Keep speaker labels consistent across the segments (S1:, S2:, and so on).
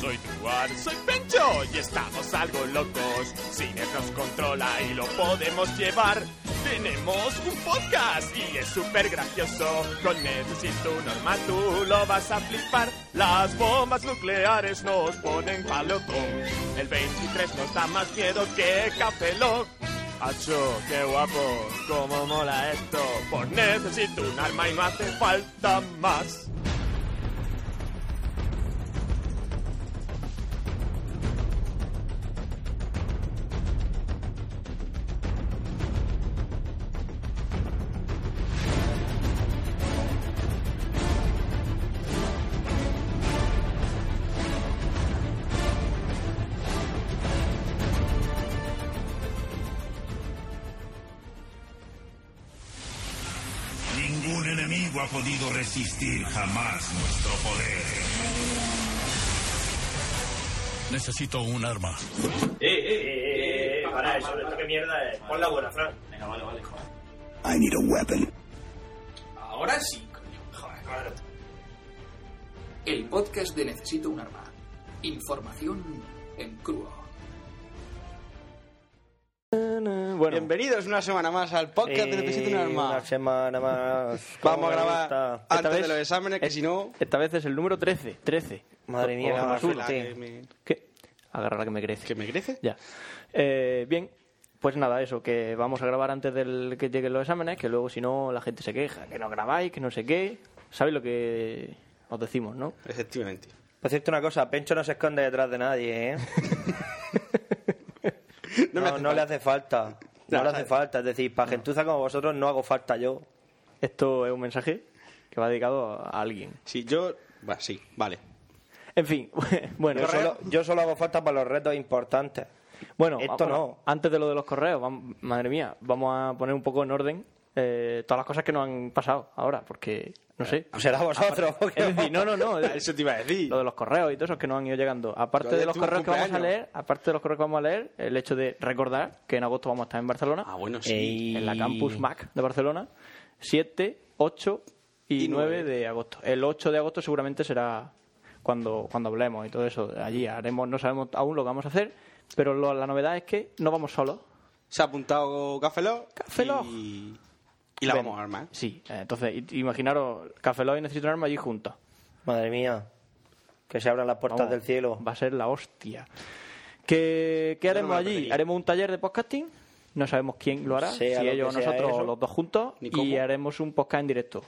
S1: soy Duar, soy Pencho y estamos algo locos. Cine nos controla y lo podemos llevar. Tenemos un podcast y es súper gracioso. Con Necesito Norma tú lo vas a flipar. Las bombas nucleares nos ponen palocón. El 23 nos da más miedo que Café Lock. Acho, qué guapo, cómo mola esto. Por necesito un arma y no hace falta más.
S2: Ningún enemigo ha podido resistir jamás nuestro poder. Necesito un arma.
S3: Eh, eh, eh, eh, eh, para eso, esto que mierda es. Pon la buena, Fran.
S4: Venga, vale, vale, joder.
S5: I need a weapon.
S4: Ahora sí, coño. Joder,
S3: Claro.
S6: El podcast de Necesito un Arma. Información en crudo.
S7: Bueno,
S8: Bienvenidos una semana más al podcast de Necesito un
S7: y
S8: Arma.
S7: Una semana más.
S8: Vamos a
S7: ¿Cómo
S8: grabar
S7: está?
S8: antes de los exámenes, que
S7: es-
S8: si no-
S7: Esta vez es el número 13. 13. Madre mía,
S8: Agarra
S7: Gama Sur,
S8: la
S7: sí.
S8: que me-
S7: ¿Qué? Agarra la que me crece.
S8: ¿Que me crece?
S7: Ya. Eh, bien, pues nada, eso, que vamos a grabar antes del que lleguen los exámenes, que luego si no la gente se queja, que no grabáis, que no sé qué. ¿Sabéis lo que os decimos, no?
S8: Efectivamente.
S9: Por cierto, una cosa, Pencho no se esconde detrás de nadie, ¿eh?
S8: No
S9: No,
S8: me hace
S9: no le hace falta. No
S8: Ya,
S9: le hace
S8: ¿sabes?
S9: falta. Es decir, para gentuza como vosotros no hago falta yo.
S7: Esto es un mensaje que va dedicado a alguien.
S8: Si yo... Bueno, sí, vale.
S7: En fin, bueno.
S9: Yo solo, yo solo hago falta para los retos importantes.
S7: Bueno,
S9: Esto
S7: vamos- Antes de lo de los correos, vam- madre mía, vamos a poner un poco en orden eh, todas las cosas que nos han pasado ahora, porque no sé.
S9: Eh, Será vosotros. porque
S7: Es decir, no, no, no.
S8: Eso te iba a decir.
S7: Lo de los correos y todo eso que nos han ido llegando. Aparte
S8: Yo
S7: de
S8: ayer
S7: los
S8: tuve
S7: correos que vamos a
S8: cumpleaños.
S7: leer, aparte de los correos que vamos a leer, el hecho de recordar que en agosto vamos a estar en Barcelona, Eh,
S8: Ah, bueno, sí.
S9: Ey.
S7: en la Campus Mac de Barcelona, 7, 8 y,
S8: Y
S7: 9
S8: nueve.
S7: de agosto. El 8 de agosto seguramente será cuando, cuando hablemos y todo eso. Allí haremos, no sabemos aún lo que vamos a hacer, pero lo- la novedad es que no vamos solos.
S8: Se ha apuntado Café Lock
S7: Café Lock.
S8: Y... y la
S7: Ven.
S8: vamos a armar.
S7: Sí, eh, entonces i- imaginaros Café Lock y Necesito un Arma allí juntos.
S9: Madre mía. Que se abran las puertas
S7: Vamos,
S9: del cielo.
S7: Va a ser la hostia. ¿Qué, qué
S8: Yo no
S7: haremos
S8: me lo
S7: allí?
S8: perdería.
S7: ¿Haremos un taller de podcasting? No sabemos quién lo hará,
S9: Sea
S7: si
S9: lo
S7: ellos o
S9: que sea
S7: nosotros o
S9: eso.
S7: los dos juntos.
S8: Ni
S7: Y
S8: cómo.
S7: haremos un podcast en directo.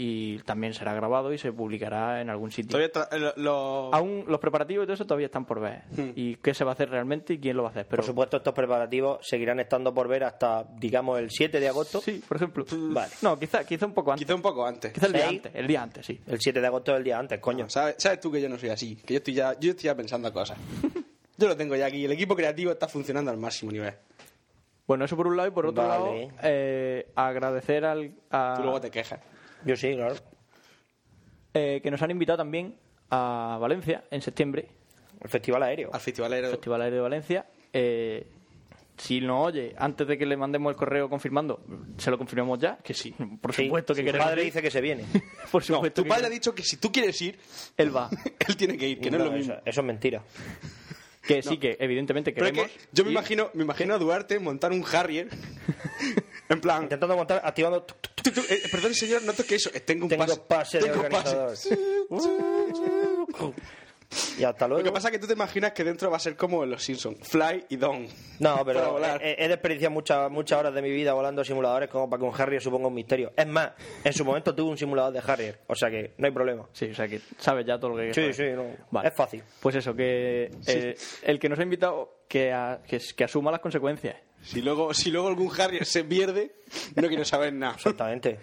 S7: Y también será grabado y se publicará en algún sitio.
S8: Todavía tra- eh, lo- lo-
S7: Aún los preparativos y todo eso todavía están por ver. Y qué se va a hacer realmente y quién lo va a hacer. Pero,
S9: Hmm. Por supuesto, estos preparativos seguirán estando por ver hasta, digamos, el 7 de agosto.
S7: Sí, por ejemplo.
S9: Vale.
S7: No, quizá, quizá un poco antes.
S8: Quizá un poco antes.
S7: Quizá el día
S9: Sí.
S7: antes. El día antes, sí.
S9: El 7 de agosto del día antes, coño.
S8: No, ¿sabes, sabes tú que yo no soy así, que yo estoy ya, yo estoy ya pensando cosas. Yo lo tengo ya aquí. El equipo creativo está funcionando al máximo nivel.
S7: Bueno, eso por un lado y por otro
S9: Vale.
S7: lado, eh, agradecer al, a-
S8: Tú luego te quejas.
S9: Yo sí, claro.
S7: eh, que nos han invitado también a Valencia en septiembre,
S9: El festival aéreo.
S8: Al festivalero.
S7: Festival Aéreo de Valencia. Eh, si no oye, antes de que le mandemos el correo confirmando, se lo confirmamos ya, que sí, por
S9: Sí,
S7: supuesto que
S9: si Mi
S7: queremos
S9: padre
S7: ir.
S9: dice que se viene.
S7: por
S8: No,
S7: supuesto
S8: tu
S7: que
S8: padre ha
S7: queremos.
S8: dicho que si tú quieres ir,
S7: él va.
S8: él tiene que ir, que no, es lo mismo.
S9: Eso, eso es mentira.
S7: Que sí, que evidentemente
S8: Pero es
S7: queremos.
S8: que yo me
S7: ir.
S8: imagino, me imagino a Duarte montar un Harrier. en plan,
S9: Intentando montar, activando... tuc, tuc,
S8: "Tú, tú, eh, perdón señor, noto que eso, eh, tengo un
S9: Tengo
S8: pase.
S9: pase de
S8: tengo un pase".
S9: organizador.
S8: Sí, sí, sí.
S9: Y hasta luego.
S8: Lo
S7: Uh.
S8: que pasa es que tú te imaginas que dentro va a ser como en los Simpsons, Fly y Don. Para
S9: No, pero
S8: volar.
S9: he, he desperdiciado muchas muchas horas de mi vida volando simuladores como para que un Harrier suponga un misterio. Es más, en su momento tuve un simulador de Harrier, o sea que no hay problema.
S7: Sí, o sea que sabes ya todo lo que.
S9: Sí, sí, no. Es fácil.
S7: Pues eso, que eh, el que nos ha invitado, que, a- que, que asuma las consecuencias.
S8: Si luego, si luego algún Harrier se pierde, no quiero saber nada.
S9: Exactamente.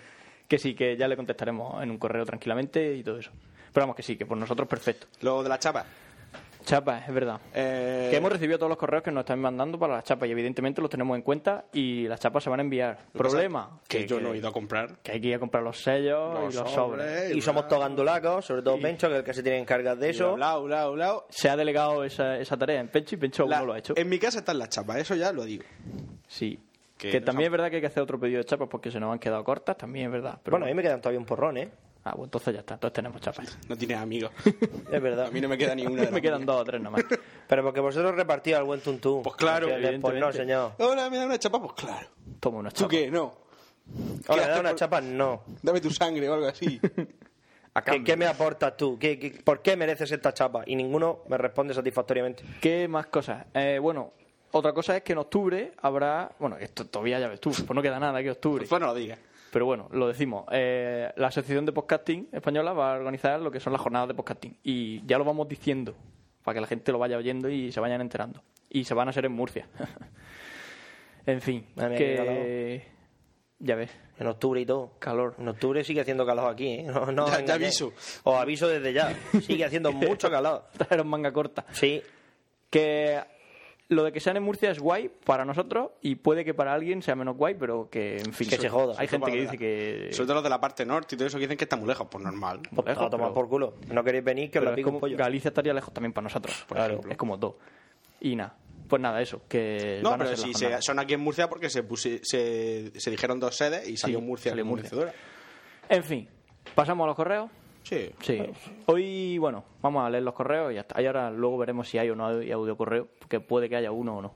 S7: Que sí, que ya le contestaremos en un correo tranquilamente y todo eso. Pero vamos, que sí, que por nosotros perfecto.
S8: Lo de la chapa.
S7: Chapas, es verdad.
S8: Eh,
S7: Que hemos recibido todos los correos que nos están mandando para las chapas y evidentemente los tenemos en cuenta y las chapas se van a enviar. Problema.
S8: que, yo no he ido a comprar.
S7: Que hay que ir a comprar los sellos y los sobres.
S9: Y somos todos gandulacos, sobre todo Pencho, que es el que se tiene que encargar de eso.
S8: Eso. Lao, lao, lao.
S7: Se ha delegado esa, esa tarea en Pencho y Pencho
S8: La- em-
S7: aún no lo ha hecho.
S8: En mi casa están las chapas, eso ya lo digo.
S7: Sí.
S8: Que
S7: Que,
S8: nos
S7: también es verdad que hay que hacer otro pedido de chapas porque se nos han quedado cortas, también es verdad. Pero
S9: Bueno, a mí me quedan todavía un porrón, ¿eh?
S7: Ah, bueno, entonces ya está, todos tenemos chapas.
S8: No tienes amigos.
S9: Es verdad.
S8: A mí no me queda ni una.
S7: Me
S8: de las
S7: quedan
S8: mías.
S7: dos o tres nomás.
S9: Pero porque vosotros repartíais al buen tuntún.
S8: Pues claro,
S9: ¿Entiendes? Pues no,
S7: evidentemente.
S9: señor.
S8: Hola, ¿me da una chapa? Pues claro.
S7: Toma una
S8: ¿Tú
S7: chapa.
S8: qué? No.
S9: Ahora, ¿me
S8: haces
S9: da una
S8: por-
S9: chapa? No.
S8: Dame tu sangre o algo así.
S7: A
S9: ¿Qué,
S7: cambio.
S9: qué me aportas tú? ¿Qué, qué- por qué mereces esta chapa? Y ninguno me responde satisfactoriamente.
S7: ¿Qué más cosas? Eh, bueno, otra cosa es que en octubre habrá. Bueno, esto todavía ya ves tú, pues no queda nada aquí en octubre.
S8: Pues no lo digas.
S7: Pero bueno, lo decimos. Eh, la Asociación de Podcasting Española va a organizar lo que son las jornadas de podcasting. Y ya lo vamos diciendo, para que la gente lo vaya oyendo y se vayan enterando. Y se van a hacer en Murcia. en fin,
S9: Madre mía,
S7: que... Ya ves,
S9: En octubre y todo.
S7: calor.
S9: En octubre sigue haciendo calor aquí, ¿eh? No,
S8: Ya-
S9: no os
S8: ya
S9: engañéis.
S8: aviso.
S9: Os aviso desde ya. Sigue haciendo mucho calor.
S7: Trajeron manga corta.
S9: Sí.
S7: Que lo de que sean en Murcia es guay para nosotros y puede que para alguien sea menos guay, pero que, en fin...
S9: Que se joda.
S7: Hay gente que
S8: Sobre
S7: dice que...
S8: Sobre todo los de la parte norte y todo eso que dicen que está muy lejos. Pues normal.
S9: Pues
S7: Lejos,
S9: a tomar
S7: pero-
S9: por culo. No queréis venir, que os
S7: Pero
S9: la
S7: es
S9: pico un
S7: como-
S9: pollo.
S7: Galicia estaría lejos también para nosotros.
S8: Por
S7: claro,
S8: ejemplo.
S7: es como todo. Y nada, pues nada, eso. Que
S8: No,
S7: van a
S8: pero
S7: ser las
S8: si se-
S7: jornadas.
S8: son aquí en Murcia porque se, puse- se, se dijeron dos sedes y salió Murcia
S7: salió
S8: como
S7: Murcia.
S8: vencedora.
S7: En fin, pasamos a los correos.
S8: Sí.
S7: Sí. Hoy, bueno, vamos a leer los correos y ya está. Y ahora luego veremos si hay o no hay audio correo, porque puede que haya uno o no.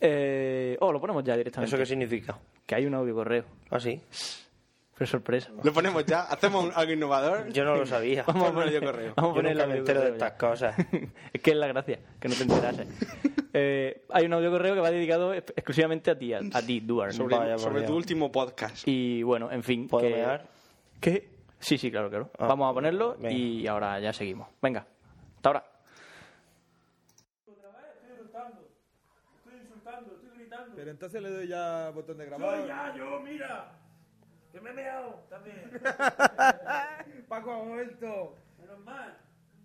S7: Eh, oh, lo ponemos ya directamente.
S9: ¿Eso qué significa?
S7: Que hay un audio correo.
S9: ¿Ah, sí?
S7: Pero sorpresa.
S8: Lo ponemos ya. Hacemos un- algo innovador.
S9: Yo no lo sabía.
S8: Vamos a poner yo correo.
S7: Vamos a
S9: Yo
S7: poner
S9: nunca
S7: el
S9: me
S7: audio
S9: entero de
S7: correo ya.
S9: estas cosas.
S7: es que es la gracia, que no te enterases. Eh, hay un audio correo que va dedicado ex- exclusivamente a ti, a, a ti, Duar.
S8: Sobre,
S9: Vaya, por
S8: sobre tu
S9: Dios.
S8: último podcast.
S7: Y bueno, en fin.
S9: ¿Puedo
S7: que-
S9: mear?
S7: ¿Qué? Sí, sí, claro, claro.
S9: Ah,
S7: Vamos a ponerlo
S9: venga.
S7: y ahora ya seguimos. Venga, hasta ahora.
S5: Pero entonces le doy ya botón de grabar. Yo ya, yo, mira. Que me he meado también. Paco ha vuelto. Menos mal.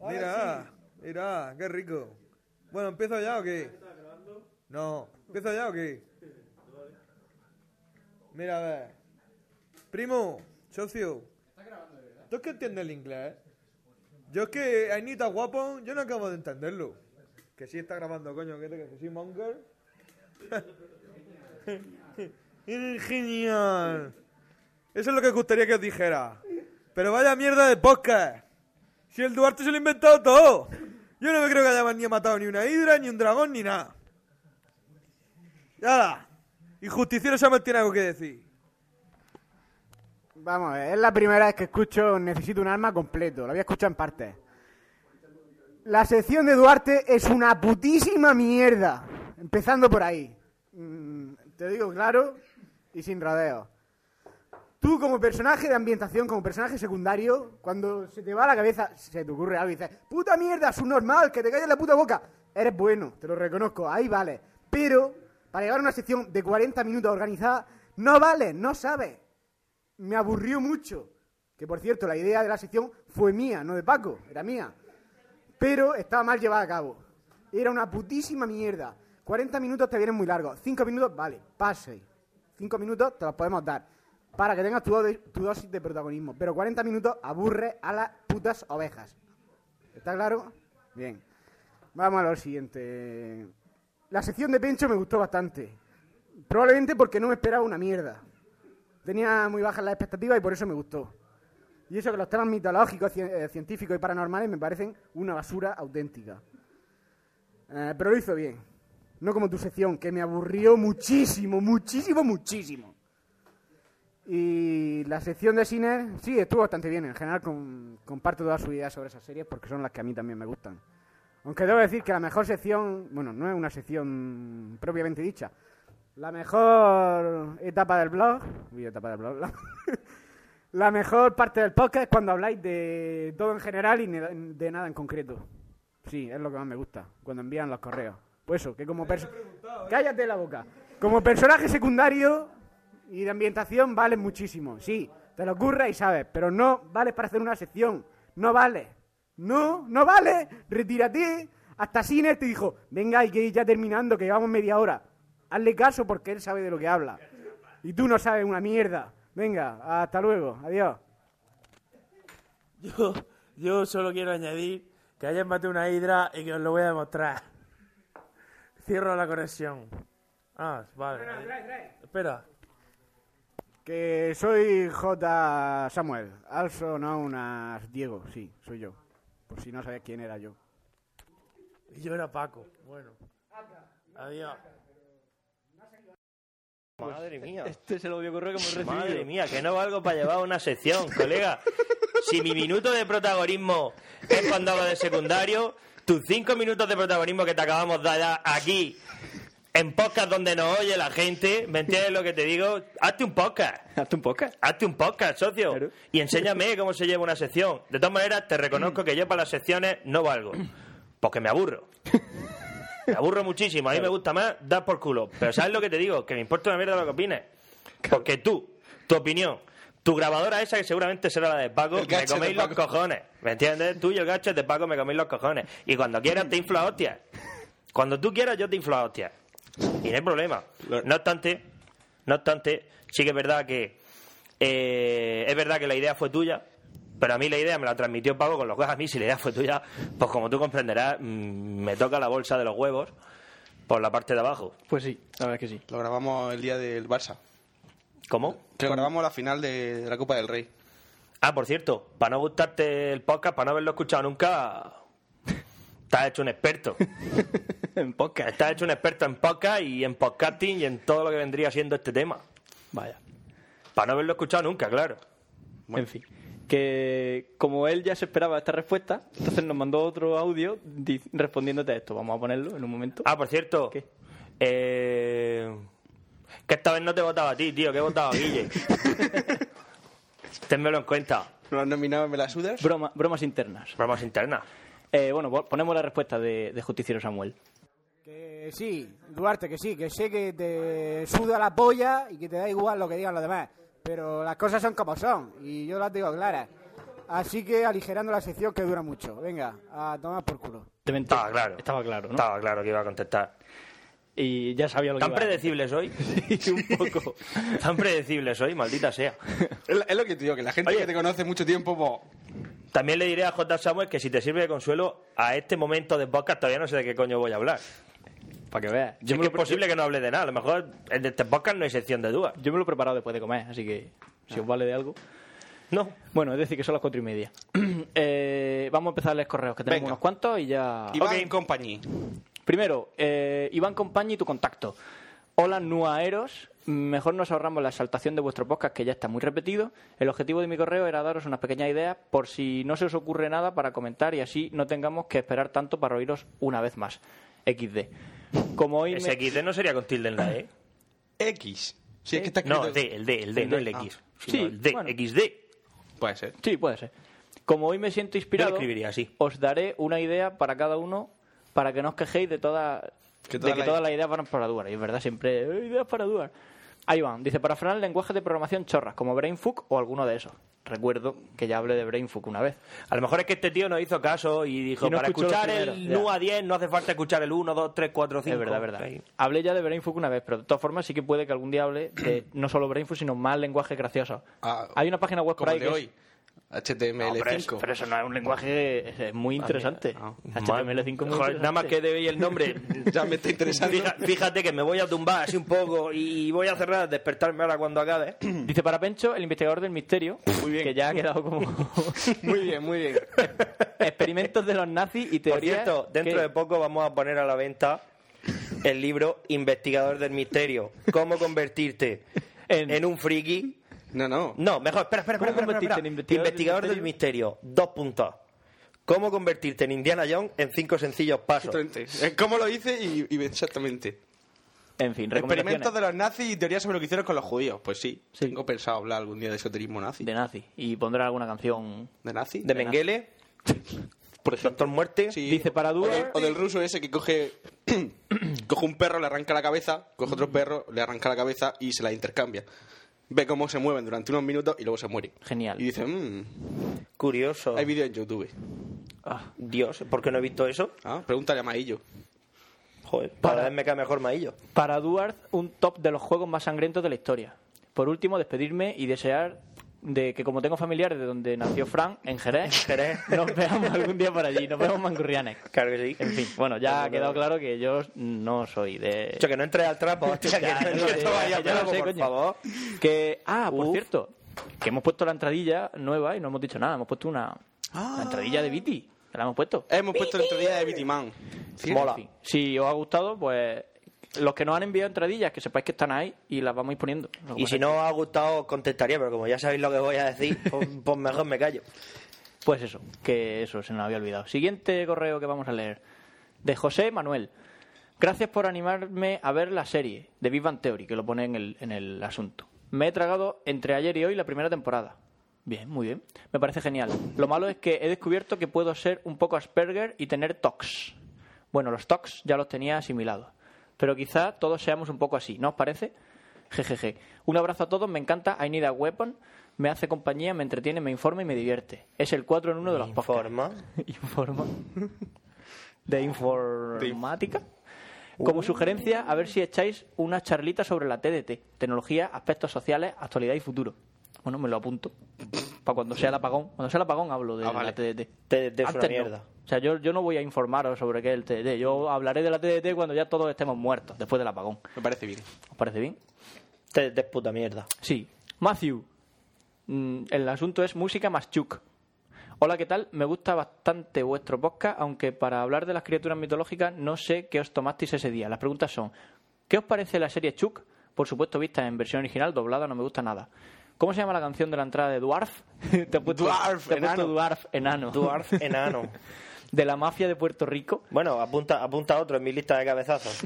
S5: Mira, mira, qué rico. Bueno, ¿empiezo ya o qué? ¿Estás grabando? No. ¿Empiezo ya o qué? Mira, a ver. Primo, socio. ¿Tú es que entiendes el inglés? ¿eh? Yo es que I need a weapon, yo no acabo de entenderlo. Que sí está grabando, coño, que te que soy monger. Eres genial. Eso es lo que os gustaría que os dijera. Pero vaya mierda de podcast. Si el Duarte se lo ha inventado todo. Yo no me creo que haya ni matado ni una hidra, ni un dragón, ni nada. Nada. Y justiciero se tiene algo que decir.
S10: Vamos, es la primera vez que escucho Necesito un arma completo. Lo había escuchado en parte. La sección de Duarte es una putísima mierda. Empezando por ahí. Mm, te digo claro y sin rodeo. Tú como personaje de ambientación, como personaje secundario, cuando se te va a la cabeza, se te ocurre algo y dices, puta mierda, es un normal, que te calles la puta boca. Eres bueno, te lo reconozco, ahí vale. Pero para llevar una sección de 40 minutos organizada, no vale, no sabes me aburrió mucho. Que por cierto, la idea de la sección fue mía, no de Paco, era mía. Pero estaba mal llevada a cabo. Era una putísima mierda. 40 minutos te vienen muy largos. 5 minutos, vale, pase. 5 minutos te los podemos dar. Para que tengas tu, do- tu dosis de protagonismo. Pero 40 minutos aburre a las putas ovejas. ¿Está claro? Bien. Vamos a lo siguiente. La sección de Pencho me gustó bastante. Probablemente porque no me esperaba una mierda. Tenía muy bajas las expectativas y por eso me gustó. Y eso que los temas mitológicos, cien- eh, científicos y paranormales me parecen una basura auténtica. Eh, pero lo hizo bien. No como tu sección, que me aburrió muchísimo, muchísimo, muchísimo. Y la sección de cine, sí, estuvo bastante bien. En general con- comparto todas sus ideas sobre esas series porque son las que a mí también me gustan. Aunque debo decir que la mejor sección, bueno, no es una sección propiamente dicha. La mejor etapa del blog, uy, etapa del blog, la, la mejor parte del podcast es cuando habláis de todo en general y ne- de nada en concreto. Sí, es lo que más me gusta, cuando envían los correos. Pues eso, que como perso- cállate la boca. Como personaje secundario y de ambientación vales muchísimo. Sí, te lo ocurra y sabes, pero no vales para hacer una sección. No vale. No, no vale. Retírate. Hasta Siner te dijo, venga, hay que ir ya terminando, que llevamos media hora. Hazle caso porque él sabe de lo que habla. Y tú no sabes una mierda. Venga, hasta luego. Adiós.
S5: Yo, yo solo quiero añadir que ayer maté una hidra y que os lo voy a demostrar. Cierro la conexión. Ah, vale. Espera.
S10: Que soy J. Samuel, also known as Diego, sí, soy yo. Por si no sabes quién era yo.
S11: Y yo era Paco. Bueno. Adiós.
S9: Madre mía.
S7: Este es el audio correo que hemos recibido.
S9: Madre mía, que no valgo para llevar una sección, colega. Si mi minuto de protagonismo es cuando hablo de secundario, tus cinco minutos de protagonismo que te acabamos de dar aquí, en podcast donde nos oye la gente, ¿me entiendes lo que te digo? Hazte un podcast.
S7: Hazte un podcast.
S9: Hazte un podcast, socio. Y enséñame cómo se lleva una sección. De todas maneras, te reconozco que yo para las secciones no valgo. Porque me aburro. Me aburro muchísimo. A mí me gusta más dar por culo. Pero ¿sabes lo que te digo? Que me importa una mierda lo que opines. Porque tú, tu opinión, tu grabadora esa que seguramente será la de Paco, me
S8: gacho
S9: coméis
S8: de
S9: los
S8: Paco.
S9: cojones. ¿Me entiendes? Tú y el gacho de Paco me coméis los cojones. Y cuando quieras te infla hostias. Cuando tú quieras yo te inflo a hostias. Y no hay problema. No obstante, no obstante, sí que es verdad que eh, es verdad que la idea fue tuya, pero a mí la idea me la transmitió Paco, con lo cual a mí si la idea fue tuya, pues como tú comprenderás, mm, me toca la bolsa de los huevos por la parte de abajo.
S7: Pues sí, la verdad que sí.
S8: Lo grabamos el día del Barça.
S9: ¿Cómo?
S8: Que grabamos la final de de la Copa del Rey.
S9: Ah, por cierto, para no gustarte el podcast, para no haberlo escuchado nunca, te has hecho un experto.
S7: en podcast.
S9: Te has hecho un experto en podcast y en podcasting y en todo lo que vendría siendo este tema.
S7: Vaya.
S9: Para no haberlo escuchado nunca, claro.
S7: En fin. Que como él ya se esperaba esta respuesta, entonces nos mandó otro audio di- respondiéndote a esto. Vamos a ponerlo en un momento.
S9: Ah, por cierto. eh, que esta vez no te he votado a ti, tío, que he votado a Guille. Ténmelo en cuenta.
S8: ¿No has nominado me la sudas?
S7: Broma- bromas internas. Eh,
S9: Bromas internas.
S7: bueno, po- ponemos la respuesta de, de Justiciero Samuel.
S10: Que sí, Duarte, que sí, que sé que te suda la polla y que te da igual lo que digan los demás. Pero las cosas son como son y yo las digo claras. Así que aligerando la sección que dura mucho. Venga, a tomar por culo.
S9: Estaba Ah, claro.
S7: Estaba claro, ¿no?
S9: Estaba claro que iba a contestar.
S7: Y ya sabía lo
S9: Tan
S7: que iba a-
S9: predecibles hoy.
S7: Sí, un poco.
S9: Tan predecibles hoy, maldita sea.
S8: Es la- es lo que te digo, que la gente que te conoce mucho tiempo, po,
S9: También le diré a J. Samuel que si te sirve de consuelo, a este momento de podcast todavía no sé de qué coño voy a hablar.
S7: Para que veas.
S9: Yo es que es posible que no hable de nada. A lo mejor en este podcast no hay sección de dudas.
S7: Yo me lo he preparado después de comer, así que si os vale de algo.
S9: No.
S7: Bueno, es decir, que son las cuatro y media. Eh, vamos a empezar a leer correos, que tenemos
S8: Venga.
S7: unos cuantos y ya.
S8: Iván
S7: Ok.
S8: Company.
S7: Primero, eh, Iván Compañi, tu contacto. Hola, nuaeros. Mejor nos ahorramos la exaltación de vuestro podcast, que ya está muy repetido. El objetivo de mi correo era daros unas pequeñas ideas por si no se os ocurre nada para comentar y así no tengamos que esperar tanto para oíros una vez más. XD. Como hoy
S9: Ese
S7: me-
S9: XD no sería con tilde en la E.
S8: X. Si es que está escrito...
S9: No, el D, el D, el D, no el X.
S7: ah. Sí,
S9: sino el D,
S7: bueno.
S9: XD.
S8: Puede ser.
S7: Sí, puede ser. Como hoy me siento inspirado,
S9: Yo lo escribiría así.
S7: os daré una idea para cada uno para que no os quejéis de toda,
S8: Que
S7: de
S8: todas
S7: que
S8: las-
S7: todas las ideas van para Duar. Y es verdad, siempre "Eh, ideas para Duar. Ahí van. Dice, para frenar lenguajes de programación chorras, como BrainFuck o alguno de esos. Recuerdo que ya hablé de BrainFuck una vez.
S9: A lo mejor es que este tío no hizo caso y dijo,
S7: Y no
S9: para
S7: escuchó los
S9: escuchar el
S7: primeros, ya.
S9: NUA 10 no hace falta escuchar el 1, 2, 3, 4, 5.
S7: Es verdad, es verdad. Hablé ya de BrainFuck una vez, pero de todas formas sí que puede que algún día hable de no solo BrainFuck, sino más lenguajes graciosos.
S8: Ah,
S7: Hay una página web por
S8: Como
S7: ahí
S8: el de
S7: que es-
S8: hoy.
S7: No, pero, es-
S8: HTML5.
S7: pero eso no es un lenguaje es- es muy interesante. HTML5 muy
S9: Joder, nada más
S7: interesante.
S9: que debéis el nombre.
S8: Ya me está interesando.
S9: Fija- Fíjate que me voy a tumbar así un poco y voy a cerrar, despertarme ahora cuando acabe.
S7: Dice para Pencho, el investigador del misterio, que ya ha quedado como
S8: Muy bien, muy bien.
S7: experimentos de los nazis y
S9: Por
S7: teorías.
S9: cierto, dentro
S7: que-
S9: de poco vamos a poner a la venta el libro Investigador del Misterio. ¿Cómo convertirte
S7: En-
S9: en, un friki?
S8: No, no.
S9: No, mejor, espera, espera,
S7: ¿Cómo
S9: espera, espera,
S7: convertirte
S9: espera.
S7: en investigador del
S9: Investigador del misterio? Dos puntos. ¿Cómo convertirte en Indiana Jones en cinco sencillos pasos?
S8: Exactamente. Es como eh, lo hice y, y exactamente.
S7: En fin, recomendaciones
S8: Experimentos
S7: de,
S8: de los nazis y teorías sobre lo que hicieron con los judíos. Pues sí,
S7: Sí.
S8: tengo pensado hablar algún día de esoterismo nazi. ¿De,
S7: nazi. Y pondrá alguna canción.
S8: nazi?
S9: De Mengele, por Doctor Muerte.
S8: Sí.
S7: Dice para
S8: O, del-
S7: Duar.
S8: o del ruso ese que coge... coge un perro, le arranca la cabeza, coge otro perro, le arranca la cabeza y se la intercambia. Ve cómo se mueven durante unos minutos y luego se muere.
S7: Genial.
S8: Y dice, mmm,
S9: Curioso.
S8: hay vídeo en YouTube.
S7: Ah,
S9: Dios, ¿por qué no he visto eso?
S8: Ah, Pregúntale a Maillo.
S9: Joder,
S7: Para-
S9: para vez me cae mejor Maillo.
S7: para Duarte, un top de los juegos más sangrientos de la historia. Por último, despedirme y desear de que como tengo familiares de donde nació Fran, en Jerez, nos veamos algún día por allí, nos vemos mancurrianes.
S9: Claro que sí.
S7: En fin, bueno, ya ha quedado claro que yo no soy de...
S9: que no entres al trapo, hostia, que
S7: Ya,
S9: no
S7: ya lo
S9: entres
S7: sé,
S9: todo ahí
S7: ya
S9: al
S7: lo
S9: trapo,
S7: sé,
S9: por
S7: coño.
S9: favor.
S7: Que, ah, por cierto, que hemos puesto la entradilla nueva y no hemos dicho nada. Hemos puesto una la entradilla de Viti. Que la hemos puesto.
S9: Eh,
S8: Hemos puesto la entradilla de Vitiman.
S7: Mola. Si os ha gustado, pues los que nos han enviado entradillas, que sepáis que están ahí y las vamos a ir poniendo. Lo que
S9: Y
S7: pasa
S9: si
S7: es
S9: no os ha gustado, os contestaría, pero como ya sabéis lo que voy a decir, pues, pues mejor me callo.
S7: Pues eso, que eso se nos había olvidado. Siguiente correo que vamos a leer. De José Manuel. Gracias por animarme a ver la serie de Big Bang Theory, que lo pone en el, en el asunto. Me he tragado entre ayer y hoy la primera temporada. Bien, muy bien. Me parece genial. Lo malo es que he descubierto que puedo ser un poco Asperger y tener TOCs. Bueno, los TOCs ya los tenía asimilados. Pero quizá todos seamos un poco así, ¿no os parece? Jejeje. Un abrazo a todos, me encanta I Need a Weapon, me hace compañía, me entretiene, me informa y me divierte. Es el 4 en 1 de los
S9: Informa.
S7: Informa. De informática. Como sugerencia, a ver si echáis una charlita sobre la TDT, tecnología, aspectos sociales, actualidad y futuro. Bueno, me lo apunto. Para cuando sea el apagón. Cuando sea el apagón hablo de
S9: Ah, vale.
S7: la TDT.
S9: TDT es una
S7: Antes no.
S9: mierda.
S7: O sea, yo, yo no voy a informaros sobre qué es el TDT. Yo hablaré de la TDT cuando ya todos estemos muertos, después del apagón.
S8: Me parece bien.
S7: ¿Os parece bien?
S9: Te, te es puta mierda.
S7: Sí. Matthew. Mm, el asunto es música más chuk. Hola, ¿qué tal? Me gusta bastante vuestro podcast, aunque para hablar de las criaturas mitológicas no sé qué os tomasteis ese día. Las preguntas son, ¿qué os parece la serie Chuk? Por supuesto, vista en versión original, doblada, no me gusta nada. ¿Cómo se llama la canción de la entrada de Dwarf? te he puesto,
S9: Dwarf,
S7: te he puesto
S9: enano.
S7: Dwarf, enano.
S9: Dwarf, enano.
S7: de la mafia de Puerto Rico.
S9: Bueno, apunta, apunta otro en mi lista de cabezazos.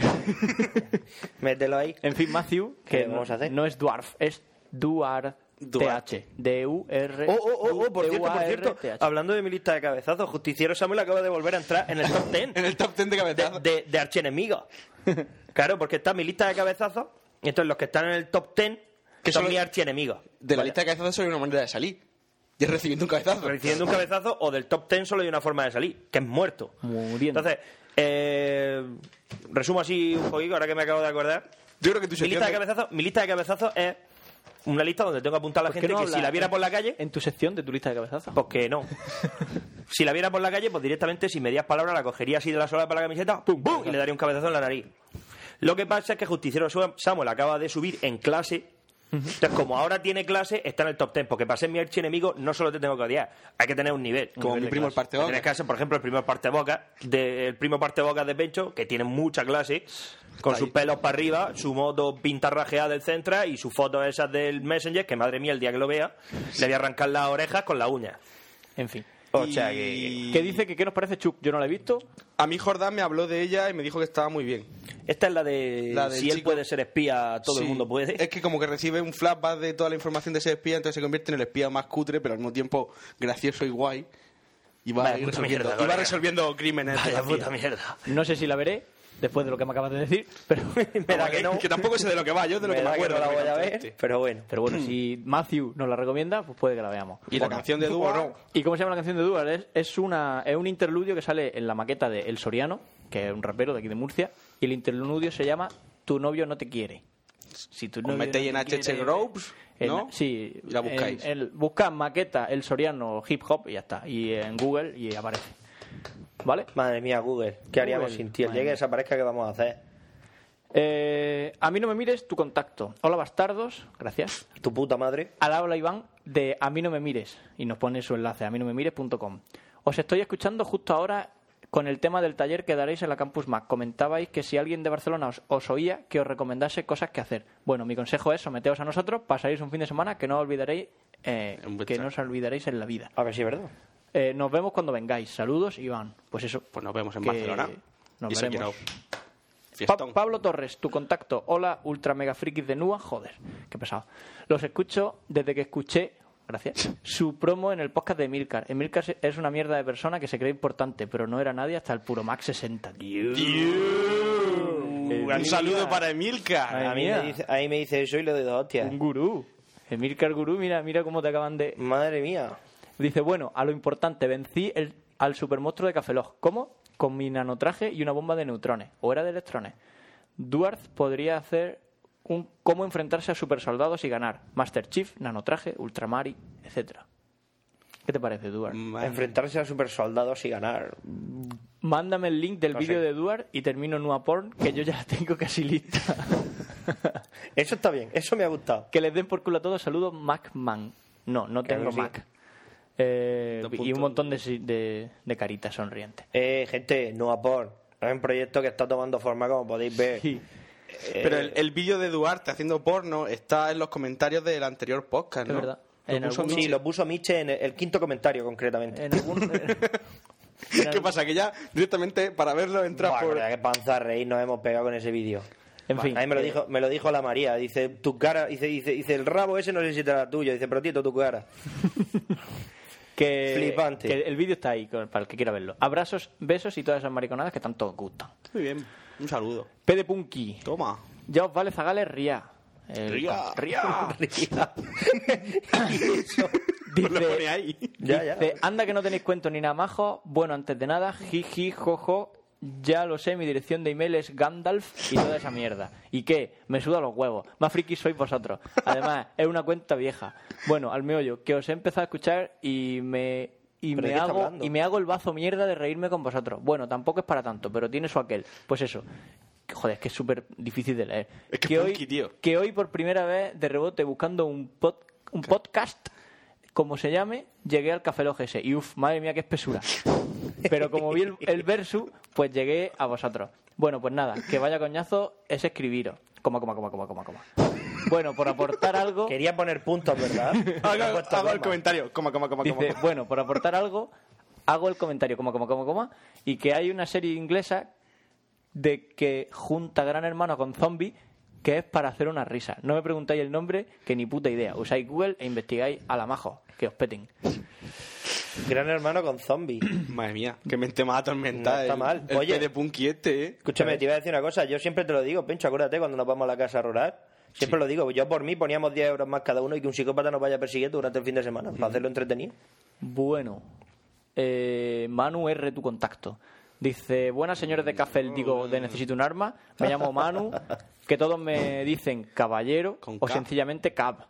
S9: Mételo ahí.
S7: En fin, Matthew,
S9: ¿Qué
S7: que no,
S9: vamos a hacer?
S7: no es Dwarf, es Duar TH. D-U-R.
S9: Oh, oh, oh, oh, por cierto, por cierto.
S7: D-U-A-R-T-H.
S9: Hablando de mi lista de cabezazos, Justiciero Samuel acaba de volver a entrar en el top 10. en el
S8: top 10 de cabezazos.
S9: De, de archienemigos. claro, porque está mi lista de cabezazos. Y entonces los que están en el top 10
S8: Que
S9: son
S8: solo-
S9: mis archienemigos.
S8: De la lista de cabezazos solo hay una manera de salir. Y es recibiendo un cabezazo.
S9: Recibiendo un cabezazo o del top 10 solo hay una forma de salir, que es muerto.
S7: Muriendo.
S9: Entonces, eh, resumo así un poquito, ahora que me acabo de acordar.
S8: Yo creo que tú
S9: mi lista, de cabezazos, mi lista de cabezazos es una lista donde tengo apuntada a la
S7: ¿Por qué
S9: gente
S7: no
S9: que
S7: hablas
S9: si la viera por la calle,
S7: En tu sección de tu lista de cabezazos.
S9: pues que no. si la viera por la calle, pues directamente, sin medias palabras, la cogería así de la sola para la camiseta, ¡pum, pum! Y le daría un cabezazo en la nariz. Lo que pasa es que Justiciero Sam- Samuel acaba de subir en clase. Entonces, como ahora tiene clase, está en el top 10. Porque para ser mi archienemigo, no solo te tengo que odiar, hay que tener un nivel.
S8: Como mi primo el parte boca.
S9: Tienes que hacer, por ejemplo, el primer parte boca, de- el primo parte boca de Pencho, que tiene mucha clase, con
S8: Ahí.
S9: sus pelos para arriba, su moto pintarrajeada del Centra y sus fotos esas del Messenger, que madre mía, el día que lo vea, le voy a arrancar las orejas con la uña.
S7: En fin.
S9: O sea que.
S7: ¿Qué dice que qué nos parece Chuck? Yo no la he visto.
S8: A mí Jordán me habló de ella y me dijo que estaba muy bien.
S9: Esta es la de.
S8: La del
S9: si él
S8: chico-
S9: puede ser espía, todo el
S8: Sí.
S9: mundo puede.
S8: Es que como que recibe un flashback de toda la información de ese espía, entonces se convierte en el espía más cutre, pero al mismo tiempo gracioso y guay. Y va,
S9: Vaya
S8: ir
S9: puta
S8: resolviendo, y
S9: mierda,
S8: va
S9: colega.
S8: resolviendo crímenes. de
S9: Vaya
S8: la
S9: puta
S8: tía.
S9: mierda.
S7: No sé si la veré después de lo que me acabas de decir, pero,
S9: Me da que no.
S8: que tampoco sé de lo que va, yo de lo
S9: Me
S8: que me
S9: da que
S8: acuerdo.
S9: no la
S8: de lo
S9: voy
S8: que
S9: a
S8: cantaste.
S9: ver. Pero bueno.
S7: pero bueno, si Matthew nos la recomienda, pues puede que la veamos.
S8: Y la canción de Dúo, no.
S7: ¿Y cómo se llama la canción de Duar? Es, es una, es un interludio que sale en la maqueta de El Soriano, que es un rapero de aquí de Murcia, y el interludio se llama Tu novio no te quiere. Si tu
S8: Os
S7: novio
S8: metéis
S7: no
S8: en
S7: te
S8: HH
S7: quiere-
S8: Groups,
S7: en-
S8: ¿no?
S7: Sí.
S8: Y la buscáis.
S7: en- en- buscad maqueta El Soriano Hip Hop y ya está. Y en Google y aparece. ¿Vale?
S9: Madre mía, Google. ¿Qué haríamos
S7: Google,
S9: sin ti? El
S7: madre
S9: día que
S7: mía.
S9: desaparezca, ¿qué vamos a hacer?
S7: Eh, a mí no me mires, tu contacto. Hola bastardos, gracias.
S9: Tu puta madre.
S7: Al habla Iván de a mí no me mires y nos pone su enlace a mí no me mires.com. Os estoy escuchando justo ahora con el tema del taller que daréis en la Campus Mac. Comentabais que si alguien de Barcelona os, os oía, que os recomendase cosas que hacer. Bueno, mi consejo es someteos a nosotros, pasaréis un fin de semana que no olvidaréis, eh,
S8: En vuestra-
S7: que no os olvidaréis en la vida.
S9: A ver si es verdad.
S7: Eh, nos vemos cuando vengáis. Saludos, Iván. Pues eso.
S8: Pues nos vemos en
S7: que
S8: Barcelona.
S7: Nos
S8: y se ha
S7: veremos.
S8: llenado.
S7: Pa-
S8: Fiestón.
S7: Pablo Torres, tu contacto. Hola, ultra mega frikis de Nua. Joder, qué pesado. Los escucho desde que escuché. Gracias. Su promo en el podcast de Emilcar. Emilcar se- es una mierda de persona que se cree importante, pero no era nadie hasta el puro Max 60. Dios.
S8: Un saludo para Emilka.
S7: Madre
S9: A mí
S7: mía.
S9: me dice, ahí me dice eso y le doy dos hostias.
S7: Un gurú. Emilcar Gurú, mira, mira cómo te acaban de.
S9: Madre mía.
S7: Dice, bueno, a lo importante, vencí el, al supermonstruo de Cafelog. ¿Cómo? Con mi nanotraje y una bomba de neutrones. O era de electrones. Duarte podría hacer un cómo enfrentarse a supersoldados y ganar. Master Chief, Nanotraje, Ultramari, etcétera. ¿Qué te parece, Duarte?
S9: Enfrentarse a supersoldados y ganar.
S7: Mándame el link del
S9: No
S7: vídeo
S9: sé.
S7: de Duarte y termino Nua Porn, que yo ya la tengo casi lista.
S9: eso está bien, eso me ha gustado.
S7: Que les den por culo a todos. Saludos, MacMan. No, no
S9: Claro
S7: tengo
S9: que sí.
S7: Mac. Eh,
S9: Dos
S7: y
S9: puntos.
S7: un montón de, si- de, de caritas sonrientes.
S9: Eh, gente, Nueva Porn es un proyecto que está tomando forma, como podéis ver. Eh,
S8: Pero el, el vídeo de Duarte haciendo porno está en los comentarios del anterior podcast, ¿no? Lo
S9: Lo
S8: puso
S9: puso
S8: Michi.
S9: sí, lo puso Miche en el, el quinto comentario, concretamente.
S8: ¿Qué pasa? Que ya directamente para verlo entras
S9: Buah,
S8: por...
S9: verdad, qué panza reír nos hemos pegado con ese vídeo.
S7: En
S9: Buah,
S7: fin.
S9: A mí me lo,
S7: Eh,
S9: dijo, me lo dijo la María. Dice, tu cara... Dice, dice, dice, el rabo ese no sé si era tuyo. Dice, pero Tito, tu cara.
S7: Que,
S9: Flipante.
S7: que el vídeo está ahí con- para el que quiera verlo. Abrazos, besos y todas esas mariconadas que tanto os gustan.
S8: Muy bien, un saludo.
S7: P de Punky.
S8: Toma.
S7: Ya os vale Zagales, ría. El-
S8: Ría.
S7: ría.
S9: Ría.
S7: Dice,
S9: Ya, ya.
S7: dice, anda que no tenéis cuento ni nada majo. Bueno, antes de nada, jiji, jojo. Ya lo sé, mi dirección de email es Gandalf y toda esa mierda. ¿Y qué? Me suda los huevos. Más frikis sois vosotros. Además, es una cuenta vieja. Bueno, al meollo, que os he empezado a escuchar y me... Y
S9: ¿Pero de
S7: me,
S9: qué está
S7: hago,
S9: hablando?
S7: y me hago el bazo mierda de reírme con vosotros. Bueno, tampoco es para tanto, pero tiene su aquel. Pues eso. Joder, es que es súper difícil de leer.
S8: Es que
S7: hoy,
S8: punky, tío.
S7: que hoy por primera vez, de rebote, buscando un, pod- un podcast, como se llame, llegué al Café Log S. E. Y uff, madre mía, qué espesura. Pero como vi el, el versus, pues llegué a vosotros. Bueno, pues nada, que vaya coñazo es escribiros. Coma, coma, coma, coma, coma, coma. Bueno, por aportar algo...
S9: Quería poner puntos, ¿verdad?
S8: Hago,
S9: Ha puesto
S8: Ah, hago el
S9: coma.
S8: comentario. Coma, coma, coma,
S7: Dice,
S8: coma.
S7: bueno, por aportar algo, hago el comentario, como, como, como, como, y que hay una serie inglesa de que junta Gran Hermano con Zombie que es para hacer una risa. No me preguntáis el nombre, que ni puta idea. Usáis Google e investigáis a la majo, que os peten.
S9: Gran hermano con zombie.
S8: Madre mía, qué mente más atormentada.
S9: No está mal.
S8: El, el
S9: Oye.
S8: P de Punky este, ¿eh?
S9: Escúchame, te iba a decir una cosa. Yo siempre te lo digo, Pencho, acuérdate cuando nos vamos a la casa rural. Siempre lo digo. Yo por mí poníamos 10 euros más cada uno y que un psicópata nos vaya persiguiendo durante el fin de semana
S7: Mm.
S9: para hacerlo entretenido.
S7: Bueno, eh, Manu R, tu contacto. Dice, buenas señores de café, digo, de necesito un arma. Me llamo Manu, que todos me dicen caballero
S8: Con
S7: o
S8: K.
S7: sencillamente cab.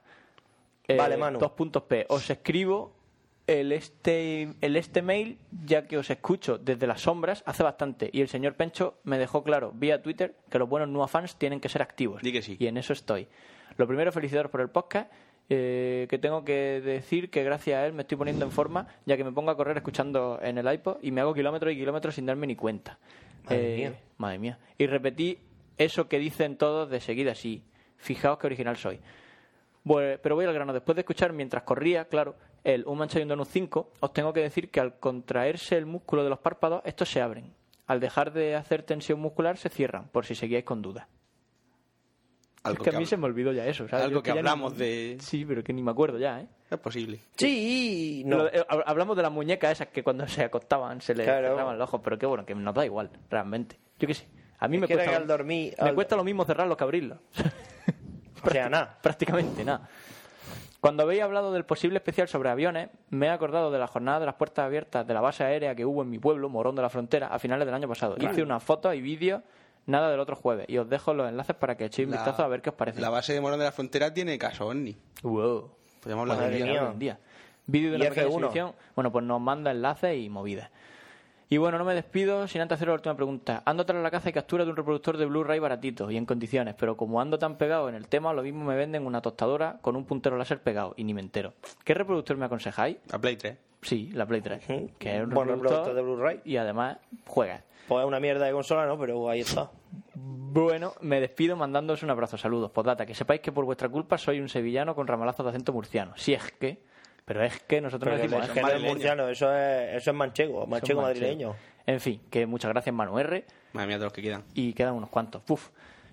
S7: Eh,
S9: Vale, Manu.
S7: Dos puntos P. Os escribo el este, el este mail, ya que os escucho desde las sombras hace bastante. Y el señor Pencho me dejó claro vía Twitter que los buenos nuevos fans tienen que ser activos.
S8: Di que sí.
S7: Y en eso estoy. Lo primero, felicitaros por el podcast. eh, que tengo que decir que gracias a él me estoy poniendo en forma, ya que me pongo a correr escuchando en el iPod y me hago kilómetros y kilómetros sin darme ni cuenta.
S9: Madre mía.
S7: Eh, Madre mía. Y repetí eso que dicen todos de seguida, sí. Fijaos qué original soy. Bueno, pero voy al grano. Después de escuchar mientras corría, claro, el un mancha y un donut 5, os tengo que decir que al contraerse el músculo de los párpados, estos se abren. Al dejar de hacer tensión muscular, se cierran, por si seguíais con dudas.
S8: Algo
S7: es que a mí
S8: habla-
S7: se me olvidó ya eso. ¿sabes?
S8: Algo
S7: Yo
S8: que
S7: ya ni-
S8: hablamos de-
S7: Sí, pero que ni me acuerdo ya, ¿eh?
S8: Es posible.
S9: Sí, no.
S7: Lo- eh, hab- hablamos de las muñecas esas que cuando se acostaban se le
S9: Claro.
S7: cerraban los ojos, pero qué bueno, que nos da igual, realmente. Yo qué sé. A mí
S9: Es
S7: me
S9: que era
S7: cuesta,
S9: que al dormir-
S7: me
S9: al-
S7: cuesta lo mismo cerrarlos que abrirlos.
S9: O sea, nada.
S7: prácticamente nada. Cuando habéis hablado del posible especial sobre aviones, me he acordado de la jornada de las puertas abiertas de la base aérea que hubo en mi pueblo, Morón de la Frontera, a finales del año pasado. Hice unas fotos y vídeos, nada del otro jueves, y os dejo los enlaces para que echéis un
S8: La-
S7: vistazo a ver qué os parece.
S8: La base de Morón de la Frontera tiene caso, Onni.
S7: Wow.
S8: Podríamos hablar
S9: Madre
S8: de
S9: mía.
S7: Buen Pues día. Vídeo de
S9: Y
S7: una pequeña
S9: F1.
S7: exhibición. Bueno, pues nos manda enlaces y movidas. Y bueno, no me despido sin antes hacer la última pregunta. Ando tras la caza y captura de un reproductor de Blu-ray baratito y en condiciones, pero como ando tan pegado en el tema, lo mismo me venden una tostadora con un puntero láser pegado y ni me entero. ¿Qué reproductor me aconsejáis?
S8: La Play 3.
S7: Sí, la Play 3,
S9: Ujú.
S7: que es un
S9: Bueno,
S7: reproductor
S9: reproductor de Blu-ray.
S7: y además juega.
S9: Pues es una mierda de consola, ¿no? Pero ahí está.
S7: Bueno, me despido mandándoos un abrazo, saludos, postdata, que sepáis que por vuestra culpa soy un sevillano con ramalazos de acento murciano. Si es que, pero es que nosotros
S9: Pero
S7: no decimos
S9: es que no es murciano, eso es, eso es manchego, manchego madrileño.
S7: En fin, que muchas gracias, Manu R.
S8: Madre mía, de los que quedan.
S7: Y quedan unos cuantos. Puf.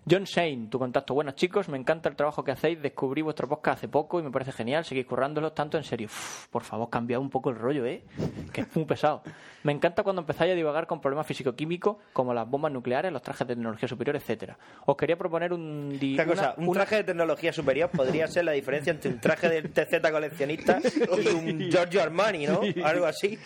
S7: John Shane, tu contacto. Buenas chicos, me encanta el trabajo que hacéis. Descubrí vuestro podcast hace poco y me parece genial. Seguís currándolo tanto en serio. Uf, por favor, cambiad un poco el rollo, ¿eh? Que es muy pesado. Me encanta cuando empezáis a divagar con problemas físico-químicos como las bombas nucleares, los trajes de tecnología superior, etcétera. Os quería proponer un... di-
S9: Esta cosa,
S7: una-
S9: un traje de tecnología superior podría ser la diferencia entre un traje del TZ coleccionista y un Giorgio Armani, ¿no? Algo así.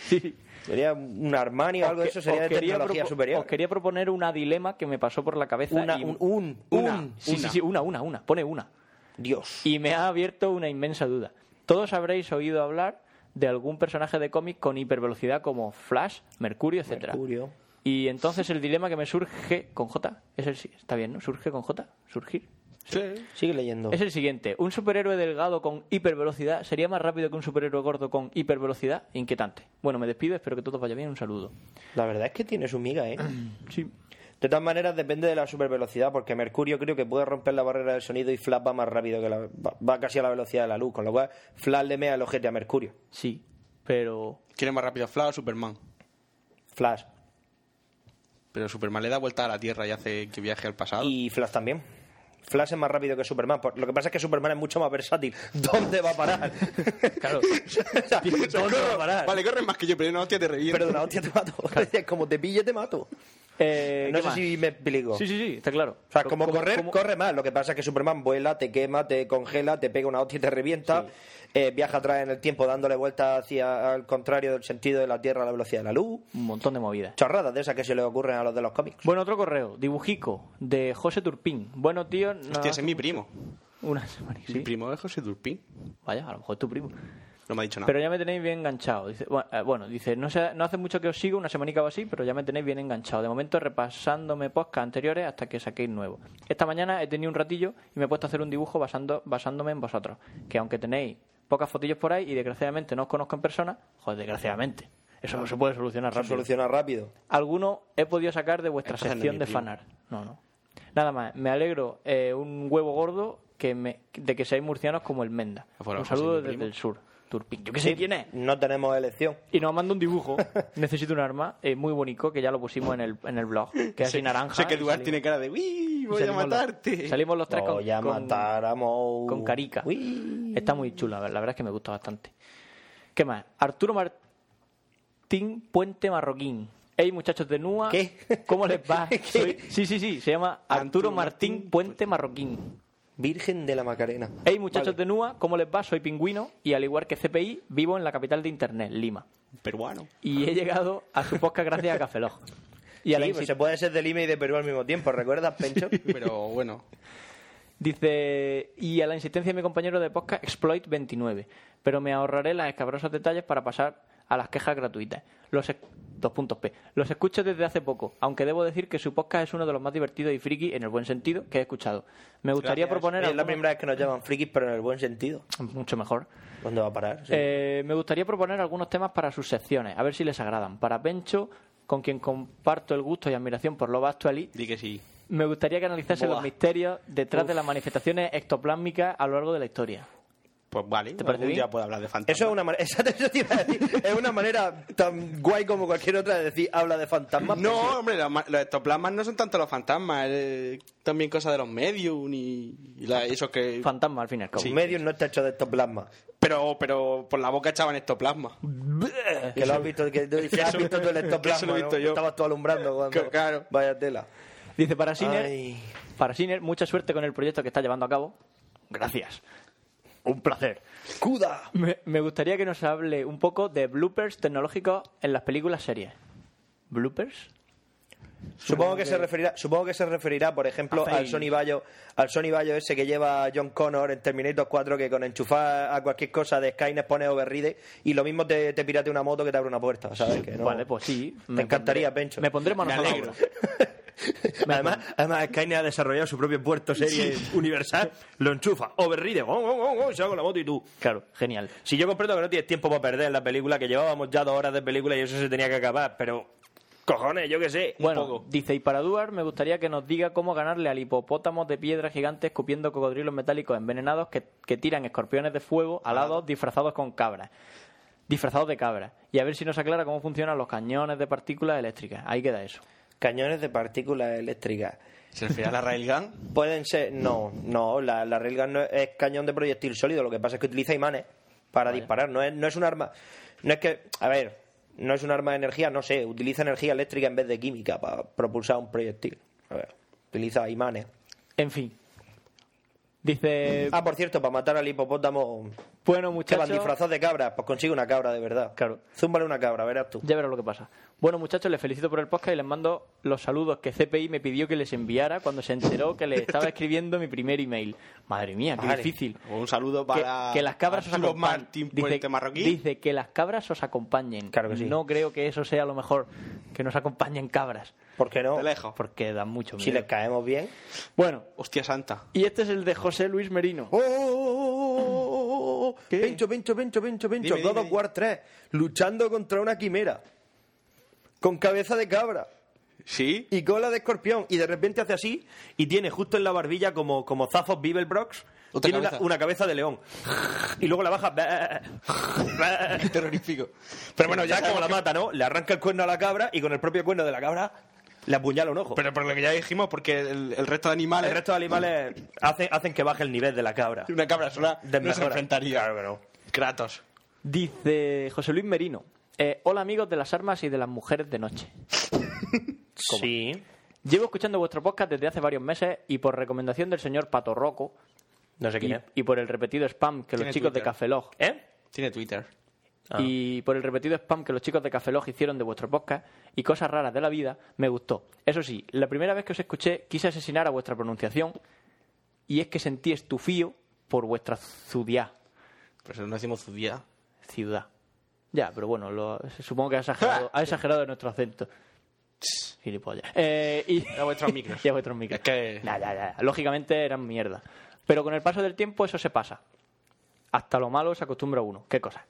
S9: Sería un Armani o algo de
S7: que-
S9: eso, sería
S7: os
S9: de
S7: quería propo-
S9: tecnología
S7: Os
S9: superior.
S7: quería proponer una dilema que me pasó por la cabeza.
S9: Una-
S7: y-
S9: un- un
S7: Un, una.
S9: un,
S7: sí, sí,
S9: una.
S7: sí, una, una, una. Pone una. Dios. Y me ha abierto una inmensa duda. Todos habréis oído hablar de algún personaje de cómic con hipervelocidad como Flash, Mercurio, etcétera. Mercurio. Y entonces el dilema que me surge con J es el si- está bien, ¿no? Surge con J, surgir.
S9: Sigue leyendo.
S7: Es el siguiente. ¿Un superhéroe delgado con hipervelocidad sería más rápido que un superhéroe gordo con hipervelocidad? Inquietante. Bueno, me despido, espero que todo vaya bien. Un saludo.
S9: La verdad es que tiene su miga, ¿eh? sí. De todas maneras, depende de la supervelocidad, porque Mercurio creo que puede romper la barrera del sonido y Flash va más rápido que la. va, va casi a la velocidad de la luz, con lo cual Flash le mea el ojete a Mercurio.
S7: Sí, pero.
S8: ¿Quién es más rápido, Flash o Superman?
S9: Flash.
S8: Pero Superman le da vuelta a la Tierra y hace que viaje al pasado.
S9: Y Flash también. Flash es más rápido que Superman. por- Lo que pasa es que Superman es mucho más versátil. ¿Dónde va a parar?
S7: claro.
S9: ¿Dónde va a parar?
S8: Vale, corres más que yo, pero de una hostia te reviento.
S9: Pero de una hostia te mato. Como te pille, te mato.
S7: Eh,
S9: no
S7: ¿qué
S9: sé
S7: más?
S9: si me explico.
S7: Sí, sí, sí, está claro.
S9: O sea, como
S7: ¿Cómo-
S9: correr,
S7: cómo-
S9: corre más. Lo que pasa es que Superman vuela, te quema, te congela, te pega una hostia y te revienta. eh, viaja atrás en el tiempo dándole vueltas hacia al contrario del sentido de la Tierra a la velocidad de la luz.
S7: Un montón de movidas.
S9: Chorradas de esas que se le ocurren a los de los cómics.
S7: Bueno, otro correo, dibujico, de José Turpín. Bueno, tío. no-
S8: Hostia, ese es mi primo.
S7: Una semana,
S8: Mi
S7: sí.
S8: primo es José Turpín.
S7: Vaya, a lo mejor es tu primo.
S8: No me ha dicho nada.
S7: Pero ya me tenéis bien enganchado. Dice, bu- eh, bueno, dice, no, sé- no hace mucho que os sigo, una semanica o así, pero ya me tenéis bien enganchado. De momento repasándome podcast anteriores hasta que saquéis nuevo. Esta mañana he tenido un ratillo y me he puesto a hacer un dibujo basando, basándome en vosotros. Que aunque tenéis pocas fotillos por ahí y desgraciadamente no os conozco en persona, joder, desgraciadamente. Eso no se puede solucionar
S9: Se
S7: rápido.
S9: soluciona rápido.
S7: Alguno he podido sacar de vuestra
S9: Entonces no es
S7: sección
S9: mi
S7: de
S9: primo.
S7: fanar. No, no. Nada más, me alegro eh, un huevo gordo que me, de que seáis murcianos como el Menda.
S9: Bueno,
S7: un
S9: José, mi
S7: saludo
S9: primo.
S7: desde el sur. Turpin, yo que sé quién es.
S9: No tenemos elección.
S7: Y nos manda un dibujo. Necesito un arma eh, muy bonito que ya lo pusimos en el, en el blog. Que es así
S8: Sé-
S7: naranja.
S8: Sé que
S7: y
S8: Duarte
S7: salimos-
S8: tiene cara de "Uy, voy a
S7: salimos los-
S8: matarte.
S7: salimos los tres con,
S9: Voy a
S7: con-
S9: matar a Moe.
S7: con carica. Está muy chula, la verdad es que me gusta bastante. ¿Qué más? Arturo Martín Puente Marroquín. Hey, muchachos de NUA.
S9: ¿Qué?
S7: ¿Cómo les va?
S9: ¿Qué?
S7: Soy- sí, sí, sí. Se llama Arturo Martín, Puente Marroquín.
S9: Virgen de la Macarena.
S7: Hey, muchachos de NUA. ¿Cómo les va? Soy pingüino y al igual que CPI, vivo en la capital de Internet, Lima.
S8: Peruano.
S7: Y he llegado a su podcast gracias a Cafelog. Y a la
S9: Sí,
S7: insi-
S9: pues se puede ser de Lima y de Perú al mismo tiempo, ¿recuerdas, Pencho?
S8: Pero bueno.
S7: Dice, y a la insistencia de mi compañero de podcast Exploit 29, pero me ahorraré las escabrosas detalles para pasar a las quejas gratuitas. Los esc- dos puntos P. Los escucho desde hace poco, aunque debo decir que su podcast es uno de los más divertidos y friki en el buen sentido que he escuchado. Me gustaría
S9: Gracias.
S7: proponer
S9: Oye, Es la
S7: algunos-
S9: primera vez que nos llaman frikis, pero en el buen sentido.
S7: mucho mejor.
S9: ¿Dónde va a parar? Sí.
S7: Eh, me gustaría proponer algunos temas para sus secciones, a ver si les agradan. Para Pencho, con quien comparto el gusto y admiración por lo vasto Ali,
S8: Di que sí.
S7: me gustaría que analizase
S8: Buah.
S7: los misterios detrás de
S8: Uf.
S7: las manifestaciones ectoplásmicas a lo largo de la historia.
S8: Pues vale.
S7: ¿Te parece
S8: algún
S7: bien?
S8: día puedo hablar de fantasmas.
S9: Eso es una manera, es una manera tan guay como cualquier otra de decir habla de fantasmas.
S8: No, hombre, los, ma- los ectoplasmas no son tanto los fantasmas, es también cosa de los medium y, y la- esos que...
S7: Fantasma, al fin y al cabo.
S9: Sí. Medium no está hecho de estos plasmas.
S8: Pero, pero por la boca echaban ectoplasmas.
S9: Que lo has visto, que tú dices, has visto tú el
S8: Eh, Eso lo
S9: ectoplasma,
S8: he
S9: ¿no?
S8: visto yo.
S9: Estabas tú alumbrando cuando...
S8: Claro.
S9: Vaya tela.
S7: Dice para Siner,
S9: Ay.
S7: para Siner, mucha suerte con el proyecto que está llevando a cabo. Gracias. Un placer.
S9: ¡Cuda!
S7: Me, me gustaría que nos hable un poco de bloopers tecnológicos en las películas series. ¿Bloopers?
S9: Supongo que se referirá, supongo que se referirá, por ejemplo,
S7: Hacéis-
S9: al Sony Bayo, al Sony Bayo ese que lleva John Connor en Terminator 4 que con enchufar a cualquier cosa de Skynet pone override y lo mismo te, te pirate una moto que te abre una puerta, ¿sabes? Que no-
S7: Vale, pues sí.
S9: Te encantaría,
S7: pondré-
S9: Pencho.
S7: Me pondré manos
S9: Me
S7: a la
S9: alegro.
S7: obra. Me
S9: además, además, Skynet ha desarrollado su propio puerto serie universal, lo enchufa, override, oh, oh, oh, oh, se va con la moto y tú.
S7: Claro, genial.
S9: Si yo comprendo que no tienes tiempo para perder en la película, que llevábamos ya dos horas de película y eso se tenía que acabar, pero cojones, yo qué sé, un
S7: Bueno,
S9: poco.
S7: dice, y para Duar me gustaría que nos diga cómo ganarle al hipopótamo de piedra gigante escupiendo cocodrilos metálicos envenenados que, que tiran escorpiones de fuego alados disfrazados con cabras. Disfrazados de cabras. Y a ver si nos aclara cómo funcionan los cañones de partículas eléctricas. Ahí queda eso.
S9: Cañones de partículas eléctricas.
S8: ¿Se refería a la Railgun?
S9: Pueden ser, no, no, la, la railgun no es, es cañón de proyectil sólido, lo que pasa es que utiliza imanes para disparar, no es, no es un arma, no es que, a ver, no es un arma de energía, no sé, utiliza energía eléctrica en vez de química para propulsar un proyectil, a ver, utiliza imanes.
S7: En fin. Dice...
S9: Ah, por cierto, para matar al hipopótamo
S7: Bueno,
S9: Que van
S7: muchachos.
S9: disfrazados de cabra, pues consigue una cabra de verdad.
S7: Claro.
S9: Zúmbale una cabra, verás tú.
S7: Ya verás lo que pasa. Bueno, muchachos, les felicito por el podcast y les mando los saludos que CPI me pidió que les enviara cuando se enteró que le estaba escribiendo mi primer email. Madre mía, qué
S8: Vale.
S7: difícil.
S8: Un saludo
S7: Que,
S8: para.
S7: que las cabras os
S8: Arturo
S7: acompañen.
S8: Martín
S7: Dice-
S8: Puente Marroquí.
S7: Dice que las cabras os acompañen. Claro
S9: que sí.
S7: No creo que eso sea lo mejor, que nos acompañen cabras.
S9: ¿Por qué no?
S8: De lejos.
S7: Porque dan mucho miedo.
S9: Si les caemos bien.
S7: Bueno,
S8: Hostia santa.
S7: y este es el de José Luis Merino.
S9: ¡Oh!
S7: ¿Qué?
S9: Pencho, pencho, pencho, pencho, pencho.
S8: Dime,
S9: God
S8: dime,
S9: of War 3. Luchando contra una quimera. Con cabeza de cabra.
S8: ¿Sí?
S9: Y cola de escorpión. Y de repente hace así. Y tiene justo en la barbilla, como, como Zafos Bibelbrox.
S8: Otra
S9: Tiene una,
S8: cabeza.
S9: una cabeza de león. Y luego la baja.
S8: Qué terrorífico. Pero bueno, ya
S9: como
S8: como
S9: la mata, ¿no? Le arranca el cuerno a la cabra. Y con el propio cuerno de la cabra. Le apuñala un ojo.
S8: Pero por lo que ya dijimos, porque el, el resto de
S9: el
S8: animales.
S9: resto de animales hacen, hacen que baje el nivel de la cabra.
S8: Una cabra sola no se
S9: Desmejora.
S8: enfrentaría. Kratos.
S7: Dice José Luis Merino. eh, hola amigos de las armas y de las mujeres de noche.
S9: Sí.
S7: Llevo escuchando vuestro podcast desde hace varios meses y por recomendación del señor Pato Rocco
S9: No sé
S7: y,
S9: quién es.
S7: y por el repetido spam que los
S8: Tiene
S7: chicos de
S8: Twitter.
S7: Café Log
S9: ¿Eh?
S8: Tiene Twitter.
S9: Ah.
S7: y por el repetido spam que los chicos de Café Log hicieron de vuestro podcast y cosas raras de la vida, me gustó. Eso sí, la primera vez que os escuché quise asesinar a vuestra pronunciación y es que sentí estufío por vuestra ciudad.
S8: Pero eso no decimos su día.
S7: ciudad. Ya, pero bueno, lo- supongo que ha exagerado, ha exagerado en nuestro acento. Gilipollas. Eh, y,
S8: a vuestros micros.
S7: y a vuestros micros.
S8: Es que-
S7: Ya, ya, ya. Lógicamente eran mierda. Pero con el paso del tiempo eso se pasa. Hasta lo malo se acostumbra uno. Qué cosa.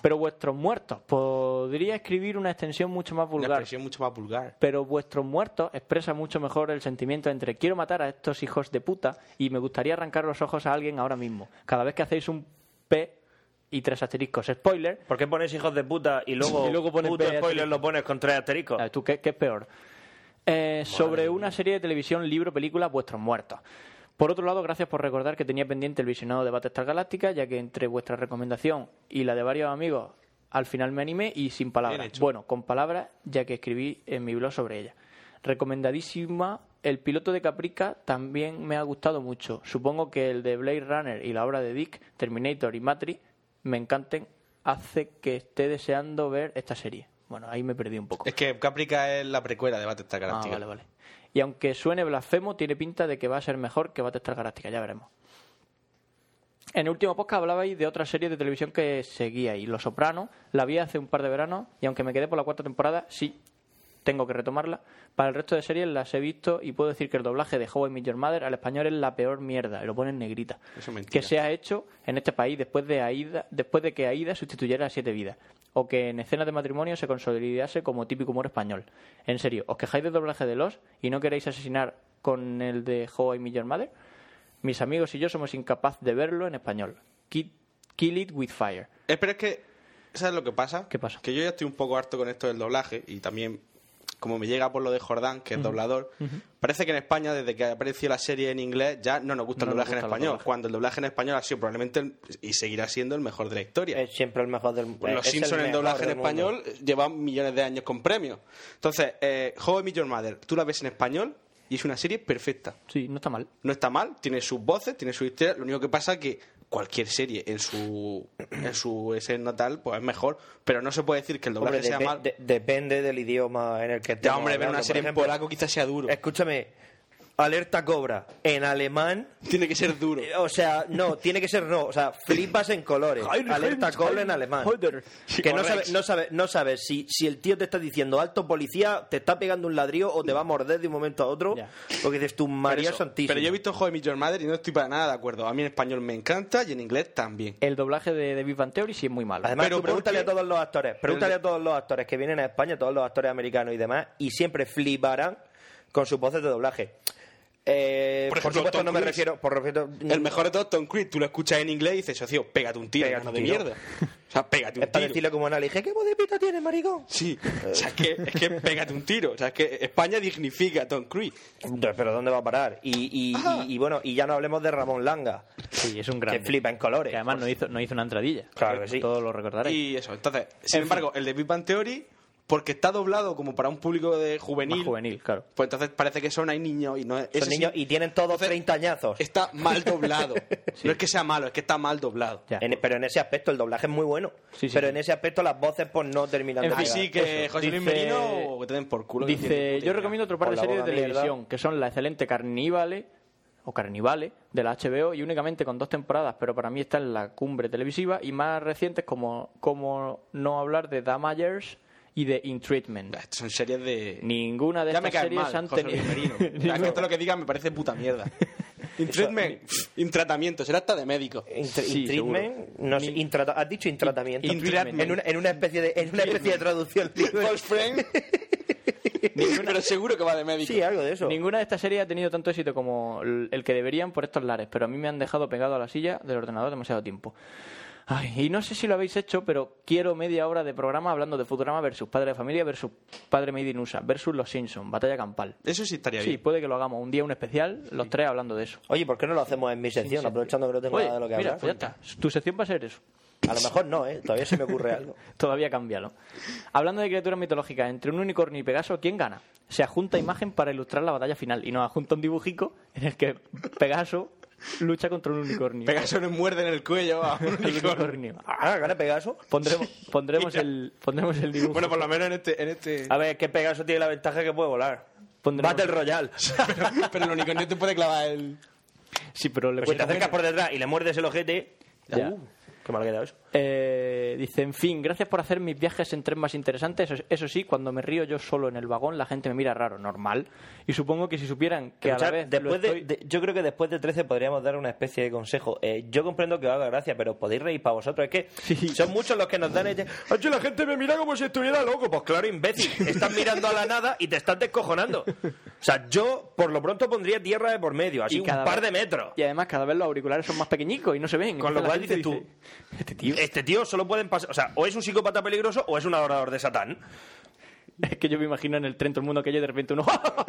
S7: Pero vuestros muertos. Podría escribir una extensión mucho más
S8: Una
S7: vulgar.
S8: expresión mucho más vulgar.
S7: Pero vuestros muertos expresan mucho mejor el sentimiento entre quiero matar a estos hijos de puta y me gustaría arrancar los ojos a alguien ahora mismo. Cada vez que hacéis un P y tres asteriscos. Spoiler.
S9: ¿Por qué pones hijos de puta y luego,
S7: Y luego pones
S9: puto
S7: pe-
S9: spoiler lo pones con tres asteriscos?
S7: Ah, ¿Tú qué, qué es peor? Eh, sobre una serie de televisión, libro, película, vuestros muertos. Por otro lado, gracias por recordar que tenía pendiente el visionado de Battlestar Galáctica, ya que entre vuestra recomendación y la de varios amigos, al final me animé y sin
S8: Bien
S7: palabras.
S8: hecho.
S7: Bueno, con palabras, ya que escribí en mi blog sobre ella. Recomendadísima. El piloto de Caprica también me ha gustado mucho. Supongo que el de Blade Runner y la obra de Dick, Terminator y Matrix me encanten. Hace que esté deseando ver esta serie. Bueno, ahí me perdí un poco.
S8: Es que Caprica es la precuela de Battlestar
S7: Ah,
S8: Galactica.
S7: vale, vale. Y aunque suene blasfemo, tiene pinta de que va a ser mejor que Battlestar Galáctica, ya veremos. En el último podcast hablabais de otra serie de televisión que seguíais, Los Soprano. La vi hace un par de veranos y aunque me quedé por la cuarta temporada, sí, tengo que retomarla. Para el resto de series las he visto y puedo decir que el doblaje de How I Met Your Mother al español es la peor mierda, y lo ponen negrita.
S8: Eso es mentira.
S7: que se ha hecho en este país después de Aida, después de que Aida sustituyera a Siete Vidas, o que en escenas de matrimonio se consolidase como típico humor español. En serio, ¿os quejáis del doblaje de Los y no queréis asesinar con el de How I Met Your Mother? Mis amigos y yo somos incapaces de verlo en español. Ki- Kill it with fire.
S8: Eh, pero es que, ¿sabes lo que pasa?
S7: ¿Qué pasa?
S8: Que yo ya estoy un poco harto con esto del doblaje y también, como me llega por lo de Jordán, que es doblador, parece que en España, desde que apareció la serie en inglés, ya no nos gusta
S7: No
S8: el
S7: nos
S8: doblaje
S7: gusta
S8: en
S7: el
S8: español.
S7: doblaje.
S8: Cuando el doblaje en español ha sido probablemente el- y seguirá siendo el mejor de la historia.
S9: Es siempre Eh, el mejor del mundo.
S8: Pues Los Simpsons en doblaje en español eh, llevan millones de años con premios. Entonces, eh, How I Met Your Mother, tú la ves en español y es una serie perfecta.
S7: Sí, no está mal.
S8: No está mal, tiene sus voces, tiene su historia. Lo único que pasa es que cualquier serie en su en su ese natal pues es mejor, pero no se puede decir que el doblaje
S9: Hombre,
S8: sea
S9: depe-
S8: mal.
S9: de- depende del idioma en el que estés.
S8: ya, hombre, ver una serie en polaco quizás sea duro.
S9: Escúchame. Alerta cobra. En alemán.
S8: Tiene que ser duro.
S9: O sea, no, tiene que ser no. O sea, flipas en colores. Alerta cobra en alemán. Que no sabes no sabe, no sabe si, si el tío te está diciendo alto policía, te está pegando un ladrillo o te va a morder de un momento a otro.
S7: Ya.
S9: Porque dices tú,
S8: Pero
S9: María
S8: eso,
S9: Santísima.
S8: pero yo he visto How I Met Your Mother y no estoy para nada de acuerdo. A mí en español me encanta y en inglés también.
S7: El doblaje de David Van Theory sí es muy malo.
S9: Además,
S8: Pero
S9: tú pregúntale
S8: ¿por qué?
S9: a todos los actores, pregúntale a todos los actores que vienen a España, todos los actores americanos y demás, y siempre fliparán con sus voces de doblaje. Eh,
S8: Por
S9: por,
S8: ejemplo,
S9: supuesto,
S8: Tom
S9: no me
S8: Cruise.
S9: refiero. Por mm, respeto,
S8: El mejor de todos, Tom Cruise, tú lo escuchas en inglés y dices, socio, pégate un tiro,
S9: Pégate
S8: hermano
S9: un
S8: de
S9: tiro.
S8: mierda. O sea, pégate un
S9: Es para
S8: tiro.
S9: decirle como Ana, le dije, ¿qué voz de pito tienes, maricón?
S8: Sí, o sea, es que, es que pégate un tiro. O sea, es que España dignifica a Tom Cruise.
S9: Entonces, Pero ¿dónde va a parar? Y, y- y- y bueno, y ya no hablemos de Ramón Langa,
S7: Sí, es un gran.
S9: que flipa en colores.
S7: Que
S8: pues
S7: además no hizo, no hizo una entradilla.
S9: Claro que sí.
S7: Todo lo recordaréis.
S8: Y eso, entonces, sin embargo, el de Big Bang Theory porque está doblado como para un público de juvenil.
S7: juvenil, claro.
S8: Pues entonces parece que son ahí niños y no es. ese sí
S9: niños y tienen todos 30 añazos.
S8: Está mal doblado. No es que sea malo, es que está mal doblado.
S9: En- pero en ese aspecto el doblaje es muy bueno. pero en ese aspecto las voces pues no terminan de
S8: En fin,
S9: llegar.
S8: sí, que
S9: Eso.
S8: José Luis
S9: Dice-
S8: Merino, que te den por culo. que no tiene
S7: Dice,
S8: puta
S7: yo
S8: idea.
S7: recomiendo otro par
S8: Por
S7: de
S8: la
S7: series de
S8: boda, mierda.
S7: televisión, que son la excelente Carnívale o Carnivale de la HBO y únicamente con dos temporadas, pero para mí está en la cumbre televisiva y más recientes como, como no hablar de Damagers y de In Treatment.
S8: Son series de...
S7: Ninguna de
S8: Ya me
S7: estas
S8: caes
S7: series
S8: mal,
S7: han
S8: José
S7: tenido...
S8: Luis Merino. O sea, es que todo lo que digas me parece puta mierda. In treatment, in tratamiento, será hasta de médico.
S9: Intr- intreatment, no sé, intrata- has dicho intratamiento.
S8: In treatment.
S9: En, una, en una especie de, en una especie de traducción.
S8: False friend. Pero seguro que va de médico.
S9: Sí, algo de eso.
S7: Ninguna de estas series ha tenido tanto éxito como l- el que deberían por estos lares, pero a mí me han dejado pegado a la silla del ordenador demasiado tiempo. Ay, y no sé si lo habéis hecho, pero quiero media hora de programa hablando de Futurama versus Padre de Familia versus Padre Made in USA versus Los Simpsons, Batalla Campal.
S8: Eso sí estaría
S7: Sí,
S8: bien.
S7: puede que lo hagamos un día un especial, los tres hablando de eso.
S9: Oye, ¿por qué no lo hacemos en mi sección?
S7: sentido.
S9: aprovechando que no tengo
S7: Oye,
S9: nada de lo que
S7: mira,
S9: hablar.
S7: pues ya está. Tu sección va a ser eso.
S9: A lo mejor no, ¿eh? Todavía se me ocurre algo.
S7: Todavía cámbialo. Hablando de criaturas mitológicas, entre un unicornio y Pegaso, ¿quién gana? Se adjunta imagen para ilustrar la batalla final y nos adjunta un dibujico en el que Pegaso lucha contra un unicornio.
S8: Pegaso nos muerde en el cuello a un
S7: El
S8: unicornio.
S7: unicornio.
S9: Ah, gana Pegaso.
S7: Pondremos, pondremos, el, pondremos el dibujo.
S8: Bueno, por lo menos en este... En este...
S9: A ver, es que Pegaso tiene la ventaja que puede volar.
S7: Pondremos-
S9: Battle Royale.
S8: pero, pero el unicornio te puede clavar el...
S7: Sí, pero le
S9: Pues si te
S7: cuesta
S9: acercas por detrás y le muerdes el ojete.
S7: Ya.
S9: Uh, qué mal ha quedado eso.
S7: Eh, dice, en fin, gracias por hacer mis viajes en tren más interesantes. Eso, eso sí, cuando me río yo solo en el vagón, la gente me mira raro, normal. Y supongo que si supieran que a la
S9: Escuchad,
S7: vez lo
S9: después de-
S7: estoy-
S9: de- yo creo que después de 13 podríamos dar una especie de consejo. Eh, yo comprendo que os haga gracia, pero os podéis reír para vosotros. Es que son muchos los que nos dan. este, "Oye, la gente me mira como si estuviera loco. Pues claro, imbécil. Estás mirando a la nada y te estás descojonando. O sea, yo por lo pronto pondría tierra de por medio, así
S7: Y
S9: un
S7: cada
S9: par
S7: vez-
S9: de metros.
S7: Y además cada vez los auriculares son más pequeñicos y no se ven.
S9: Con lo cual
S7: Entonces la
S9: dices
S7: gente dice, Este tío,
S9: Este tío solo pueden pasar. O sea, o es un psicópata peligroso o es un adorador de Satán.
S7: es que yo me imagino en el tren todo el mundo que hay de repente uno... ¡oh!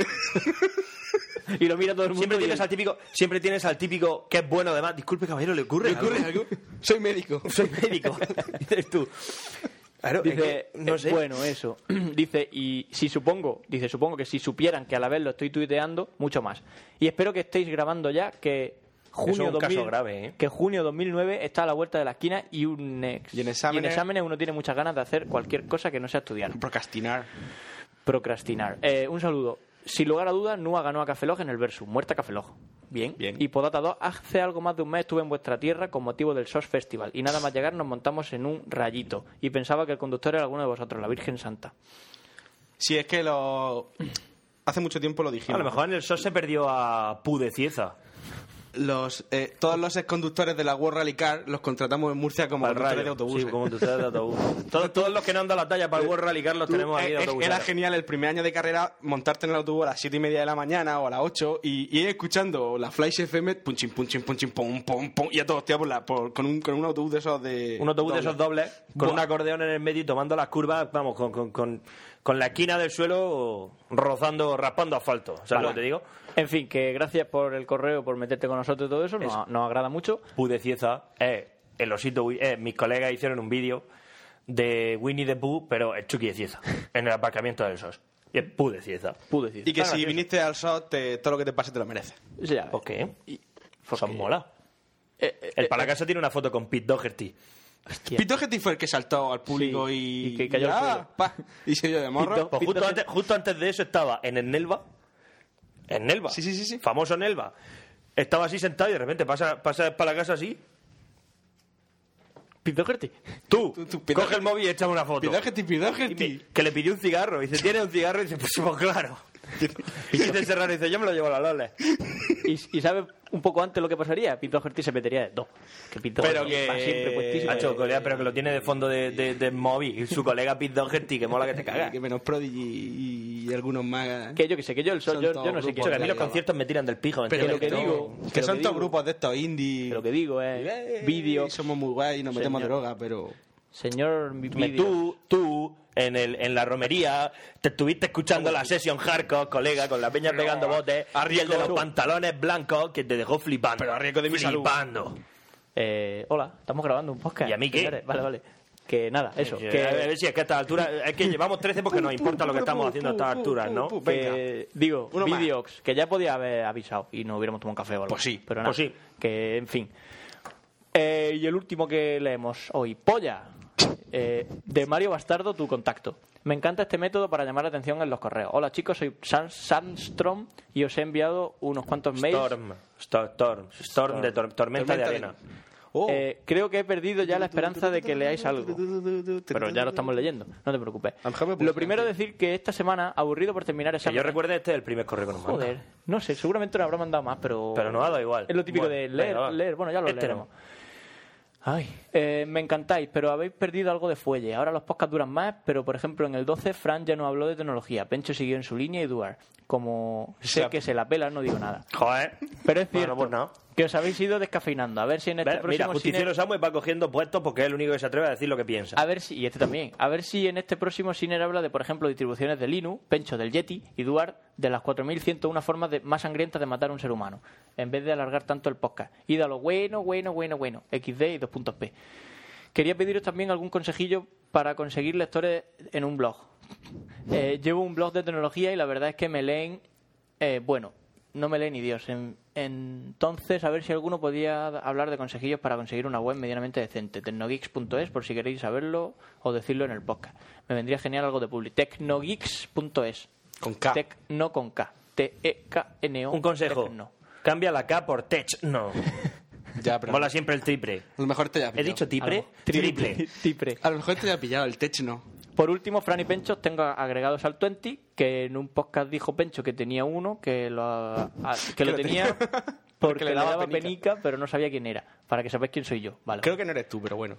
S7: y lo mira todo el mundo.
S9: Siempre
S7: y
S9: tienes
S7: el-
S9: al típico, siempre tienes al típico que es bueno además. Disculpe, caballero, le ocurre.
S8: ¿Le ocurre algo? Soy médico.
S9: Soy médico. Dices tú. Claro, es
S7: Dice,
S9: que no
S7: eh,
S9: sé.
S7: bueno, eso. dice, y si supongo, dice, supongo que si supieran que a la vez lo estoy tuiteando, mucho más. Y espero que estéis grabando ya que junio,
S9: es un caso
S7: 2000
S9: grave, ¿eh?
S7: que junio 2009 está a la vuelta de la esquina y un ex-
S8: Y en exámenes-
S7: uno tiene muchas ganas de hacer cualquier cosa que no sea estudiar.
S8: Procrastinar.
S7: Procrastinar. Eh, un saludo. Sin lugar a dudas, Nua ganó a Cafelog en el versus. Muerta Cafelog. Bien.
S8: Bien.
S7: Y Podata 2, hace algo más de un mes estuve en vuestra tierra con motivo del SOS Festival. Y nada más llegar nos montamos en un rayito. Y pensaba que el conductor era alguno de vosotros, la Virgen Santa.
S8: Sí, es que lo... Hace mucho tiempo lo dijimos.
S9: A lo mejor en el SOS se perdió a Pudecieza.
S8: Los, eh, todos los conductores de la World Rally Car los contratamos en Murcia como
S9: Para
S8: conductores
S9: el rayo.
S8: de eh. autobuses.
S9: Sí, como conductores de autobús. todos, todos los que no han dado la talla para el World Rally Car los
S8: Tú,
S9: tenemos aquí
S8: eh,
S9: de
S8: eh,
S9: autobús.
S8: Era genial el primer año de carrera montarte en el autobús a las 7 y media de la mañana o a las 8 y, y ir escuchando la Flash FM, punchín, punchín, punchín, pum, pum, pum, y a todos, tío, por la- por- con, un, con un autobús de esos de.
S9: Un autobús de esos
S8: doble.
S9: dobles, con
S8: Buah.
S9: un acordeón en el medio y tomando las curvas, vamos, con, con, con, con la esquina del suelo rozando, raspando asfalto. ¿Sabes lo que te digo?
S7: En fin, que gracias por el correo, por meterte con nosotros y todo eso. Nos, nos agrada mucho.
S9: Pudecieza, eh, el osito, Wi- eh, mis colegas hicieron un vídeo de Winnie the Pooh, pero el Chucky de Cieza, en el aparcamiento del SOS. Y es Pudecieza.
S7: Pude decir.
S8: Y que si viniste al SOT, te- todo lo que te pase te lo mereces.
S7: O sea,
S9: ¿Por qué?
S7: y-
S9: Pues
S7: porque-
S9: son mola.
S7: Eh, eh,
S9: El para casa tiene una foto con Pete Doherty.
S7: hostia.
S8: Pito Getty fue el que saltó al público
S7: Sí,
S8: y.
S7: y que cayó al
S8: ah,
S7: suelo.
S8: pa, y se dio de morro.
S9: Pues
S7: Pete
S9: justo,
S7: Doherty.
S9: antes, justo antes de eso estaba en el Nelva. En Nelva.
S8: Sí, sí, sí, sí.
S9: Famoso Nelva. Estaba así sentado y de repente pasa, pasa para la casa así.
S7: Pete Doherty.
S9: Tú,
S8: Tú- tú, Pete
S9: coge el móvil y echa una foto.
S8: Pito Getty, Pito
S9: Y
S8: Getty.
S9: me- que le pidió un cigarro. Y dice, ¿tiene un cigarro? Y dice, pues, pues claro. Y dice Serrano, dice, yo me lo llevo a la Lole.
S7: ¿Y, y sabes un poco antes lo que pasaría? Pete Doherty se metería de dos. Que Pete
S8: Pero
S7: Doherty
S8: que-
S7: va siempre
S9: pues,
S7: puestísimo.
S9: Hacho, colega, pero que lo tiene de fondo de, de, de móvil. Y Su colega Pete Doherty, que mola que te cagas.
S8: Que menos Prodigy y, y algunos más. ¿eh?
S7: Que yo que sé, que yo el sol,
S8: Son
S7: yo,
S8: todos
S7: yo no sé
S8: grupos
S7: qué.
S9: Hacho, que a mí
S8: de-
S9: los conciertos me tiran del pijo. ¿me
S7: Pero
S9: entiendes?
S7: lo que digo.
S8: Que
S7: lo
S8: son
S7: que digo-
S8: todos grupos de estos indie.
S7: Lo que digo
S8: Eh,
S7: es vídeos.
S8: Somos muy guay y nos metemos
S7: Señor.
S8: droga, pero.
S7: Señor
S9: Me-
S7: vídeo.
S9: tú, tú, en, el, en la romería, te estuviste escuchando la sesión hardcore, colega, con la peña pegando botes, y el de los pantalones blancos que te dejó flipando.
S8: Pero a riesgo de mi salud.
S9: Flipando.
S7: Eh, hola, estamos grabando un podcast.
S9: ¿Y a mí qué?
S7: Señores, Vale, vale. Que nada, eso. Eh,
S9: Sí,
S7: que-
S9: a ver si es que a esta altura. Es que llevamos 13 porque nos importa lo que estamos haciendo a estas alturas, ¿no?
S7: Que, digo,
S9: Uh, Uno más.
S7: Videox, que ya podía haber avisado y no hubiéramos tomado un café o algo. Pues sí, pero nada,
S9: pues sí.
S7: Que, en fin. Eh, y el último que leemos hoy, Polla, eh, de Mario Bastardo, tu contacto. Me encanta este método para llamar la atención en los correos. Hola chicos, soy Sam- Sandstrom y os he enviado unos cuantos mails.
S9: Storm. Storm. Storm. Storm de tor- tormenta de arena.
S8: oh.
S9: Oh.
S7: Eh, creo que he perdido ya la esperanza de que leáis algo. Pero ya lo estamos leyendo, no te preocupes. Lo primero decir que esta semana, aburrido por terminar
S9: Que
S7: examen.
S9: yo recuerde, este es el primer correo que nos manda.
S7: Joder, no sé, seguramente nos habrá mandado más, pero.
S9: Pero nos ha dado igual.
S7: Es lo típico
S9: Bueno,
S7: de leer,
S9: venga, va.
S7: leer, bueno, ya lo
S9: Este
S7: leeremos. Ay, eh, me encantáis, pero habéis perdido algo de fuelle. Ahora los podcasts duran más, pero por ejemplo en el 12 Fran ya no habló de tecnología. Pencho siguió en su línea y Duar. Como sé
S9: sea-
S7: que se la pela, no digo nada.
S9: Joder.
S7: Pero es cierto
S9: Bueno, pues no.
S7: que os habéis ido descafeinando. A ver si en este
S9: Ve,
S7: próximo
S9: Mira, Justiciero
S7: cine-
S9: Samuel va cogiendo puestos porque es el único que se atreve a decir lo que piensa.
S7: A ver si, y este también, a ver si en este próximo Siner habla de, por ejemplo, distribuciones de Linux, Pencho del Yeti y Duar de las 4.101 formas de- más sangrientas de matar a un ser humano, en vez de alargar tanto el podcast. Y de a lo bueno, bueno, bueno, bueno, XD y 2.p. Quería pediros también algún consejillo para conseguir lectores en un blog. Eh, llevo un blog de tecnología y la verdad es que me leen, eh, bueno, no me leen ni Dios. En- entonces, a ver si alguno podía hablar de consejillos para conseguir una web medianamente decente. Tecnogeeks.es, por si queréis saberlo o decirlo en el podcast. Me vendría genial algo de public. Tecnogeeks.es.
S8: Con K.
S7: Tec, no con K. E T-E-K-N-O.
S9: Un consejo.
S7: No.
S9: Cambia la K por tech. No.
S8: Ya, pero-
S9: Mola siempre el triple.
S8: A lo mejor te ya ha
S9: ¿He dicho tipre?
S8: Algo.
S9: Triple.
S7: Tipre.
S8: A lo mejor te ya ha pillado, el tech no.
S7: Por último, Fran y Pencho, tengo agregados al 20, que en un podcast dijo Pencho que tenía uno, que lo, a- a- que lo
S8: Que lo
S7: tenía
S8: tenía.
S7: porque
S8: le
S7: le
S8: daba
S7: daba
S8: penica.
S7: penica, pero no sabía quién era, para que sepáis quién soy yo. Vale.
S8: Creo que no eres tú, pero bueno.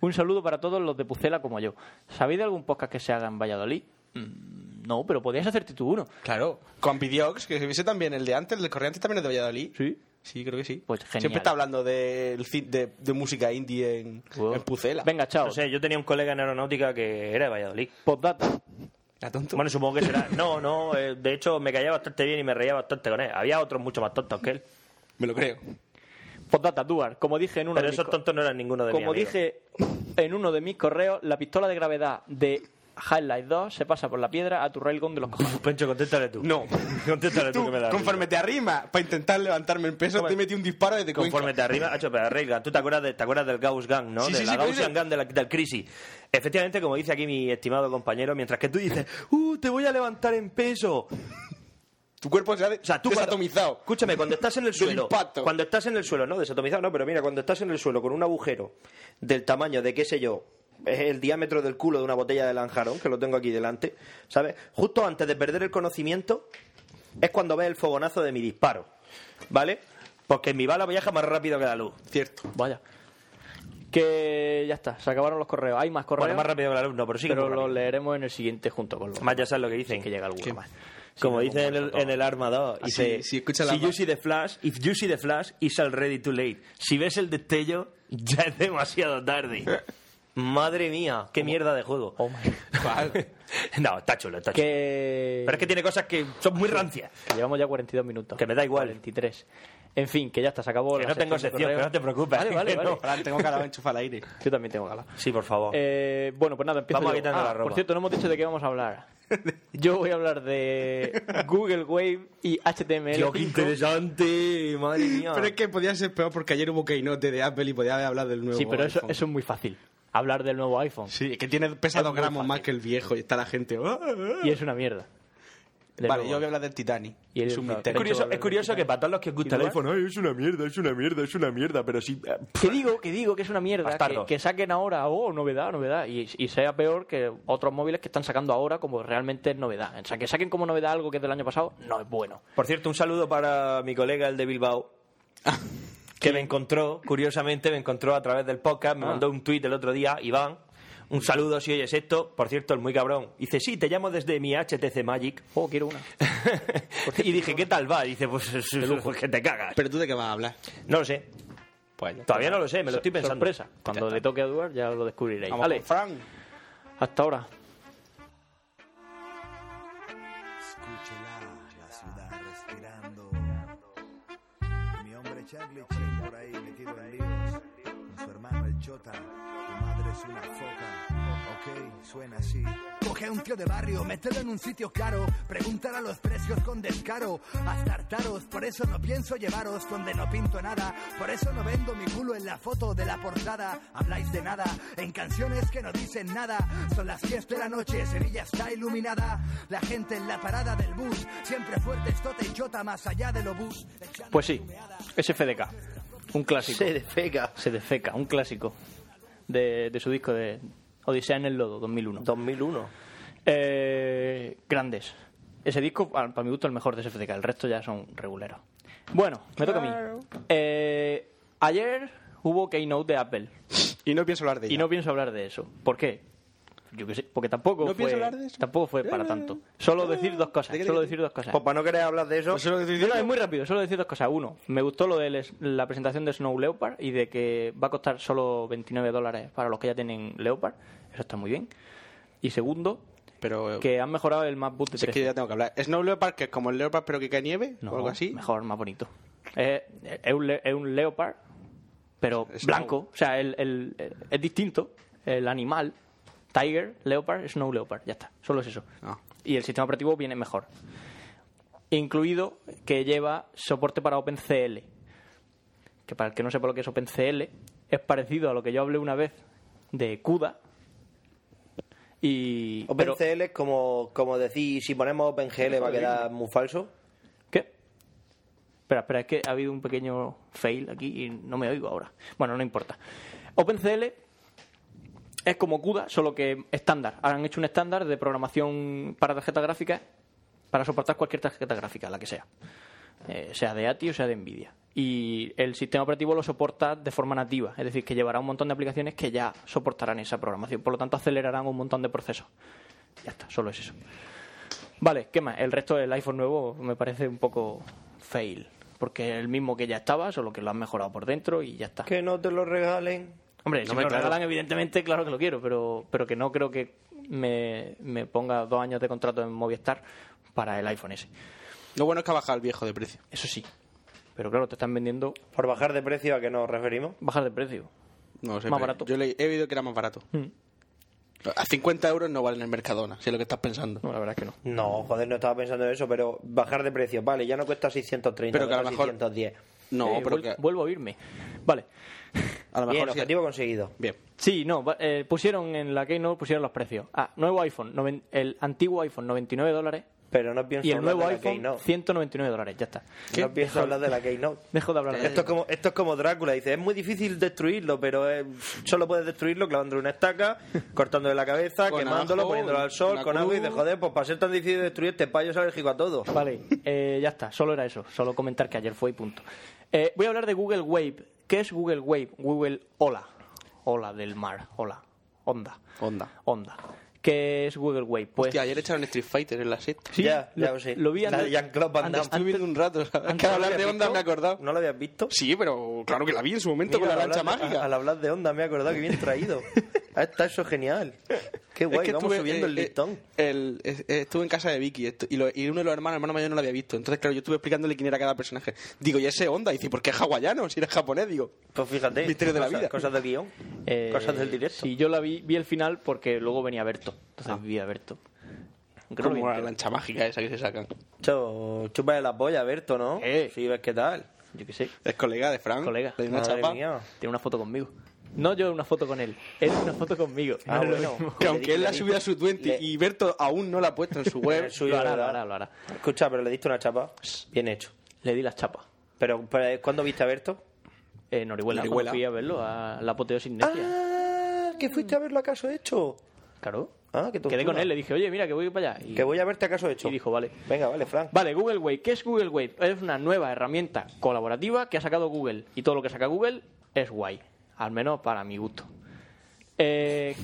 S7: Un saludo para todos los de Pucela como yo. ¿Sabéis de algún podcast que se haga en Valladolid? Mm, no, pero podías hacerte tú uno.
S8: Claro. Con Videox, que se viese también el de antes, el de Corrientes también es de Valladolid.
S7: Sí.
S8: Sí, creo que sí.
S7: Pues genial.
S8: Siempre está hablando del ci- de, de música indie en, en Pucela.
S7: Pues, Venga, chao.
S9: No sé, yo tenía un colega en aeronáutica que era de Valladolid.
S7: Postdata.
S9: Bueno, supongo que será. No, no, eh, de hecho me caía bastante bien y me reía bastante con él. Había otros mucho más tontos que él.
S8: Me lo creo.
S7: Postdata, Duar. Como dije en uno
S9: Pero
S7: de mis
S9: esos
S7: co-
S9: tontos no eran ninguno de mis
S7: Como
S9: amigos.
S7: dije en uno de mis correos, la pistola de gravedad de Highlight 2 se pasa por la piedra a tu railgun de los cojones.
S9: Pencho, contéstale tú.
S8: No.
S9: Contéstale tú, que me da
S8: Conforme te arrima, para intentar levantarme en peso, te metí un disparo desde Cuenca.
S9: Conforme te arriba, hecho, pero Railgun, tú te acuerdas, de, te acuerdas del Gauss Gang, ¿no?
S8: Sí,
S9: de
S8: sí,
S9: la
S8: sí,
S9: Gaussian
S8: pero-
S9: Gang de la- del crisis. Efectivamente, como dice aquí mi estimado compañero, mientras que tú dices, ¡uh, te voy a levantar en peso!
S8: Tu cuerpo se ha de-
S9: O sea, tú cuando-
S8: desatomizado.
S9: escúchame, cuando estás en el
S8: Del
S9: suelo,
S8: impacto.
S9: cuando estás en el suelo, no desatomizado, no, pero mira, cuando estás en el suelo con un agujero del tamaño de qué sé yo, es el diámetro del culo de una botella de lanjarón, que lo tengo aquí delante, ¿sabes? Justo antes de perder el conocimiento es cuando ves el fogonazo de mi disparo, ¿vale? Porque mi bala viaja más rápido que la luz.
S8: Cierto.
S7: Vaya. Que ya está, se acabaron los correos. Hay más correos.
S9: Bueno, más rápido que la luz, no, pero sí que
S7: pero
S9: muy
S7: los
S9: rápido.
S7: leeremos en el siguiente junto con los.
S9: Más ya sabes lo que dicen.
S7: que llega alguno más.
S9: Como
S7: Sí,
S9: dice en el, en el Arma 2,
S8: Ah,
S9: dice,
S8: sí, sí, escucha la-
S9: "Si you see the flash, if you see the flash, it's already too late. Si ves el destello, ya es demasiado tarde. Madre mía, qué mierda de juego.
S7: Oh my-
S9: no, está chulo, está chulo.
S7: Que...
S9: Pero es que tiene cosas que son muy rancias.
S7: que llevamos ya 42 minutos.
S9: Que me da igual.
S7: 43. En fin, que ya está, se acabó.
S9: Que
S7: la
S9: no tengo
S7: de
S9: sección,
S7: correos.
S9: que no te preocupes.
S7: Vale, vale,
S9: Que
S7: vale.
S9: no.
S8: Ahora tengo cara de enchufa al aire.
S7: Yo también tengo gala.
S9: Sí, por favor.
S7: Eh, bueno, pues nada, empiezo
S9: Vamos a
S7: yo.
S9: quitarnos
S7: Ah,
S9: la ropa.
S7: Por cierto, no hemos dicho de qué vamos a hablar. Yo voy a hablar de Google Wave y HTML.
S9: Tío, qué interesante, madre mía.
S8: Pero es que podía ser peor porque ayer hubo keynote de Apple y podía haber hablado del nuevo
S7: Sí, pero eso,
S8: iPhone.
S7: eso es muy fácil. Hablar del nuevo iPhone.
S8: Sí, es que tiene pesa
S7: Es
S8: dos
S7: muy
S8: gramos
S7: fácil.
S8: más que el viejo y está la gente... "Ah, ah".
S7: Y es una mierda. Del
S8: Vale,
S7: nuevo
S8: yo voy a hablar del Titanic.
S7: Y el-
S8: Es un
S7: no,
S9: Es
S8: misterio.
S9: curioso, es curioso que para todos los que os gusta el
S7: ¿Y tú,
S9: iPhone, "Ay, es una mierda, es una mierda, es una mierda, pero sí... eh,
S7: Que digo, que digo que es una mierda. Que,
S9: Bastardo.
S7: que saquen ahora, oh, novedad, novedad. Y, y sea peor que otros móviles que están sacando ahora como realmente es novedad. O sea, que saquen como novedad algo que es del año pasado, no es bueno.
S9: Por cierto, un saludo para mi colega, el de Bilbao, que me encontró, curiosamente, me encontró a través del podcast, me
S7: Ah.
S9: mandó un tuit el otro día, Iván. Un saludo si oyes esto. Por cierto, el muy cabrón. Dice, sí, te llamo desde mi HTC Magic.
S7: Oh, quiero una.
S9: y dije, ¿qué tal va? Dice, pues es lujo, que te cagas.
S8: Pero tú de qué vas a hablar.
S9: No lo sé.
S8: Pues ya.
S9: Todavía no lo sé, me lo estoy pensando.
S7: Sorpresa. Cuando le toque a Eduard ya lo descubriréis.
S8: Vamos
S7: Vale,
S8: con Fran.
S7: hasta ahora.
S12: Escúchela, la ciudad respirando. Mi hombre Charlie Chin por ahí metido en líos. Con su hermano el chota, tu madre es una foca, ok, suena así. Coge a un tío de barrio, mételo en un sitio caro, preguntar a los precios con descaro, hasta hartaros, por eso no pienso llevaros donde no pinto nada, por eso no vendo mi culo en la foto de la portada, habláis de nada, en canciones que no dicen nada, son las 10 de la noche, Sevilla está iluminada, la gente en la parada del bus, siempre fuerte, estote y chota más allá del obús.
S7: Pues sí, SFDK. Un clásico.
S9: Se defeca.
S7: Se defeca, un clásico. De, de su disco de Odisea en el Lodo, 2001.
S9: 2001.
S7: Eh, grandes. Ese disco, al- para mi gusto, el mejor de SFDK. El resto ya son reguleros. Bueno, me toca a
S9: Claro.
S7: mí. Eh, ayer hubo Keynote de Apple.
S8: Y no pienso hablar de
S7: Y no pienso hablar de eso. ¿Por qué? Yo qué sé, porque tampoco
S8: No
S7: fue,
S8: pienso hablar de eso. Eh,
S7: tampoco fue para tanto. Solo decir dos cosas, solo decir dos cosas.
S9: Pues para no querer hablar de eso.
S8: pues,
S7: No, no, es muy rápido, solo decir dos cosas. Uno, me gustó lo de les- la presentación de Snow Leopard y de que va a costar solo 29 dólares para los que ya tienen Leopard. Eso está muy bien. Y segundo,
S8: Pero,
S7: que han mejorado el MacBook de
S8: Si es que
S7: 13.
S8: ya tengo que hablar. ¿Snow Leopard que es como el Leopard pero que cae nieve?
S7: No,
S8: o algo así.
S7: mejor, más bonito. Es, es un, le- es un Leopard, pero blanco. O sea, el- el- el- es distinto. El animal, Tiger, Leopard, Snow Leopard. Ya está, solo es eso.
S8: Ah.
S7: Y el sistema operativo viene mejor. Incluido que lleva soporte para OpenCL. Que para el que no sepa lo que es OpenCL, es parecido a lo que yo hablé una vez de CUDA. Y, pero-
S9: OpenCL es como, como decir, si ponemos OpenGL va a quedar muy falso.
S7: Espera, espera, es que ha habido un pequeño fail aquí y no me oigo ahora. Bueno, no importa. OpenCL es como CUDA, solo que estándar. Han hecho un estándar de programación para tarjetas gráficas para soportar cualquier tarjeta gráfica, la que sea. Eh, sea de ATI o sea de NVIDIA. Y el sistema operativo lo soporta de forma nativa, es decir, que llevará un montón de aplicaciones que ya soportarán esa programación. Por lo tanto, acelerarán un montón de procesos. Ya está, solo es eso. Vale, ¿qué más? El resto del iPhone nuevo me parece un poco fail. Porque es el mismo que ya estaba, solo que lo han mejorado por dentro y ya está.
S9: Que no te lo regalen.
S7: Hombre,
S9: No
S7: si
S9: me
S7: me lo
S9: claro.
S7: regalan, evidentemente, claro que lo quiero, pero, pero que no creo que me, me ponga dos años de contrato en Movistar para el iPhone ese.
S8: Lo bueno es que ha bajado el viejo de precio.
S7: Eso sí. Pero claro, te están vendiendo
S9: ¿Por bajar de precio a qué nos referimos?
S7: bajar de precio.
S8: No sé.
S7: Más
S8: pero
S7: barato.
S8: Yo leí- he oído que era más barato.
S7: Mm.
S8: A 50 euros no vale en el Mercadona, si es lo que estás pensando.
S7: No, la verdad es que no.
S9: No, joder, no estaba pensando en eso, pero bajar de precio. Vale, ya no cuesta 630,
S8: Pero que a lo
S9: cuesta
S8: mejor-
S9: 610.
S8: No, pero que-
S7: Eh, Vuelvo a oírme. Vale.
S8: A lo
S9: Bien,
S8: mejor sí-
S9: objetivo conseguido.
S8: Bien.
S7: Sí, no, va- eh, pusieron en la Keynote pusieron los precios. Ah, nuevo iPhone, noven- el antiguo iPhone 99 dólares
S9: Pero no pienso
S7: y el
S9: hablar
S7: nuevo
S9: de la
S7: iPhone
S9: Keynote.
S7: 199 dólares, ya está.
S9: No pienso hablar de la Keynote.
S7: Dejo de hablar de
S9: Esto es como, esto es como Drácula, dice, es muy difícil destruirlo, pero eh, solo puedes destruirlo clavándole una estaca, cortándole la cabeza,
S8: Con
S9: quemándolo,
S8: ajo,
S9: poniéndolo al sol,
S8: una
S9: con agua y de
S8: cruz.
S9: joder, pues para ser tan difícil de destruir este payo es alérgico a todo.
S7: Vale, eh, ya está, solo era eso, solo comentar que ayer fue y punto. Eh, voy a hablar de Google Wave. ¿Qué es Google Wave? Google Hola. Hola del mar, hola. Onda.
S8: Onda.
S9: Pues-
S7: Onda. ¿Qué es Google Wave? Pues
S8: Hostia, ayer echaron Street Fighter en la sexta.
S7: Sí, Ya, lo- ya lo sé. lo vi
S8: La
S7: antes-
S8: de Jean-Claude Van Damme.
S7: antes-
S8: Estuve viendo un rato. ¿sabes?
S9: antes
S8: Que al
S9: no lo
S8: hablar de
S9: había
S8: Onda
S9: visto.
S8: me he acordado.
S9: ¿No lo habías visto?
S8: Sí, pero claro que la vi en su momento
S9: Mira,
S8: con la
S9: al
S8: lancha
S9: hablar de-
S8: mágica.
S9: Al hablar de onda me he acordado que bien traído. Ah, está eso genial. Qué guay, vamos
S8: estuve,
S9: subiendo
S8: eh,
S9: el
S8: eh,
S9: listón.
S8: el- es- eh, estuve en casa de Vicky estu- y, lo- y uno de los hermanos, el hermano mayor, no lo había visto. Entonces, claro, yo estuve explicándole quién era cada personaje. Digo, ¿y ese Onda? Y dice, ¿por qué es hawaiano? Si eres japonés, digo.
S9: Pues fíjate,
S8: Misterio de la
S9: cosas-
S8: vida.
S9: cosas del guión.
S7: Eh,
S9: Cosas del directo.
S7: Sí, yo la vi, vi el final porque luego venía Berto. Entonces vi a Berto. Aunque no lo vi
S8: Como la
S7: entero.
S8: lancha mágica esa que se sacan.
S9: Cho, chupa de la polla, Berto, ¿no? Sí, ves qué tal.
S7: Yo qué sé.
S8: Es colega de Frank.
S7: Colega.
S8: Le di una
S9: Madre
S8: chapa.
S9: mía.
S7: Tiene una foto conmigo. No yo una foto con él, él una foto conmigo.
S9: Ah,
S7: No es lo
S9: bueno.
S7: mismo.
S8: Que aunque él la subió a su 20 y Berto aún no la ha puesto en su web.
S9: El suyo,
S7: Lo hará,
S9: ¿verdad?
S7: lo hará, lo hará.
S9: Escucha, pero le diste una chapa. Bien hecho.
S7: Le di las chapas.
S9: Pero, pero, ¿cuándo viste a Berto?
S7: En Orihuela, cuando
S9: Orihuela.
S7: fui a verlo, a la apoteo sin Necia.
S9: Ah, que fuiste a verlo acaso hecho.
S7: Claro.
S9: Ah, que
S7: Quedé con él, le dije, oye, mira, que voy para allá. Y-
S9: Que voy a verte acaso hecho.
S7: y dijo, vale.
S9: Venga, vale, Frank.
S7: Vale, Google Wave. ¿Qué es Google Wave? Es una nueva herramienta colaborativa que ha sacado Google. Y todo lo que saca Google es guay. Al menos para mi gusto. Eh...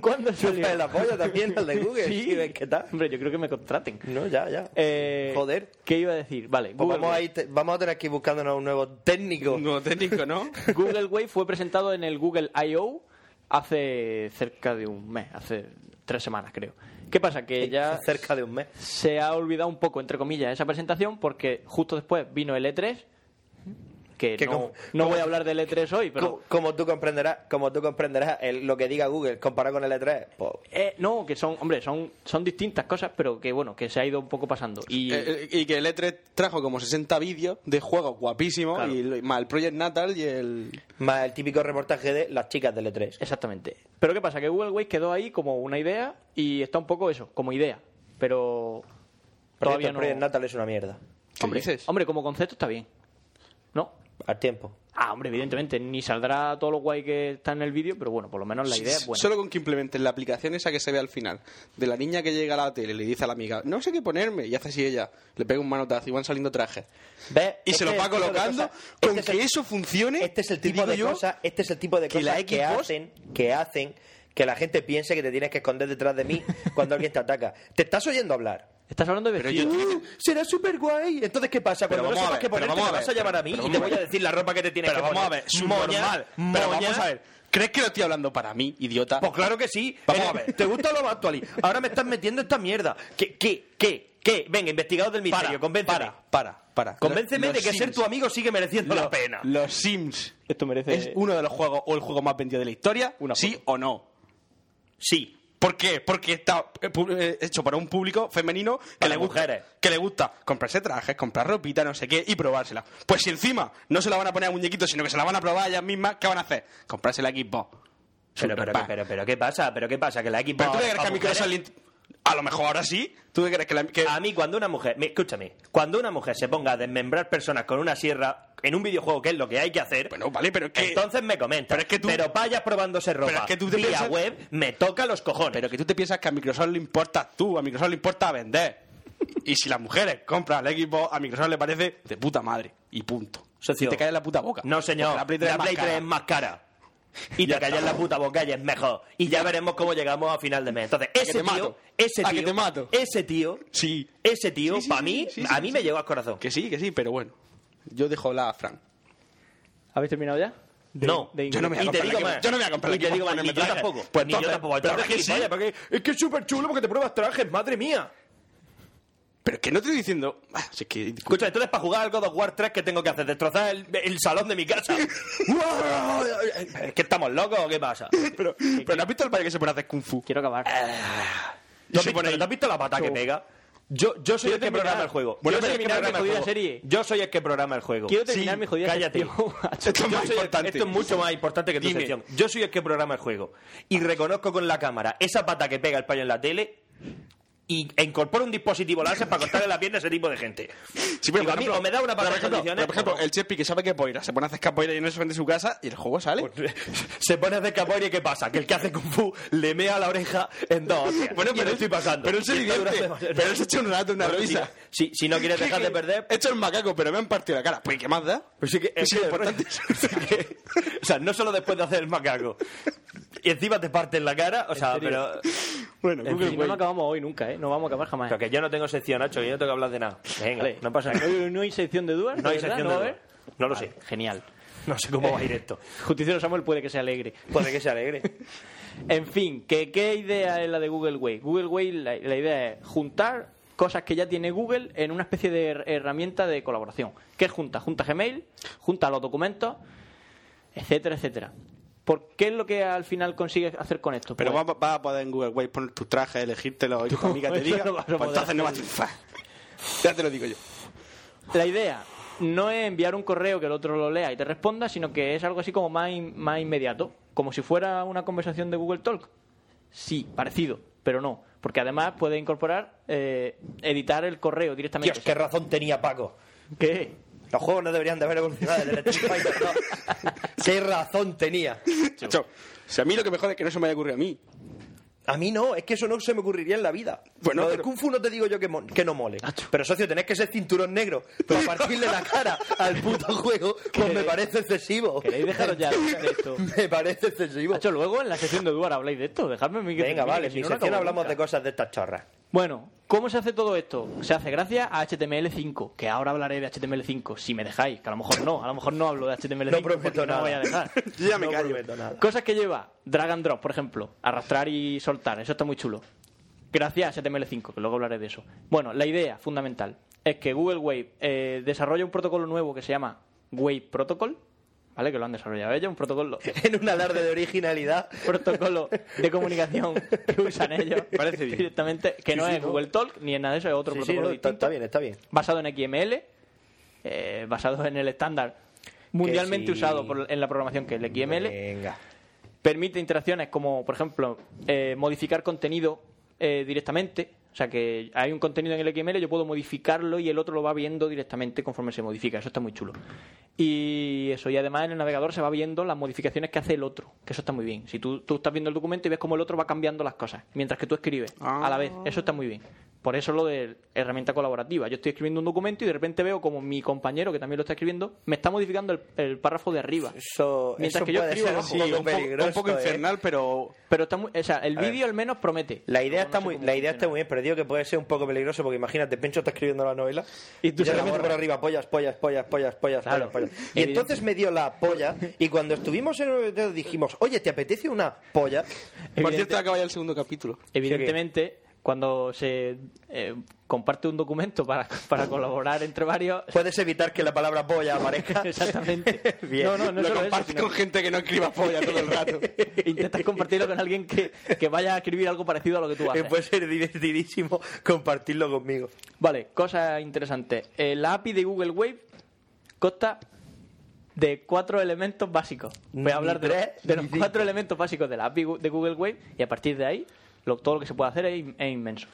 S7: ¿Cuándo salió?
S9: Chupa de la polla también, el de Google.
S7: Sí.
S9: ves qué tal.
S7: Hombre, yo creo que me contraten.
S9: No, ya, ya.
S7: Eh,
S9: Joder.
S7: ¿Qué iba a decir? Vale,
S9: Pues
S7: Google
S9: vamos,
S7: Wave.
S9: a ir- te- vamos a tener que ir buscándonos un nuevo técnico.
S8: No, técnico, ¿no?
S7: Google Wave fue presentado en el Google I.O. hace cerca de un mes, hace tres semanas creo. ¿Qué pasa? Que ya
S9: Cerca de un mes.
S7: se ha olvidado un poco, entre comillas, esa presentación porque justo después vino el E3 E que
S9: Que
S7: no,
S9: como-
S7: no voy a hablar del E3 hoy, pero...
S9: Como, como tú comprenderás, como tú comprenderás el- lo que diga Google comparado con el E3, pues,
S7: Eh, no, que son, hombre, son, son distintas cosas, pero que bueno, que se ha ido un poco pasando. Y
S8: Eh, eh, y que el E3 trajo como 60 vídeos de juegos guapísimos,
S7: Claro.
S8: y lo- más el Project Natal y el...
S9: Más el típico reportaje de las chicas del E E3.
S7: Exactamente. Pero ¿qué pasa? Que Google Waze quedó ahí como una idea y está un poco eso, como idea. Pero todavía no...
S9: Project Natal es una mierda.
S7: hombre, hombre, como concepto está bien. ¿No?
S9: Al tiempo.
S7: Ah, hombre, evidentemente, ni saldrá todo lo guay que está en el vídeo, pero bueno, por lo menos la idea es buena.
S8: Solo con que implementen la aplicación esa que se ve al final, de la niña que llega a la tele y le dice a la amiga, no sé qué ponerme, y hace así ella, le pega un manotazo y van saliendo trajes.
S9: ¿Ves?
S8: Y se
S9: Este
S8: los
S9: es
S8: va
S9: el tipo de
S8: colocando
S9: cosas- este
S8: con
S9: es
S8: que
S9: el-
S8: eso funcione.
S9: Este es el
S8: y
S9: tipo
S8: digo
S9: de
S8: yo,
S9: cosas, este es el tipo de
S8: que
S9: cosas
S8: la
S9: que
S8: Xbox
S9: hacen, que hacen que la gente piense que te tienes que esconder detrás de mí cuando alguien te ataca. Te estás oyendo hablar.
S7: Estás hablando de
S9: vestido. Mm, será súper guay. Entonces, ¿qué pasa?
S13: Pero
S9: Cuando no
S13: vamos a
S9: sepas
S13: ver,
S9: qué
S13: pero
S9: ponerte,
S13: vamos
S9: me
S13: a
S9: vas a
S13: ver,
S9: llamar a mí
S13: pero
S9: y te
S13: vamos
S9: voy
S13: a
S9: a
S13: ver.
S9: decir la ropa que te tienes
S13: Pero
S9: que
S13: vamos
S9: poner.
S13: a ver, es
S9: Moña,
S13: normal.
S8: Pero
S9: moña.
S8: vamos a ver, ¿crees que lo estoy hablando para mí, idiota?
S9: Pues claro que sí. Vamos a ver. ¿Te gusta lo más actual? Ahora me estás metiendo esta mierda. ¿Qué, qué, qué, qué? Venga, investigados del misterio,
S13: Para,
S9: convénceme.
S8: Para, para.
S9: Convénceme
S8: Los
S9: de que
S8: Sims.
S9: ser tu amigo sigue mereciendo la
S8: Lo-
S9: pena.
S8: Los Sims.
S7: Esto merece.
S8: ¿Es uno de los juegos o el juego más vendido de la historia? ¿Sí o no?
S9: Sí.
S8: ¿Por qué? Porque está eh, pu- eh, hecho para un público femenino que le, gusta, que le gusta comprarse trajes, comprar ropita, no sé qué, y probársela. Pues si encima no se la van a poner a muñequitos, sino que se la van a probar a ellas mismas, ¿qué van a hacer? Comprarse la Xbox.
S9: Pero, pero, pero, pero, ¿qué pasa? ¿Pero qué pasa? Que la Xbox...
S8: ¿Pero tú te crees
S9: pa'
S8: que a
S9: mujeres- Ah,
S8: Microsoft le int- A lo mejor ahora sí. ¿Tú crees que,
S9: A mí, cuando una mujer... mi- Escúchame. Cuando una mujer se ponga a desmembrar personas con una sierra en un videojuego, que es lo que hay que hacer...
S8: Bueno, vale, pero que...
S9: Entonces me comenta. Pero es que tú... Pero vayas probándose ropa
S8: Pero es que tú te
S9: vía
S8: piensas-
S9: web, me toca los cojones.
S8: Pero que tú te piensas que a Microsoft le importa tú, a Microsoft le importa vender. Y si las mujeres compran el equipo, a Microsoft le parece de puta madre. Y punto.
S9: Socio.
S8: Y te cae en la puta boca.
S9: No, señor.
S8: Porque
S9: La
S8: más
S9: Play 3,
S8: cara.
S9: es más cara. Y te callas la puta boca y es mejor. Y ya veremos cómo llegamos a final de mes. Entonces,
S8: que
S9: ese
S8: te
S9: tío,
S8: mato.
S9: ese
S8: A que
S9: tío,
S8: te mato.
S9: ese tío,
S8: sí.
S9: ese tío,
S8: Sí, sí,
S9: para
S8: sí,
S9: mí,
S8: sí, sí,
S9: a mí
S8: sí,
S9: me
S8: sí.
S9: llegó al corazón.
S8: Que sí, que sí, pero bueno. Yo dejo la a Fran.
S7: ¿Habéis terminado ya? De-
S9: no,
S7: de
S8: yo no me voy a
S9: y te
S8: comprar
S9: digo
S8: la
S9: más.
S8: Xbox. Yo no me voy a comprar la
S9: Y te
S8: Xbox
S9: digo más,
S8: para ponerme
S9: ni yo
S8: traje.
S9: tampoco.
S8: Pues
S9: Ni yo
S8: entonces,
S9: tampoco. El
S8: pero
S9: traje
S8: que sí.
S9: gilipollas, porque Es que es súper chulo porque te pruebas trajes, madre mía.
S8: Pero que no te estoy diciendo. Ah, si es que-
S9: Escucha, entonces para jugar al God of War 3, ¿qué tengo que hacer? ¿Destrozar el, el salón de mi casa? ¿Es que estamos locos o qué pasa?
S8: pero, pero no has visto el padre que se pone a hacer Kung Fu.
S7: Quiero acabar.
S9: ¿Tú has, visto, ¿Te has visto la pata que
S7: Yo-
S9: pega? Yo, yo soy el que programa el juego.
S7: Bueno,
S9: yo soy
S7: pero
S9: el que
S7: es que
S9: programa el
S7: me jodí la
S9: juego.
S7: serie.
S9: Yo soy el que programa el juego.
S7: Quiero terminar
S9: Sí,
S7: mi jodida
S9: Cállate.
S7: sección, macho.
S9: Yo soy el- esto es mucho más importante que tu
S7: Dime.
S9: sección. Yo soy el que programa el juego. Y reconozco con la cámara esa pata que pega el payo en la tele y e incorporo un dispositivo láser para cortarle la pierna a ese tipo de gente.
S8: Sí, pero
S9: Digo,
S8: por
S9: a mí
S8: ejemplo-
S9: o me da una
S8: pero
S9: pata
S8: por
S9: en
S8: ejemplo,
S9: condiciones,
S8: pero por ejemplo,
S9: o no.
S8: el Chespi que sabe que es boira se pone a hacer capoeira y en el sofá de su casa y el juego sale.
S9: se pone a hacer capoeira y ¿qué pasa? Que el que hace kung fu le mea la oreja en dos. hostias.
S8: Bueno,
S9: Y
S8: pero
S9: lo estoy pasando.
S8: Pero él se
S9: Y está
S8: divierte.
S9: durando demasiado.
S8: Pero él se echa un rato, una
S9: Bueno,
S8: risa.
S9: Si, si no quieres dejar de perder,
S8: He hecho el macaco, pero me han partido la cara. Pues, ¿qué más da?
S9: Pero sí que
S8: Es
S9: que-
S8: importante.
S9: o sea, no solo después de hacer el macaco. Y encima te parten la cara. O sea,
S7: serio?
S9: pero.
S8: Bueno,
S7: En fin, no acabamos hoy nunca, ¿eh? No vamos a acabar jamás.
S9: Pero que yo no tengo sección, Nacho, que yo no tengo que hablar de nada. Venga,
S7: Vale.
S9: no pasa nada.
S7: No hay sección de dudas.
S9: No hay
S7: ¿de verdad?
S9: sección
S7: ¿No eh? Ah, va
S9: de
S7: a
S9: dudas. No lo sé.
S7: haber? Genial.
S9: No sé cómo va a ir esto.
S7: Justiciero Samuel puede que sea alegre.
S9: Puede que sea alegre.
S7: En fin, ¿qué, qué idea es la de Google Way? Google Way, la, la idea es juntar cosas que ya tiene Google en una especie de her- herramienta de colaboración. ¿Qué junta? Junta Gmail, junta los documentos, etcétera, etcétera. ¿Por qué es lo que al final consigues hacer con esto?
S8: Pero
S7: Pues-
S8: vas va a poder en Google Ways poner tu traje, elegírtelo y que tu amiga te
S7: eso
S8: diga.
S7: no vas a
S8: pues
S7: poder
S8: entonces no vas a
S7: hacer.
S8: triunfar. Ya te lo digo yo.
S7: La idea no es enviar un correo que el otro lo lea y te responda, sino que es algo así como más, in- más inmediato, como si fuera una conversación de Google Talk. Sí, parecido, pero no, porque además puede incorporar eh, editar el correo directamente.
S9: Dios, qué razón tenía Paco.
S7: ¿Qué?
S9: Los juegos no deberían de haber evolucionado desde el Street Fighter 2. qué razón tenía.
S8: Chao. Si a mí lo que mejor es que no se me haya ocurrido a mí.
S9: A mí no, es que eso no se me ocurriría en la vida.
S8: Bueno,
S9: Lo del
S8: pero-
S9: Kung Fu no te digo yo que, mo- que no mole. Pero, socio, tenés que ser cinturón negro. Pero partirle la cara al puto juego, pues me parece excesivo.
S7: ¿Queréis dejaros ya de esto?
S9: Me parece excesivo.
S7: Nacho, luego en la sección de Duar habláis de esto, dejadme mi
S9: Venga, vale, en mi sección hablamos de
S7: cosas.
S9: cosas de estas chorras.
S7: Bueno, ¿cómo se hace todo esto? Se hace gracias a HTML5, que ahora hablaré de HTML5, si me dejáis, que a lo mejor no, a lo mejor no hablo de HTML5
S9: No prometo
S7: porque
S9: nada.
S7: no voy a dejar.
S8: Yo ya me
S9: No
S8: callo.
S9: prometo nada.
S7: Cosas que lleva drag and drop, por ejemplo, arrastrar y soltar, eso está muy chulo. Gracias a HTML5, que luego hablaré de eso. Bueno, la idea fundamental es que Google Wave eh, desarrolla un protocolo nuevo que se llama Way Protocol, ¿vale? Que lo han desarrollado ellos, un protocolo.
S9: en un alarde de originalidad.
S7: protocolo de comunicación que usan ellos.
S9: Parece bien.
S7: Directamente, que
S9: Sí,
S7: no
S9: sí,
S7: es
S9: ¿no?
S7: Google Talk ni es nada de eso, es otro
S9: Sí, sí,
S7: protocolo
S9: no, está,
S7: distinto.
S9: está bien, está bien.
S7: Basado en XML, eh, basado en el estándar mundialmente
S9: sí.
S7: usado por- en la programación que es el XML. Permite interacciones como, por ejemplo, eh, modificar contenido eh, directamente. O sea, que hay un contenido en el XML, yo puedo modificarlo y el otro lo va viendo directamente conforme se modifica. Eso está muy chulo. Y eso, y además en el navegador se va viendo las modificaciones que hace el otro, que eso está muy bien. Si tú, tú estás viendo el documento y ves cómo el otro va cambiando las cosas, mientras que tú escribes a la vez, eso está muy bien. Por eso lo de herramienta colaborativa. Yo estoy escribiendo un documento y de repente veo como mi compañero, que también lo está escribiendo, me está modificando el, el párrafo de arriba.
S9: Eso,
S7: mientras
S9: eso
S7: que yo
S9: puede
S7: escribo
S9: ser
S7: abajo.
S9: un poco peligroso, ¿eh?
S7: pero... Pero está muy... O sea, el
S9: A ver.
S7: vídeo al menos promete.
S9: La idea, está muy, la idea está muy bien, pero digo que puede ser un poco peligroso porque imagínate, Pencho está escribiendo la novela y tú
S7: se la
S9: por
S7: borras.
S9: arriba, pollas, pollas, pollas, pollas, pollas,
S7: Claro.
S9: pollas, pollas. Y entonces me dio la polla y cuando estuvimos en el hotel dijimos, oye, ¿te apetece una polla?
S7: Por cierto,
S9: acaba ya el segundo capítulo.
S7: Evidentemente, cuando se eh, comparte un documento para, para colaborar entre varios...
S9: Puedes evitar que la palabra polla aparezca.
S7: Exactamente. No, no, no
S8: lo
S7: solo eso,
S8: compartes
S7: sino
S8: con gente que no escriba polla todo el rato.
S7: Intentas compartirlo con alguien que, que vaya a escribir algo parecido a lo que tú haces.
S9: Puede ser divertidísimo compartirlo conmigo.
S7: Vale, cosa interesante. Eh, La API de Google Wave consta de cuatro elementos básicos. Voy a hablar de, los-
S9: tres,
S7: de
S9: ni
S7: los
S9: cinco.
S7: cuatro elementos básicos de la API gu- de Google Wave y a partir de ahí lo- todo lo que se puede hacer es, in- es inmenso.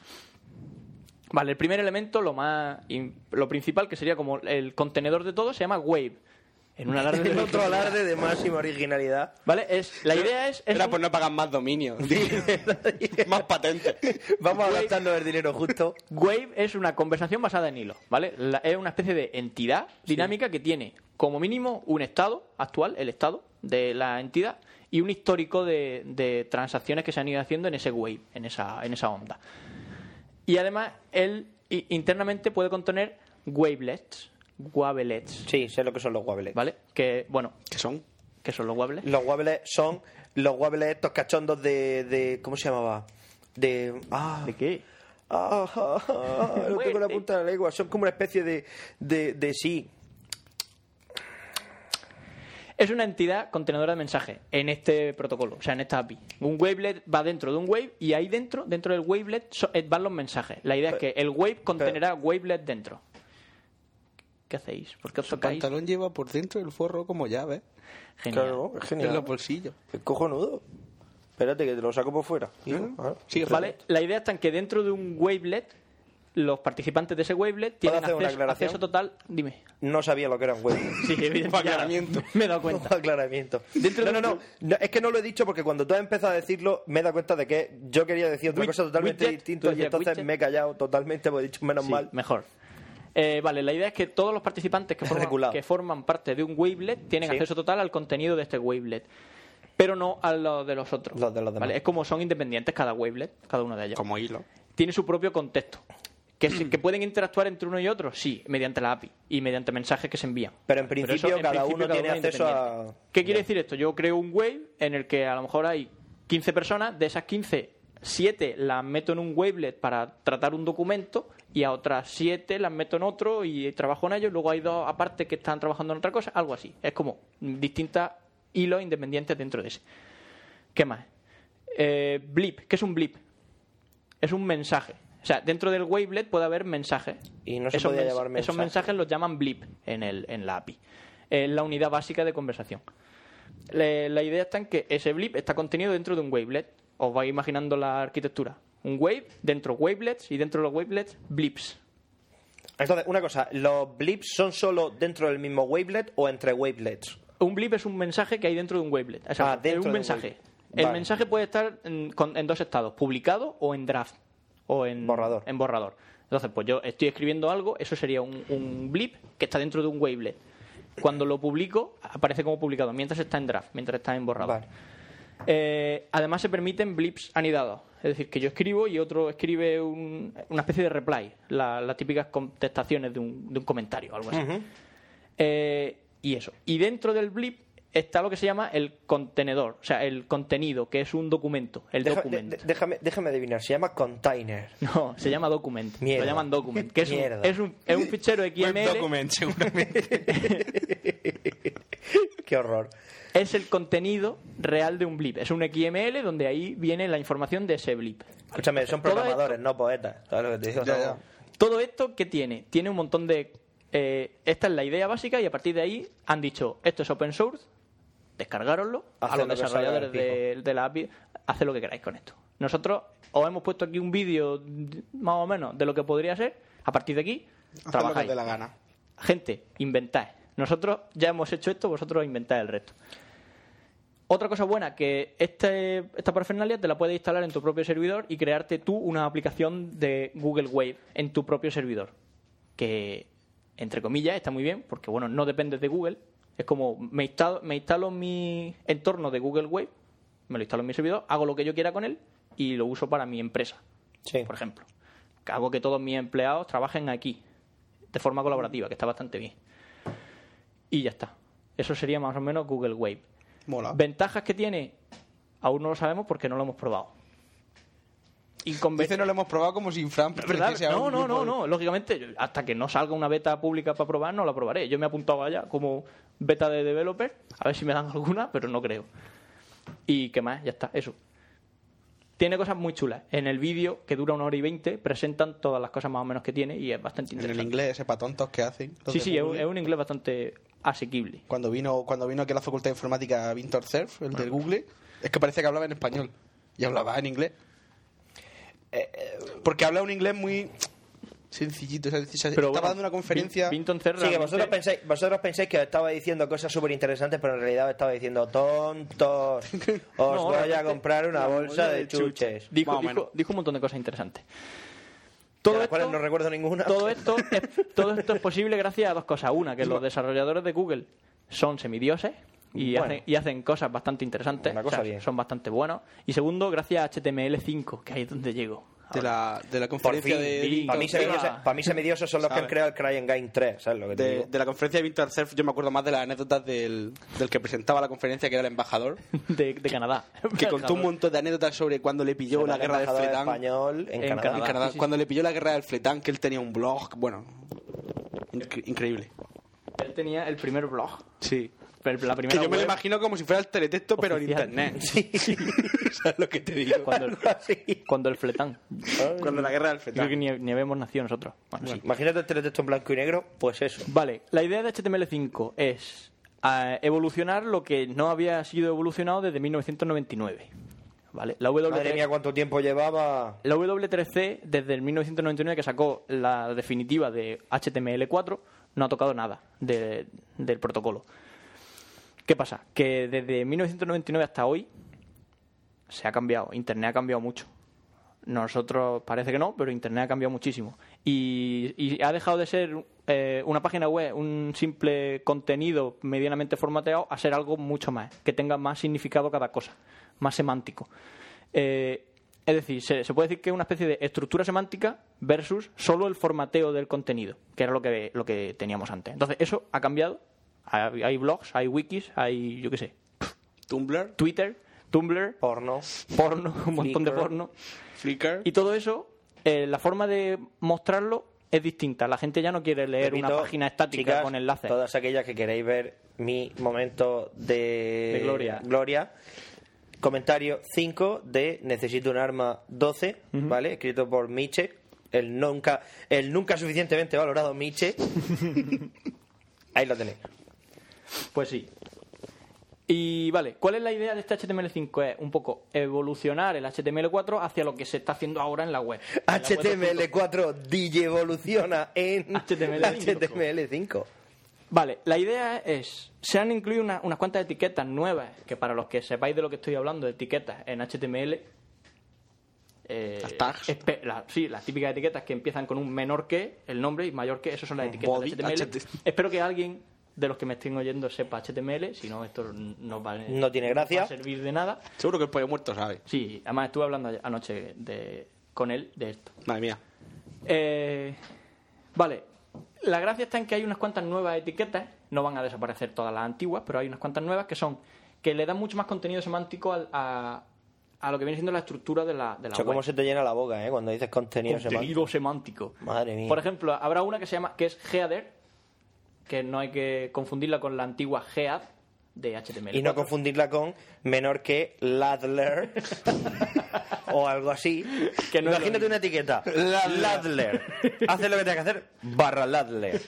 S7: Vale, el primer elemento, lo más in- lo principal que sería como el contenedor de todo, se llama Wave. En un alarde de
S9: En otro alarde de máxima originalidad.
S7: Vale, es, la idea es... es
S9: Era
S7: un-
S9: por no pagar más dominio. más patente. Vamos a gastarnos el dinero justo.
S7: Wave es una conversación basada en hilos, ¿vale? La- es una especie de entidad dinámica que tiene como mínimo un estado actual, el estado de la entidad, y un histórico de, de transacciones que se han ido haciendo en ese wave, en esa, en esa onda. Y además, él i- internamente puede contener wavelets. Wavelets.
S9: Sí, sé lo que son los wavelets.
S7: ¿Vale? Que, bueno.
S9: ¿Qué son?
S7: ¿Qué son los wavelets?
S9: Los wables son los wables estos cachondos de, de ¿cómo se llamaba? De ah, ¿De
S7: qué?
S9: Ah, ah, ah, lo tengo en la punta de la lengua, son como una especie de de, de sí.
S7: Es una entidad contenedora de mensajes en este protocolo, o sea, en esta API. Un wavelet va dentro de un wave y ahí dentro, dentro del wavelet, so- eh, van los mensajes. La idea es que el wave contenerá wavelet dentro. ¿Qué hacéis? ¿Por qué os tocáis?
S8: pantalón lleva por dentro el forro como llave.
S7: Genial.
S9: Claro, es genial.
S8: En los bolsillos.
S9: Qué cojonudo. Espérate que te lo saco por fuera. hijo. Ah,
S7: ¿Vale? La idea está en que dentro de un wavelet, los participantes de ese wavelet
S9: ¿Puedo
S7: tienen
S9: hacer una
S7: acceso,
S9: aclaración?
S7: acceso total. Dime.
S9: No sabía lo que era un wave.
S7: Sí, evidentemente. Aclaramiento. Me he dado cuenta.
S9: Un aclaramiento. no, no, no, No, Es que no lo he dicho porque cuando tú has empezado a decirlo, me he dado cuenta de que yo quería decir otra
S7: Wid-
S9: cosa totalmente
S7: widget,
S9: distinta
S7: tú
S9: y
S7: decías
S9: entonces
S7: widget.
S9: me he callado totalmente porque he dicho menos
S7: Sí,
S9: mal.
S7: Mejor. Eh, vale, la idea es que todos los participantes que forman,
S9: Regulado.
S7: que forman parte de un wavelet tienen
S9: Sí.
S7: acceso total al contenido de este wavelet, pero no a los de los otros. ¿vale? Es como son independientes cada wavelet, cada uno de ellos. Como
S8: hilo.
S7: Tiene su propio contexto. ¿Que, se- que pueden interactuar entre uno y otro? Sí, mediante la API y mediante mensajes que se envían.
S9: Pero en
S7: Pero
S9: principio
S7: eso, en
S9: cada
S7: principio,
S9: uno
S7: cada
S9: tiene
S7: uno es
S9: acceso a...
S7: independiente. ¿Qué quiere decir esto? Yo creo un wave en el que a lo mejor hay 15 personas, de esas 15, 7 las meto en un wavelet para tratar un documento y a otras 7 las meto en otro y trabajo en ello. Luego hay dos aparte que están trabajando en otra cosa, algo así. Es como distintas hilos independientes dentro de ese. ¿Qué más? Eh, blip, ¿qué es un blip? Es un mensaje. O sea, dentro del wavelet puede haber mensajes.
S9: Y no se podía llamar mensaje.
S7: Esos mensajes los llaman blip en, el, en la API. Es la unidad básica de conversación. Le- la idea está en que ese blip está contenido dentro de un wavelet. Os vais imaginando la arquitectura. Un wave, dentro wavelets y dentro de los wavelets, blips.
S9: Entonces, una cosa, ¿los blips son solo dentro del mismo wavelet o entre wavelets?
S7: Un blip es un mensaje que hay dentro de un wavelet. O sea,
S9: Ah, dentro
S7: es
S9: de
S7: un
S9: un
S7: mensaje.
S9: wavelet.
S7: El
S9: Vale.
S7: mensaje puede estar en, con- en dos estados, publicado o en draft. O en borrador. En borrador. Entonces, pues yo estoy escribiendo algo, eso sería un, un blip que está dentro de un wavelet. Cuando lo publico, aparece como publicado, mientras está en draft, mientras está en borrador. Eh, además, se permiten blips anidados. Es decir, que yo escribo y otro escribe un- una especie de reply, la- las típicas contestaciones de un, de un comentario, algo así. Eh, y eso. Y dentro del blip está lo que se llama el contenedor, o sea, el contenido, que es un documento, el
S13: Deja-
S7: documento.
S13: de- déjame, déjame adivinar, se llama container.
S7: No, se llama document.
S13: Mierda.
S7: Lo llaman document, que es un,
S13: Mierda.
S7: es un, es un fichero XML.
S13: document, Qué horror.
S7: Es el contenido real de un blip. Es un XML donde ahí viene la información de ese blip.
S13: Escúchame, son
S7: Todo
S13: programadores, no poetas. ¿Sabes lo que te digo?
S7: Ya,
S13: Son-
S7: Todo esto, ¿qué tiene? Tiene un montón de... eh, esta es la idea básica y a partir de ahí han dicho, esto es open source, descargároslo a
S13: Haced
S7: los
S13: lo que os salga del
S7: desarrolladores de, de la API, haced lo que queráis con esto. Nosotros os hemos puesto aquí un vídeo d- más o menos de lo que podría ser, a partir de aquí,
S8: Haz lo que
S7: trabajáis.
S8: te dé la gana.
S7: Gente, inventáis. Nosotros ya hemos hecho esto, vosotros inventáis el resto. Otra cosa buena, que este, esta parafernalia te la puedes instalar en tu propio servidor y crearte tú una aplicación de Google Wave en tu propio servidor. Que, entre comillas, está muy bien, porque bueno, no dependes de Google. Es como, me instalo, me instalo mi entorno de Google Wave, me lo instalo en mi servidor, hago lo que yo quiera con él y lo uso para mi empresa, por ejemplo. Hago que todos mis empleados trabajen aquí, de forma colaborativa, que está bastante bien. Y ya está. Eso sería más o menos Google Wave.
S8: Ah.
S7: ¿Ventajas que tiene? Aún no lo sabemos porque no lo hemos probado.
S8: Dice no lo hemos probado como si Fran "Ah,
S7: ¿Verdad?
S8: perteneciese a
S7: No,
S8: un
S7: no, no,
S8: grupo
S7: no. Lógicamente, yo- hasta que no salga una beta pública para probar, no la probaré. Yo me he apuntado allá como beta de developer, a ver si me dan alguna, pero no creo. Y qué más, ya está, eso. Tiene cosas muy chulas. En el vídeo, que dura una hora y veinte, presentan todas las cosas más o menos que tiene y es bastante
S8: En el
S7: interesante.
S8: inglés, sepa tontos que hacen.
S7: Sí, sí, es un, es un inglés bastante asequible.
S8: Cuando vino, cuando vino aquí a la Facultad de Informática Vintor Cerf, el del Google, es que parece que hablaba en español y hablaba en inglés. Eh, eh, Porque habla un inglés muy sencillito. o sea, se- estaba
S13: bueno,
S8: dando una conferencia.
S13: Sí, que vosotros pensáis, vosotros pensáis que os estaba diciendo cosas súper interesantes, pero en realidad os estaba diciendo tontos. Os
S7: No,
S13: voy a
S7: realmente,
S13: comprar una
S7: la
S13: bolsa de
S7: chuches.
S13: chuches.
S7: Dijo,
S13: Más o
S7: dijo-
S13: menos.
S7: dijo un montón de cosas interesantes.
S13: de las cuales no recuerdo ninguna.
S7: Todo esto, es, todo esto es posible gracias a dos cosas. Una, que los desarrolladores de Google son semidioses y,
S13: Bueno.
S7: hacen, y hacen cosas bastante interesantes.
S13: Una cosa
S7: O sea,
S13: bien.
S7: Son bastante buenos. Y segundo, gracias a HTML5, que ahí es donde llego.
S8: De la, de la
S13: Por
S8: conferencia
S13: fin,
S8: de.
S13: para mí,
S8: Vintor Cerf.
S13: semidiosos, para mí semidiosos son los que han
S8: ¿Sabes?
S13: creado el Crying Game 3, ¿sabes lo que te
S8: de,
S13: digo?
S8: de la conferencia de Vintor Cerf, yo me acuerdo más de las anécdotas del, del que presentaba la conferencia, que era el embajador,
S7: De, de Canadá.
S8: que contó un montón de anécdotas sobre cuando le pilló la
S13: El
S8: guerra del
S13: embajador
S8: fletán.
S13: español en,
S8: En
S13: Canadá.
S8: Canadá.
S13: Sí, sí,
S8: Cuando le pilló la guerra del fletán, que él tenía un blog, bueno, incre- increíble.
S7: Él tenía el primer blog.
S8: Sí.
S7: La primera
S8: Que yo me lo
S7: web.
S8: imagino como si fuera el teletexto, pero en
S7: Oficial.
S8: internet.
S7: Sí.
S8: ¿Sabes lo que te digo?
S7: Cuando el, cuando el fletán.
S8: Cuando la guerra del fletán.
S7: Creo que ni, ni habíamos nacido nosotros. Bueno, sí.
S13: Imagínate el teletexto en blanco y negro, pues eso.
S7: Vale, la idea de HTML5 es eh, evolucionar lo que no había sido evolucionado desde 1999. ¿Vale? La W3C
S13: Madre mía, cuánto tiempo llevaba.
S7: la W3C, desde el 1999 que sacó la definitiva de HTML4, no ha tocado nada de- del protocolo. ¿Qué pasa? Que desde 1999 hasta hoy se ha cambiado, Internet ha cambiado mucho. Nosotros parece que no, pero Internet ha cambiado muchísimo. Y, y ha dejado de ser eh, una página web, un simple contenido medianamente formateado, a ser algo mucho más, que tenga más significado cada cosa, más semántico. Eh, es decir, se, se puede decir que es una especie de estructura semántica versus solo el formateo del contenido, que era lo que, lo que teníamos antes. Entonces, eso ha cambiado. Hay, hay blogs, hay wikis, hay, yo qué sé.
S8: Tumblr.
S7: Twitter, Tumblr.
S13: Porno.
S7: Porno, un montón de
S8: Flickr.
S7: porno.
S8: Flickr.
S7: Y todo eso, eh, la forma de mostrarlo es distinta. La gente ya no quiere leer
S13: Repito,
S7: una página estática
S13: chicas,
S7: con enlaces.
S13: Todas aquellas que queréis ver mi momento de,
S7: De gloria.
S13: gloria, Comentario 5 de Necesito un arma 12, ¿vale? Escrito por Miche, el nunca, el nunca suficientemente valorado Miche. Ahí lo tenéis.
S7: Pues sí. Y vale, ¿cuál es la idea de este HTML5? Es un poco evolucionar el HTML4 hacia lo que se está haciendo ahora en la web. En la web
S13: HTML4 DJ evoluciona en
S7: HTML5.
S13: HTML5.
S7: Vale, la idea es, se han incluido una- unas cuantas etiquetas nuevas, que para los que sepáis de lo que estoy hablando, etiquetas en HTML. eh, espe- la- sí, las típicas etiquetas que empiezan con un menor que, el nombre, y mayor que, eso son las etiquetas
S13: Body,
S7: de HTML.
S13: HT.
S7: Espero que alguien de los que me estén oyendo sepa HTML, si no, esto no vale.
S13: No tiene
S7: No
S13: gracia.
S7: Eh, va a servir de nada.
S8: Seguro que el pollo muerto sabe.
S7: Sí, además estuve hablando ayer- anoche de, con él de esto.
S8: Madre mía.
S7: Eh, vale, La gracia está en que hay unas cuantas nuevas etiquetas, no van a desaparecer todas las antiguas, pero hay unas cuantas nuevas que son que le dan mucho más contenido semántico al- a, a lo que viene siendo la estructura de la, de la
S13: Eso
S7: web.
S13: cómo se te llena la boca, ¿eh? Cuando dices contenido,
S7: Contenido
S13: semántico. Madre mía.
S7: Por ejemplo, habrá una que se llama que es Header, E que no hay que confundirla con la antigua Head E de HTML.
S13: y no confundirla con menor que Ladler o algo así.
S7: Que no es lo
S13: Imagínate
S7: mismo.
S13: una etiqueta. Ladler. Haces lo que tengas que hacer. Barra Ladler.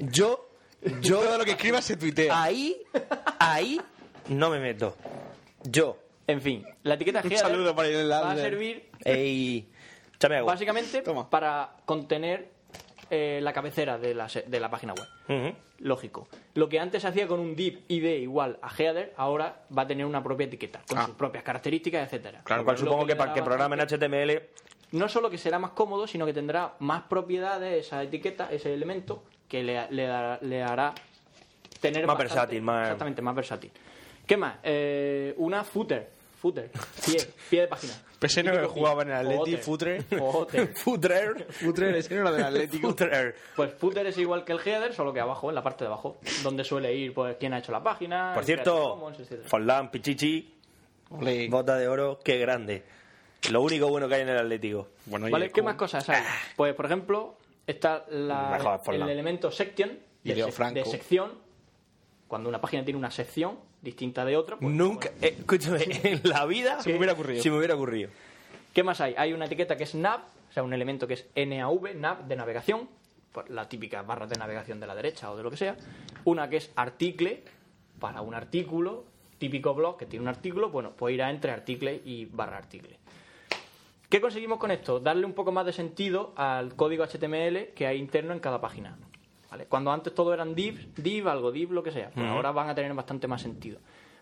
S13: Yo, yo... Todo lo que escribas se
S7: Ah,
S13: tuitea. Ahí, ahí no me meto. Yo.
S7: En fin, la etiqueta
S13: Un
S7: Header
S13: saludo para Irene
S7: E va a
S13: Adler.
S7: servir
S13: Ey, échame agua.
S7: básicamente para contener eh, la cabecera de la, se- de la página web.
S13: Ujú.
S7: Lógico. Lo que antes se hacía con un div id igual a header, ahora va a tener una propia etiqueta, con
S13: Ah.
S7: sus propias características, etcétera.
S13: Claro, cual
S7: Lo
S13: supongo que
S7: le
S13: para que
S7: da
S13: programen HTML
S7: no solo que será más cómodo, sino que tendrá más propiedades esa etiqueta, ese elemento, que le, le dará- le hará tener
S13: Más
S7: bastante-
S13: versátil, más-
S7: Exactamente, más versátil. ¿Qué más? Eh, una footer. Footer. Pie, pie de página.
S8: Pensé no que jugaba en el Atleti,
S7: Footer.
S8: footer.
S7: Footer.
S13: Footer.
S8: Footer, ese no era del Atlético.
S13: Footer.
S7: Pues footer es igual que el header, solo que abajo, en la parte de abajo, donde suele ir pues quién ha hecho la página.
S13: Por
S7: el Creative
S13: cierto,
S7: Commons, etcétera.
S13: Forlán, Pichichi, bota de oro, qué grande. Lo único bueno que hay en el Atlético. Bueno,
S7: ¿Vale? ¿Qué más cosas hay? Pues, por ejemplo, está la-
S13: Ah. Me jodas, Forlán.
S7: el elemento section
S13: Y
S7: de,
S13: Leo
S7: sec-
S13: Franco.
S7: de sección. Cuando una página tiene una sección distinta de otra. pues,
S13: Nunca, eh, escúchame, en la vida
S7: Se me hubiera ocurrido.
S13: Se me hubiera ocurrido.
S7: ¿Qué más hay? Hay una etiqueta que es nav, o sea, un elemento que es nav, nav de navegación, pues la típica barra de navegación de la derecha o de lo que sea. Una que es article, para un artículo, típico blog que tiene un artículo, bueno, pues irá entre article y barra article. ¿Qué conseguimos con esto? Darle un poco más de sentido al código HTML que hay interno en cada página. ¿vale? Cuando antes todo eran divs, div, algo div, lo que sea. Pues
S13: Ujú.
S7: Ahora van a tener bastante más sentido.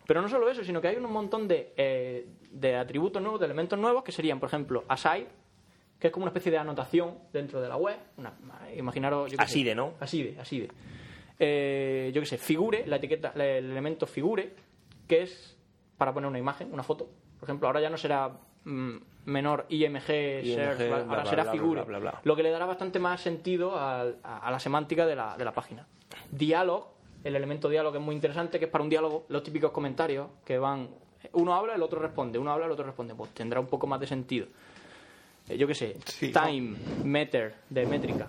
S7: Pero no solo eso, sino que hay un montón de, eh, de atributos nuevos, de elementos nuevos, que serían, por ejemplo, aside, que es como una especie de anotación dentro de la web. Una, imaginaros... yo qué sé.
S13: Aside, ¿no?
S7: Aside, aside. Eh, yo qué sé, figure, la etiqueta, la- el elemento figure, que es para poner una imagen, una foto. Por ejemplo, ahora ya no será mm, menor IMG, search,
S13: bla,
S7: ahora
S13: bla,
S7: será
S13: bla, bla,
S7: figure.
S13: bla, bla, bla.
S7: Lo que le dará bastante más sentido al- a, a la semántica de la, de la página. Diálogo, el elemento diálogo es muy interesante, que es para un diálogo los típicos comentarios que van... Uno habla, el otro responde, uno habla, el otro responde. Pues tendrá un poco más de sentido. Eh, yo qué sé, time, meter, de métrica.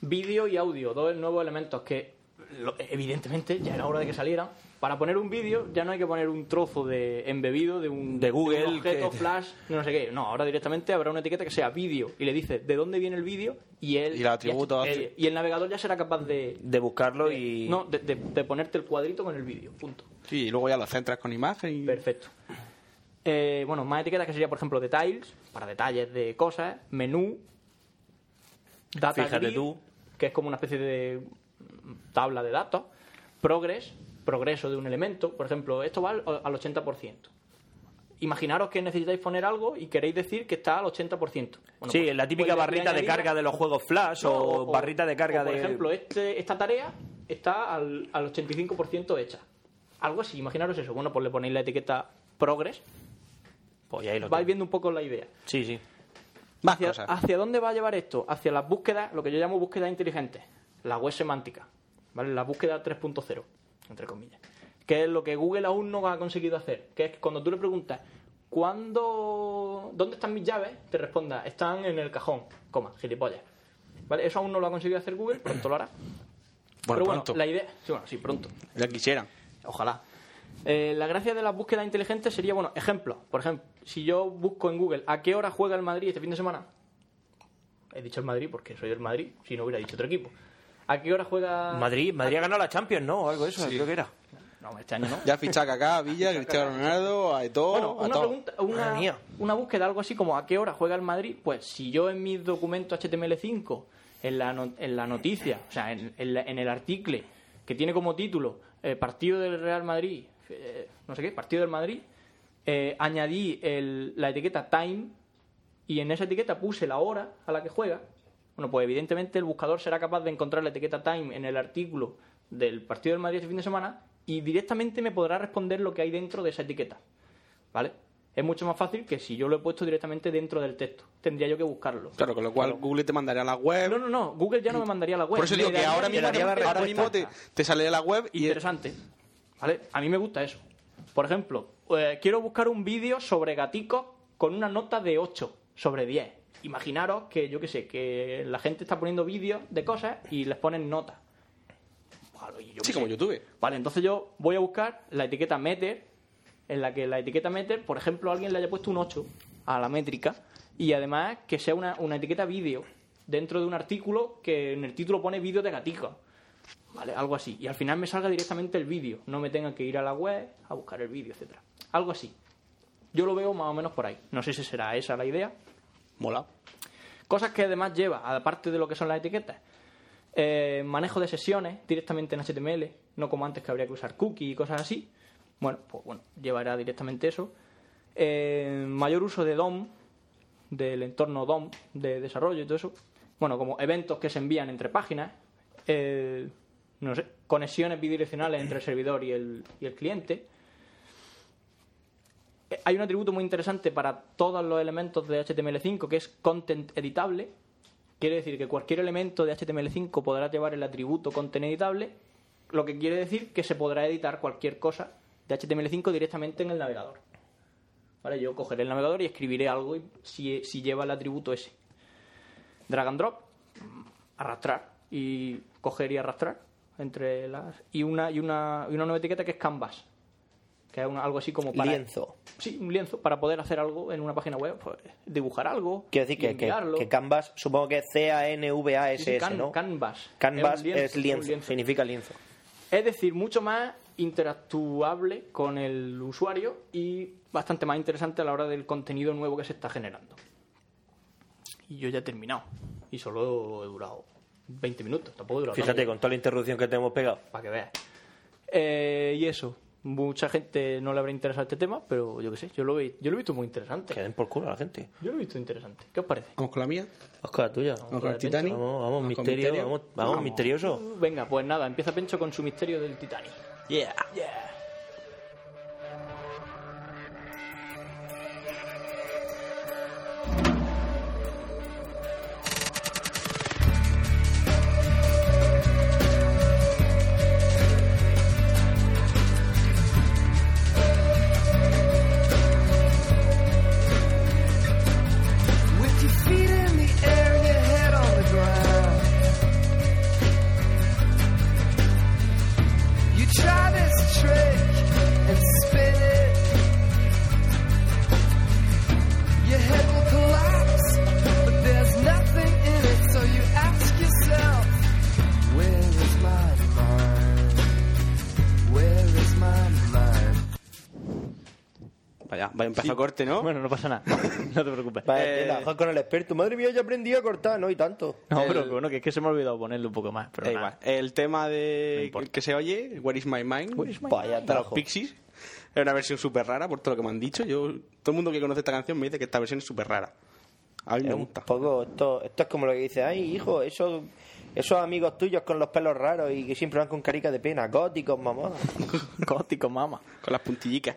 S7: Vídeo y audio, dos nuevos elementos que lo- evidentemente ya era hora de que salieran. Para poner un vídeo ya no hay que poner un trozo de embebido de un,
S13: De Google
S7: un objeto
S13: que-
S7: flash, no sé qué. No, ahora directamente habrá una etiqueta que sea vídeo y le dice de dónde viene el vídeo y él
S13: Y el atributo
S7: y,
S13: hace-
S7: y el navegador ya será capaz de
S13: De buscarlo y.
S7: no de, de- de ponerte el cuadrito con el vídeo, punto.
S8: Sí, y luego ya lo centras con imagen y...
S7: Perfecto. Eh, bueno, más etiquetas que sería por ejemplo details para detalles de cosas, menú, data
S13: Fíjate
S7: grid,
S13: tú.
S7: que es como una especie de tabla de datos, progress, progreso de un elemento, por ejemplo, esto va al, al 80%. Imaginaros que necesitáis poner algo y queréis decir que está al 80%. Bueno,
S13: sí,
S7: pues,
S13: la típica
S7: pues le- le
S13: barrita de
S7: añadiría-
S13: carga de los juegos Flash
S7: No,
S13: o, barrita de carga
S7: o, por
S13: de.
S7: ejemplo, este- esta tarea está al, al 85% hecha. Algo así, imaginaros eso. Bueno, pues le ponéis la etiqueta progress.
S13: Pues ahí lo
S7: Vais viendo un poco la idea.
S13: Sí, sí.
S7: hacia, ¿Hacia dónde va a llevar esto? Hacia las búsquedas, lo que yo llamo búsquedas inteligentes. La web semántica. ¿Vale? La búsqueda 3.0, entre comillas. Que es lo que Google aún no ha conseguido hacer. Que es que cuando tú le preguntas, ¿cuándo. ¿Dónde están mis llaves? Te responda, están en el cajón, coma, gilipollas. ¿Vale? Eso aún no lo ha conseguido hacer Google, pronto lo hará. Pero bueno,
S8: pronto.
S7: la idea. Sí, bueno, sí, pronto.
S8: Ya quisieran.
S7: Ojalá. Eh, la gracia de las búsquedas inteligentes sería, bueno, ejemplo. Por ejemplo, si yo busco en Google a qué hora juega el Madrid este fin de semana. He dicho el Madrid porque soy del Madrid, si no hubiera dicho otro equipo. ¿A qué hora juega.
S13: Madrid, Madrid ha ganado la Champions, ¿no? O algo de eso, creo que era.
S7: No, este año no.
S8: Ya fichaca acá, Villa, Cristiano Ronaldo, a Eto'o,
S7: Bueno,
S8: a
S7: una
S8: todo.
S7: pregunta, una,
S8: Madre mía.
S7: una búsqueda, algo así como a qué hora juega el Madrid. Pues si yo en mis documentos HTML5, en la, no- en la noticia, o sea, en, en la- en el artículo que tiene como título eh, Partido del Real Madrid, eh, no sé qué, Partido del Madrid, eh, añadí el- la etiqueta time y en esa etiqueta puse la hora a la que juega. Bueno, pues evidentemente el buscador será capaz de encontrar la etiqueta time en el artículo del Partido del Madrid este fin de semana y directamente me podrá responder lo que hay dentro de esa etiqueta. ¿Vale? es mucho más fácil que si yo lo he puesto directamente dentro del texto. Tendría yo que buscarlo.
S8: Claro, con lo cual Google te mandaría a la web.
S7: No, no, no. Google ya no me mandaría a la web.
S8: Por eso digo
S7: Me
S8: que
S7: daría-
S8: ahora
S7: me
S8: mismo,
S7: daría la
S8: ahora
S7: respuesta.
S8: mismo te, te sale de la web y.
S7: Interesante. ¿Vale? A mí me gusta eso. Por ejemplo, eh, quiero buscar un vídeo sobre gaticos con una nota de 8 sobre 10. Imaginaros que, yo qué sé, que la gente está poniendo vídeos de cosas y les ponen notas. Ojalá, y yo qué
S8: Sí,
S7: sé.
S8: como YouTube.
S7: Vale, entonces yo voy a buscar la etiqueta meter, en la que la etiqueta meter, por ejemplo, alguien le haya puesto un 8 a la métrica, y además que sea una, una etiqueta vídeo dentro de un artículo que en el título pone vídeo de gatica. Vale, algo así. Y al final me salga directamente el vídeo, no me tenga que ir a la web a buscar el vídeo, etcétera. Algo así. Yo lo veo más o menos por ahí. No sé si será esa la idea.
S8: Mola.
S7: Cosas que además lleva, aparte de lo que son las etiquetas, eh, manejo de sesiones directamente en HTML, no como antes que habría que usar cookies y cosas así. Bueno, pues bueno, llevará directamente eso. Eh, mayor uso de DOM, del entorno DOM de desarrollo y todo eso. Bueno, como eventos que se envían entre páginas. eh, no sé, conexiones bidireccionales entre el servidor y el, y el cliente. Eh, Hay un atributo muy interesante para todos los elementos de HTML5 que es content editable. Quiere decir que cualquier elemento de HTML5 podrá llevar el atributo content editable, lo que quiere decir que se podrá editar cualquier cosa de HTML5 directamente en el navegador. ¿Vale? Yo cogeré el navegador y escribiré algo y- si, si lleva el atributo ese. Drag and drop, mm, arrastrar y coger y arrastrar entre las y una y una y una nueva etiqueta que es canvas, que es una- algo así como para
S9: Lienzo.
S7: Sí, un lienzo para poder hacer algo en una página web, pues, dibujar algo,
S9: Quiero decir que,
S7: y
S9: que,
S7: enviarlo.
S9: que Canvas, supongo que C-A-N-V-A-S-S,
S7: Sí, sí, can-
S9: ¿no?
S7: Canvas.
S9: Canvas
S7: Es
S9: es
S7: un lienzo,
S9: lienzo,
S7: un lienzo.
S9: significa lienzo.
S7: Es decir, mucho más interactuable con el usuario y bastante más interesante a la hora del contenido nuevo que se está generando. Y yo ya he terminado. Y solo he durado 20 minutos. Tampoco he durado
S9: Fíjate,
S7: tanto.
S9: con toda la interrupción que te hemos pegado.
S7: Para que veas. Eh, y eso. Mucha gente no le habrá interesado este tema, pero yo qué sé. Yo lo, he, yo lo he visto muy interesante.
S9: Que den por culo a la gente.
S7: Yo lo he visto interesante. ¿Qué os parece?
S8: ¿Vamos con la mía?
S9: Vamos con la tuya.
S8: ¿Vamos con el Titanic?
S9: Vamos, vamos,
S8: ¿Vamos con
S9: misterio,
S8: misterio?
S9: Vamos, vamos,
S7: Vamos.
S9: misterioso.
S7: Venga, pues nada, empieza Pencho con su misterio del Titanic.
S9: Yeah.
S5: With your feet in the air and your head on the ground. You try this trick and spin it. Your head will collapse, but there's nothing in it, so you ask yourself, Where is my mind? Where is my mind?
S8: Vaya, vaya un pedazo de corte, ¿no?
S7: Bueno, no pasa nada. No te preocupes. Eh,
S9: Vaya tela, Juan con el experto. Madre mía, ya aprendí a cortar, ¿no? Y tanto.
S7: No,
S9: El-
S7: pero que bueno, que es que se me ha olvidado ponerle un poco más. Pero
S8: Da
S7: nada.
S8: igual. El tema de que se oye, Where is my mind?
S7: Pues
S9: Vaya
S8: de los
S9: trabajo.
S8: Pixies. Es una versión súper rara por todo lo que me han dicho. Yo, todo el mundo que conoce esta canción me dice que esta versión es súper rara. A mí me
S9: Es un poco, esto, esto es como lo que dice, ay, hijo, esos, esos amigos tuyos con los pelos raros y que siempre van con caricas de pena, góticos, mamá.
S7: góticos, mamá.
S8: Con las puntillicas.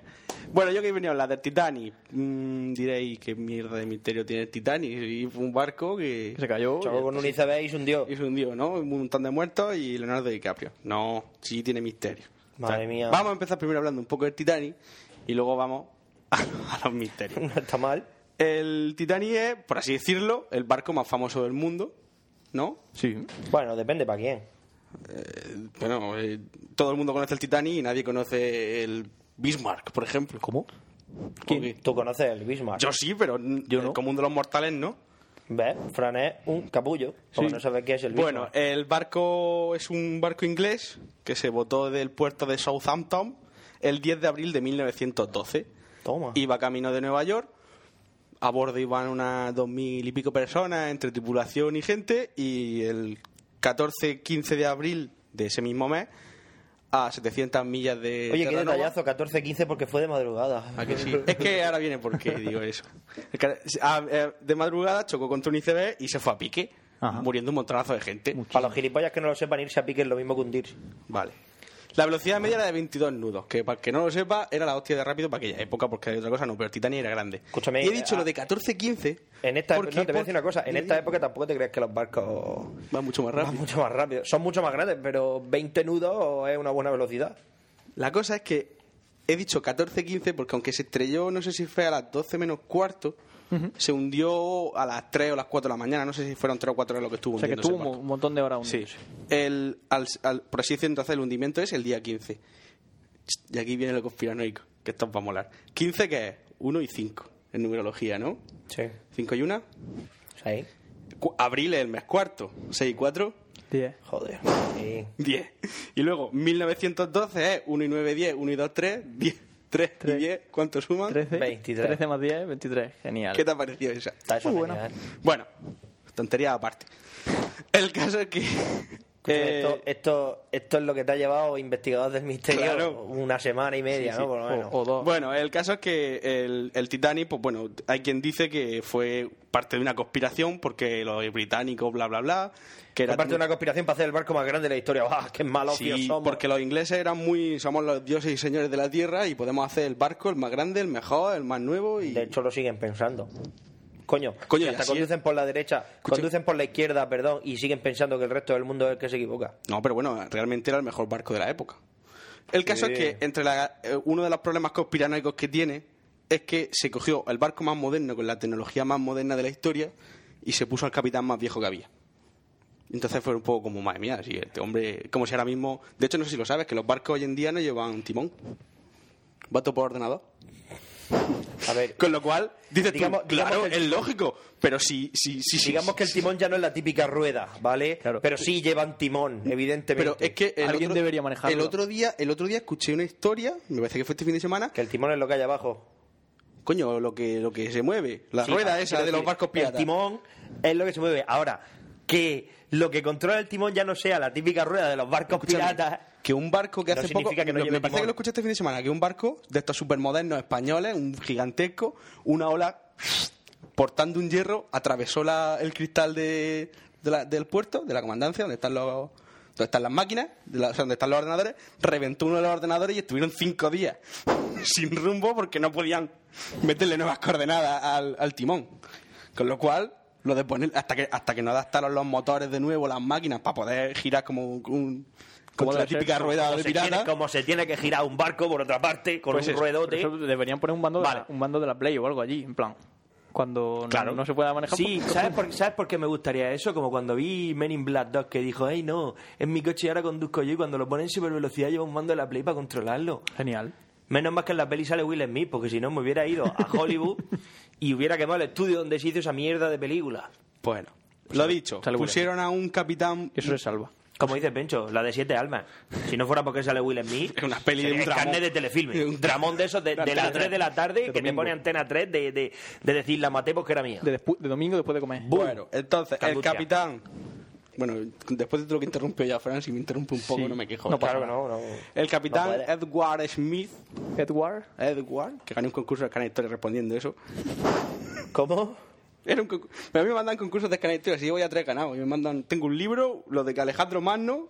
S8: Bueno, yo que he venido a hablar del Titanic. Mm, diréis, ¿qué mierda de misterio tiene el Titanic? Y fue un barco que...
S7: se cayó.
S9: Chocó con un iceberg y se hundió.
S8: Y se hundió, ¿no? Un montón de muertos y Leonardo DiCaprio. No, sí tiene misterio.
S9: Madre mía.
S8: Vamos a empezar primero hablando un poco del Titanic y luego vamos a, a los misterios.
S9: Está mal.
S8: El Titanic es, por así decirlo, el barco más famoso del mundo, ¿no?
S7: Sí.
S9: Bueno, depende para quién.
S8: Bueno, eh, todo el mundo conoce el Titanic y nadie conoce el Bismarck, por ejemplo.
S9: ¿Cómo? ¿Tú conoces el Bismarck?
S8: Yo sí, pero yo el común de los mortales no.
S9: ¿Ves? Fran es un capullo, porque
S8: Sí.
S9: no sabe qué es el Bismarck.
S8: Bueno, eh, el barco es un barco inglés que se botó del puerto de Southampton el 10 de abril de 1912.
S9: Toma.
S8: Iba camino de Nueva York. A bordo iban unas dos mil y pico personas entre tripulación y gente. Y el 14-15 de abril de ese mismo mes, a 700 millas de.
S9: Oye, qué
S8: Terranova-
S9: detallazo, 14-15 porque fue de madrugada.
S8: eh, ¿A que sí? es que ahora viene porque digo eso. El cara- ah, eh, De madrugada chocó contra un iceberg y se fue a pique, muriendo un montonazo de gente.
S9: Para los gilipollas que no lo sepan, irse a pique es lo mismo que hundirse.
S8: Vale. La velocidad media era de 22 nudos, que para el que no lo sepa, era la hostia de rápido para aquella época, porque de otra cosa no, pero el Titania era grande.
S9: Escúchame,
S8: Y he dicho
S9: ah,
S8: lo de 14-15.
S9: En esta
S8: porque-
S9: no, te voy a decir una cosa. En
S8: Dime,
S9: esta
S8: dime.
S9: época tampoco te creas que los barcos
S8: van mucho más rápido.
S9: mucho más rápido. Son mucho más grandes, pero 20 nudos es una buena velocidad.
S8: La cosa es que he dicho 14-15 porque aunque se estrelló, no sé si fue a las 12 menos cuarto, se hundió a las 3 o las 4 de la mañana, no sé si fueron 3 o 4 horas lo que estuvo
S7: O sea, que
S8: hundiéndose
S7: tuvo
S8: el barco.
S7: un montón de horas hundidos.
S8: El, al, al- por así decir, entonces el hundimiento es el día 15. Y aquí viene lo conspiranoico, que esto os va a molar. 15 que es 1 y 5 en numerología, ¿no?
S9: Sí.
S8: 5 y 1.
S9: Sí.
S8: Abril es el mes cuarto, 6 y 4.
S7: Diez.
S9: Joder.
S8: 10. Y luego 1912 es 1 y 9, 10, 1 y 2, 3, 10, 3 y 10. ¿Cuánto suman?
S7: 13, 13 más 10, 23. Genial.
S8: ¿Qué te ha parecido esa?
S7: eso Muy genial.
S8: Bueno, tontería aparte. El caso es que... Eh,
S9: Escúchame, esto, esto, esto es lo que te ha llevado investigador del misterio una semana y media,
S8: Sí,
S9: ¿no?
S8: sí.
S9: Por lo menos.
S8: Bueno, el caso es que el, el Titanic, pues bueno, hay quien dice que fue parte de una conspiración porque los británicos, bla, bla, bla. Que
S9: Aparte de una conspiración para hacer el barco más grande de la historia. ¡Bah, qué malos
S8: Sí,
S9: tíos somos!
S8: porque los ingleses eran muy... Somos los dioses y señores de la tierra y podemos hacer el barco, el más grande, el mejor, el más nuevo y...
S9: De hecho, lo siguen pensando. Coño,
S8: Coño,
S9: que
S8: y
S9: hasta
S8: así-
S9: conducen por la derecha, conducen por la izquierda, perdón, y siguen pensando que el resto del mundo es el que se equivoca.
S8: No, pero bueno, realmente era el mejor barco de la época. El caso
S9: Sí.
S8: es que entre la- eh, uno de los problemas conspiranoicos que tiene es que se cogió el barco más moderno con la tecnología más moderna de la historia y se puso al capitán más viejo que había. Entonces fue un poco como, madre mía, si este hombre, como si ahora mismo... De hecho, no sé si lo sabes, que los barcos hoy en día no llevan timón. Va todo por ordenador.
S9: A ver,
S8: Con lo cual, dices
S9: Digamos-
S8: tú,
S9: digamos
S8: claro,
S9: que el-
S8: es lógico, pero si... si, si si-
S9: digamos que el timón ya no es la típica rueda, ¿vale? Pero sí llevan timón, evidentemente.
S8: Pero es que eh, el otro,
S9: manejarlo.
S8: El otro día, el otro día escuché una historia, me parece que fue este fin de semana.
S9: Ah, Que el timón es lo que hay abajo.
S8: Coño, lo que lo que se mueve, la
S9: Sí, ah,
S8: rueda
S9: quiero
S8: esa de
S9: decir,
S8: los barcos piratas.
S9: El timón es lo que se mueve. Ahora, que lo que controla el timón ya no sea la típica rueda de los barcos piratas.
S8: Que un barco que
S9: no
S8: hace poco,
S9: significa que no
S8: lo-
S9: lleve
S8: me parece que lo
S9: timón.
S8: escuché este fin de semana, que un barco de estos supermodernos españoles, un gigantesco, una ola portando un hierro atravesó la- el cristal de, de la- del puerto, de la comandancia, donde están los donde están las máquinas, de la- o sea, donde están los ordenadores, reventó uno de los ordenadores y estuvieron cinco días sin rumbo porque no podían meterle nuevas coordenadas al, al timón. Con lo cual, lo de poner, hasta que, hasta que no adaptaron los motores de nuevo, las máquinas, para poder girar como un como la típica rueda
S9: como
S8: de
S9: se tiene-
S8: pirata.
S9: como se tiene que girar un barco, por otra parte, con
S7: Pues
S9: un
S7: eso,
S9: ruedote.
S7: por eso deberían poner un bando, de la, un bando de la Play o algo allí, en plan. Cuando no- no, se pueda manejar.
S14: Sí,
S7: pues-
S14: ¿sabes por, ¿sabes por qué me gustaría eso? Como cuando vi Men in Black 2 que dijo, hey, no, es mi coche y ahora conduzco yo y cuando lo ponen en super velocidad lleva un mando de la Play para controlarlo.
S7: Genial.
S14: Menos mal que en la peli sale Will Smith, porque si no me hubiera ido a Hollywood y hubiera quemado el estudio donde se hizo esa mierda de película.
S8: Bueno,
S9: Pues
S8: lo dicho, pusieron a un capitán...
S7: Eso se salva.
S14: Como dice Pencho, la de Siete Almas. Si no fuera porque sale Will Smith...
S8: Es una peli de un
S14: es
S8: dramón.
S14: carnet de telefilme. Un dramón de esos de, de las 3 de la tarde que te
S7: domingo.
S14: pone Antena 3 de, de, de decir la maté porque era mía.
S7: De, despu- de domingo después de comer.
S8: Bueno, entonces, el
S7: Caducia.
S8: capitán. Bueno, después de lo que interrumpió ya Fran, si me interrumpe un poco
S7: Sí.
S8: no me quejo.
S7: No pasa Claro
S9: nada. que no,
S8: El capitán
S9: No puede.
S8: Edward Smith.
S7: Edward.
S8: Edward, que ganó un concurso de Canal Historia respondiendo eso.
S9: ¿Cómo?
S8: Era un concu- Pero a mí me mandan concursos de Canal Historia, si yo voy a tres ganados. Y me mandan, tengo un libro, lo de Alejandro Magno,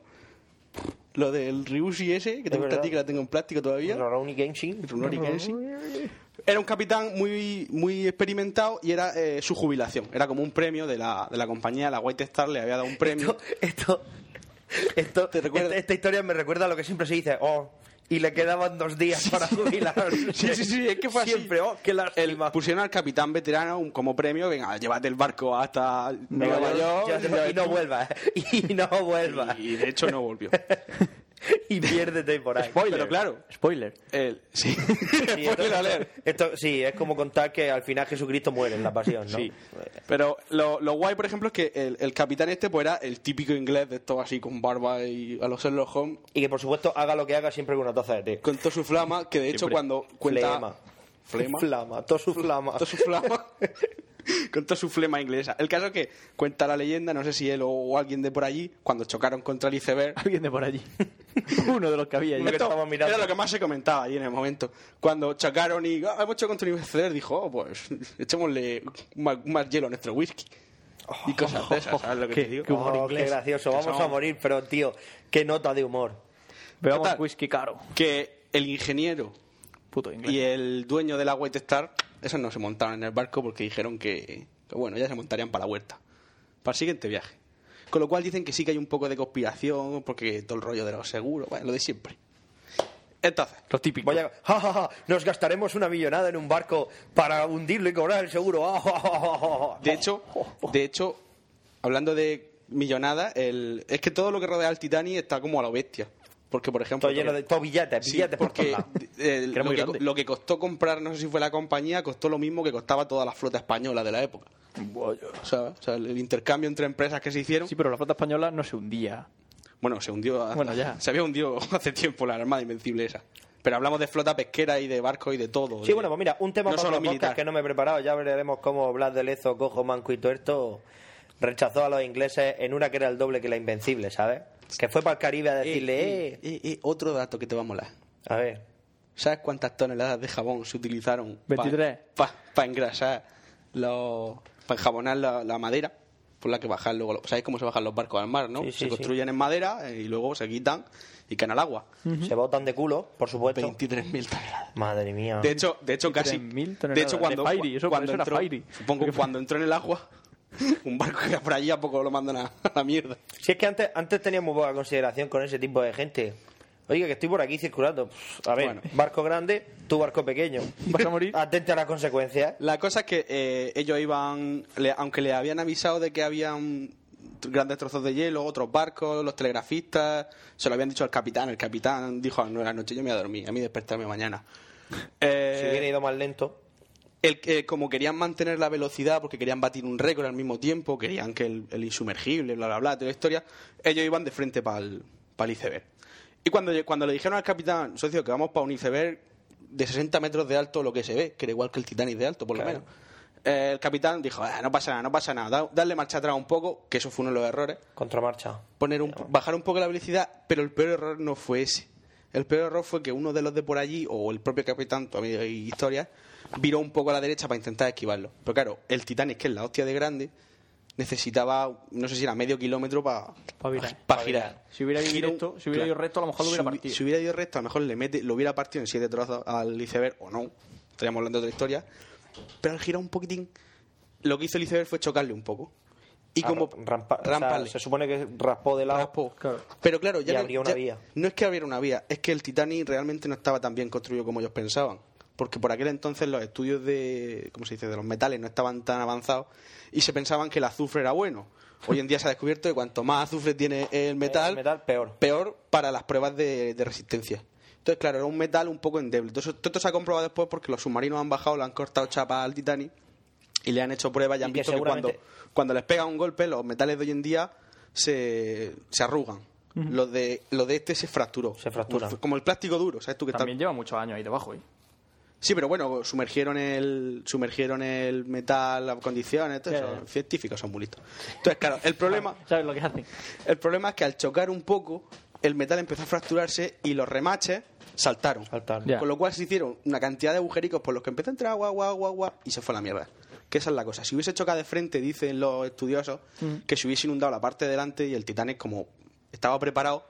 S8: lo del Ryushi ese, que te
S9: Es
S8: gusta a ti,
S9: verdad.
S8: que la tengo en plástico todavía.
S9: Rurouni Kenshin.
S8: Rurouni Kenshin. Era un capitán muy, muy experimentado y era eh, su jubilación. Era como un premio de la, de la compañía, la White Star le había dado un premio.
S9: Esto, esto, esta, esta historia me recuerda a lo que siempre se dice, oh, y le quedaban dos días para jubilarse.
S8: Sí, sí, sí, es que fue así.
S9: Siempre, oh, qué
S8: El- pusieron al capitán veterano un- como premio, venga, llévate el barco hasta Nueva
S9: Nueva York,
S8: York,
S9: llévatelo y no vuelvas. Y no vuelvas.
S8: Y de hecho no volvió.
S9: y piérdete por ahí.
S8: Spoiler. Pero claro.
S7: Spoiler.
S8: sí.
S9: Sí, esto, esto- sí, es como contar que al final Jesucristo muere en la pasión, ¿no?
S8: Sí. Pero lo, lo guay, por ejemplo, es que el, el capitán este pues era el típico inglés de estos así con barba y a los Sherlock Holmes.
S9: Y que por supuesto haga lo que haga siempre con una taza de té.
S8: Con toda su flama, que de hecho
S9: Siempre.
S8: cuando cuenta...
S9: Flema.
S8: Flema.
S9: Flama, todo su flama.
S8: Todo su flama. con toda su flema inglesa. El caso es que cuenta la leyenda, no sé si él o, o alguien de por allí, cuando chocaron contra el iceberg...
S7: Alguien de por allí. Uno de los que había allí.
S8: Esto era lo que más se comentaba allí en el momento. Cuando chocaron y "Ah, hemos chocado contra un iceberg, dijo, "Oh, pues echémosle un ma- un más, hielo a nuestro whisky. Y cosas de esas, ¿sabes lo que
S9: Oh. Qué-
S8: te digo?
S9: qué humor Oh, qué inglés. gracioso, vamos a morir, pero tío, qué nota de humor.
S7: Veamos
S8: Total,
S7: whisky caro.
S8: Que el ingeniero
S7: Puto
S8: y eh, el dueño de la White Star, esos no se montaron en el barco porque dijeron que, que, bueno, ya se montarían para la huerta, para el siguiente viaje. Con lo cual dicen que sí que hay un poco de conspiración porque todo el rollo de los seguros, bueno, lo de siempre. Entonces,
S7: lo típico.
S13: Voy a- ja, ja, ja, nos gastaremos una millonada en un barco para hundirlo y cobrar el seguro. Ah, ja, ja, ja, ja, ja.
S8: De hecho, de hecho, hablando de millonada, el, es que todo lo que rodea al Titanic está como a la bestia. Porque, por ejemplo...
S13: Todo lleno de- todo billetes,
S8: Sí,
S13: billetes por
S8: porque
S13: todos lados.
S8: eh,
S13: Que era
S8: lo,
S13: muy
S8: que,
S13: grande.
S8: lo que costó comprar, no sé si fue la compañía, costó lo mismo que costaba toda la flota española de la época. O sea, o sea, el intercambio entre empresas que se hicieron...
S7: Sí, pero la flota española no se hundía.
S8: Bueno, se hundió... hace-
S7: Bueno, ya.
S8: Se había hundido hace tiempo la Armada Invencible esa. Pero hablamos de flota pesquera y de barcos y de todo.
S13: Sí,
S8: de-
S13: bueno, pues mira, un tema
S8: no
S13: para
S8: solo
S13: otro podcast
S8: militar.
S13: que no me he preparado. Ya veremos cómo Blas de Lezo, Cojo, Manco y Tuerto rechazó a los ingleses en una que era el doble que la Invencible, ¿sabes? Que fue para el Caribe a decirle, eh,
S8: Eh, eh, otro dato que te va a molar.
S13: A ver.
S8: ¿Sabes cuántas toneladas de jabón se utilizaron para
S7: 23.
S8: engrasar, los, para enjabonar la, la madera por la que bajan luego? los- ¿Sabéis cómo se bajan los barcos al mar, no?
S13: Sí, sí,
S8: se
S13: sí.
S8: construyen en madera eh, y luego se quitan y caen al agua.
S13: se botan de culo, por supuesto.
S8: 23.000 toneladas.
S13: Madre mía.
S8: De hecho, de hecho casi.
S7: 23.000
S8: De hecho,
S7: toneladas
S8: cuando,
S7: de Fairy, eso-
S8: cuando
S7: eso era
S8: entró,
S7: Fairy.
S8: supongo que cuando entró en el agua, un barco que era por allí a poco lo mandan a, a la mierda.
S13: Si es que antes, antes tenía muy poca consideración con ese tipo de gente. Oiga, que estoy por aquí circulando. Pff, A ver, barco grande, tu barco pequeño.
S7: ¿Vas a morir?
S13: Atente a las consecuencias.
S8: La cosa es que eh, ellos iban, le- aunque les habían avisado de que habían tr- grandes trozos de hielo, otros barcos, los telegrafistas, se lo habían dicho al capitán. El capitán dijo a las nueve de la noche, yo me voy a dormir, a mí despertarme mañana. Eh,
S13: Si hubiera ido más lento.
S8: el que- como querían mantener la velocidad porque querían batir un récord al mismo tiempo, querían que el, el insumergible, bla, bla, bla, toda la historia, ellos iban de frente para el, iceberg. Y cuando, cuando le dijeron al capitán, socio, que vamos para un iceberg de 60 metros de alto lo que se ve, que era igual que el Titanic de alto, por lo menos. eh, el capitán dijo, "Ah, no pasa nada, no pasa nada, da- darle marcha atrás un poco, que eso fue uno de los errores,
S13: Contramarcha.
S8: poner un, bajar un poco la velocidad, pero el peor error no fue ese. El peor error fue que uno de los de por allí, o el propio capitán, todavía hay historias, viró un poco a la derecha para intentar esquivarlo. Pero claro, el Titanic, que es la hostia de grande, necesitaba, no sé si era medio kilómetro para
S7: Para virar.
S8: girar.
S7: Si hubiera ido
S8: Gira un-
S7: recto, si hubiera
S8: claro.
S7: ido recto, a lo mejor lo hubiera
S8: Si hubi-
S7: partido.
S8: Si hubiera ido recto, a lo mejor le mete, lo hubiera partido en siete trozos al iceberg, o no, estaríamos hablando de otra historia. Pero al girar un poquitín, lo que hizo el iceberg fue chocarle un poco. Y
S13: Ah,
S8: como
S13: rampa- o sea,
S8: ramparle.
S13: se supone que raspó de lado.
S8: Pero claro, ya
S13: Y
S8: no-
S13: abrió una
S8: ya-
S13: vía.
S8: No es que abriera una vía, es que el Titanic realmente no estaba tan bien construido como ellos pensaban. Porque por aquel entonces los estudios de, ¿cómo se dice?, de los metales no estaban tan avanzados y se pensaban que el azufre era bueno. Hoy en día se ha descubierto que cuanto más azufre tiene el metal,
S13: peor.
S8: para las pruebas de, de resistencia. Entonces, claro, era un metal un poco endeble. Entonces, todo esto se ha comprobado después porque los submarinos han bajado, le han cortado chapas al Titanic y le han hecho pruebas y han
S13: que
S8: visto que, cuando,
S13: seguramente-
S8: cuando les pega un golpe, los metales de hoy en día se, se arrugan. Los de los de este se fracturó. Se
S13: fracturan.
S8: Como, el plástico duro, ¿sabes tú que está-
S7: También lleva muchos años ahí debajo. ¿eh?
S8: Sí, pero bueno, sumergieron el sumergieron el metal a condiciones, todo
S7: Ya,
S8: eso.
S7: ya.
S8: científicos son muy listos. Entonces, claro, el problema
S7: ¿Sabes lo que hacen?
S8: el problema es que al chocar un poco, el metal empezó a fracturarse y los remaches saltaron.
S7: Ya.
S8: Con lo cual se hicieron una cantidad de agujericos por los que empezó a entrar agua, agua, agua, agua y se fue a la mierda. Que esa es la cosa. Si hubiese chocado de frente, dicen los estudiosos,
S7: Mm.
S8: que se hubiese inundado la parte de delante y el Titanic, como estaba preparado,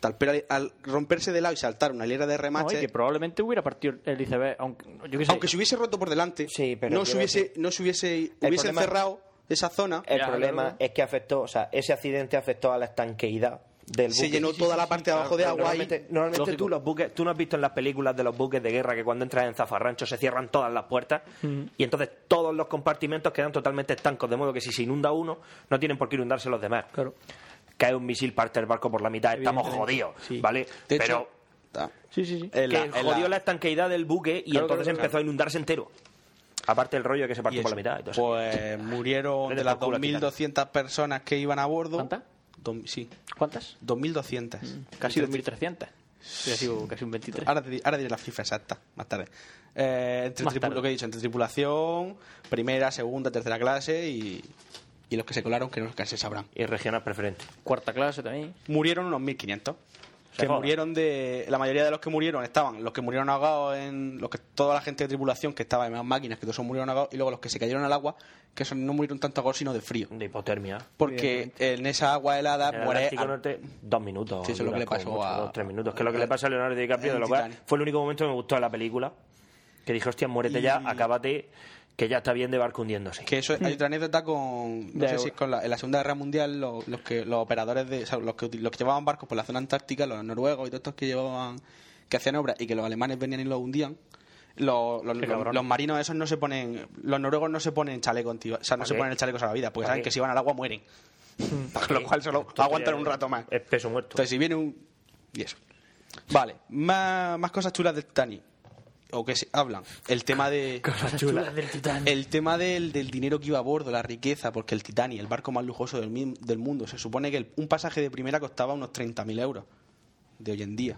S8: tal pero al- al romperse de lado y saltar una hilera de
S7: No, y
S8: remaches,
S7: que probablemente hubiera partido el iceberg, eh. aunque, yo qué sé.
S8: aunque se hubiese roto por delante,
S13: pero
S8: no, se
S13: quiero
S8: hubiese,
S13: decir-
S8: no se hubiese, hubiese
S13: problema-
S8: cerrado esa zona.
S13: El problema es que afectó, o sea, ese accidente afectó a la estanqueidad del
S8: Se
S13: buque.
S8: llenó toda la parte de abajo de agua y...
S13: Normalmente,
S9: Normalmente
S13: normalmente
S9: tú, los buques, tú no has visto en las películas de los buques de guerra que cuando entras en zafarrancho se cierran todas las puertas
S7: Mm.
S9: y entonces todos los compartimentos quedan totalmente estancos, de modo que si se inunda uno, no tienen por qué inundarse los demás.
S7: Claro.
S9: Cae un misil, parte el barco por la mitad, estamos
S7: Evidentemente,
S9: jodidos,
S7: sí.
S9: ¿vale?
S7: De hecho,
S9: Pero
S7: Sí, sí, sí.
S9: que jodió la... estanqueidad del buque y
S7: Claro, claro,
S9: entonces
S7: claro.
S9: empezó a inundarse entero. Aparte el rollo que se partió por la mitad. y todo eso.
S7: eh,
S8: Pues murieron de
S9: Vete
S8: las
S9: por culo,
S8: 2.200 personas que iban a bordo. ¿Cuántas? sí.
S7: ¿Cuántas?
S8: 2.200.
S7: Mm, Casi 2.300. Hubiera sido casi un 23.
S8: Ahora, te di- ahora diré la cifra exacta, más tarde. Eh, entre
S7: Más
S8: tripu-
S7: tarde.
S8: Lo que he dicho, entre tripulación, primera, segunda, tercera clase y, y los que se colaron que no que se sabrán.
S9: Y regional preferente.
S7: Cuarta clase también.
S8: Murieron unos 1.500. que murieron de. La mayoría de los que murieron estaban los que murieron ahogados en. Los que, toda la gente de tripulación que estaba en las máquinas, que todos esos murieron ahogados, y luego los que se cayeron al agua, que esos no murieron tanto ahogados, sino de frío.
S9: De hipotermia.
S8: Porque en esa agua helada
S9: En el
S8: muere.
S9: Ártico Norte, dos minutos.
S8: Sí, eso es lo que
S9: dura
S8: le
S9: como
S8: pasó
S9: mucho,
S8: a-
S9: dos, tres minutos. Que es lo que le pasa a Leonardo DiCaprio,
S8: en
S9: de lo cual
S8: Titanic.
S9: fue el único momento que me gustó de la película. Que dije, hostia, muérete
S8: Y-
S9: ya, acábate, que ya está bien de barco hundiéndose.
S8: Que eso, hay otra anécdota con. No
S9: De
S8: sé
S9: euro.
S8: si es con la, en la Segunda Guerra Mundial, los, los que, los operadores de. o sea, los, que, util- los que llevaban barcos por la zona antártica, los noruegos y todos estos que llevaban. que hacían obras y que los alemanes venían y los hundían. Los, los-
S9: Qué cabrón.
S8: los marinos esos no se ponen. Los noruegos no se ponen chaleco anti- O sea, no
S9: ¿Para
S8: se
S9: qué?
S8: ponen el chaleco a la vida, porque
S9: ¿Para
S8: saben que
S9: qué?
S8: si van al agua mueren. Con lo cual solo
S9: Entonces,
S8: aguantan
S9: ya
S8: un rato más.
S9: Es peso muerto.
S8: Entonces, si viene un. Y eso. Vale, más, más cosas chulas del Titanic. O que se hablan. El tema de.
S9: Cosas chulas del Titanic.
S8: El tema del, del dinero que iba a bordo, la riqueza, porque el Titanic, el barco más lujoso del, mi- del mundo, se supone que el- un pasaje de primera costaba unos 30.000 euros de hoy en día.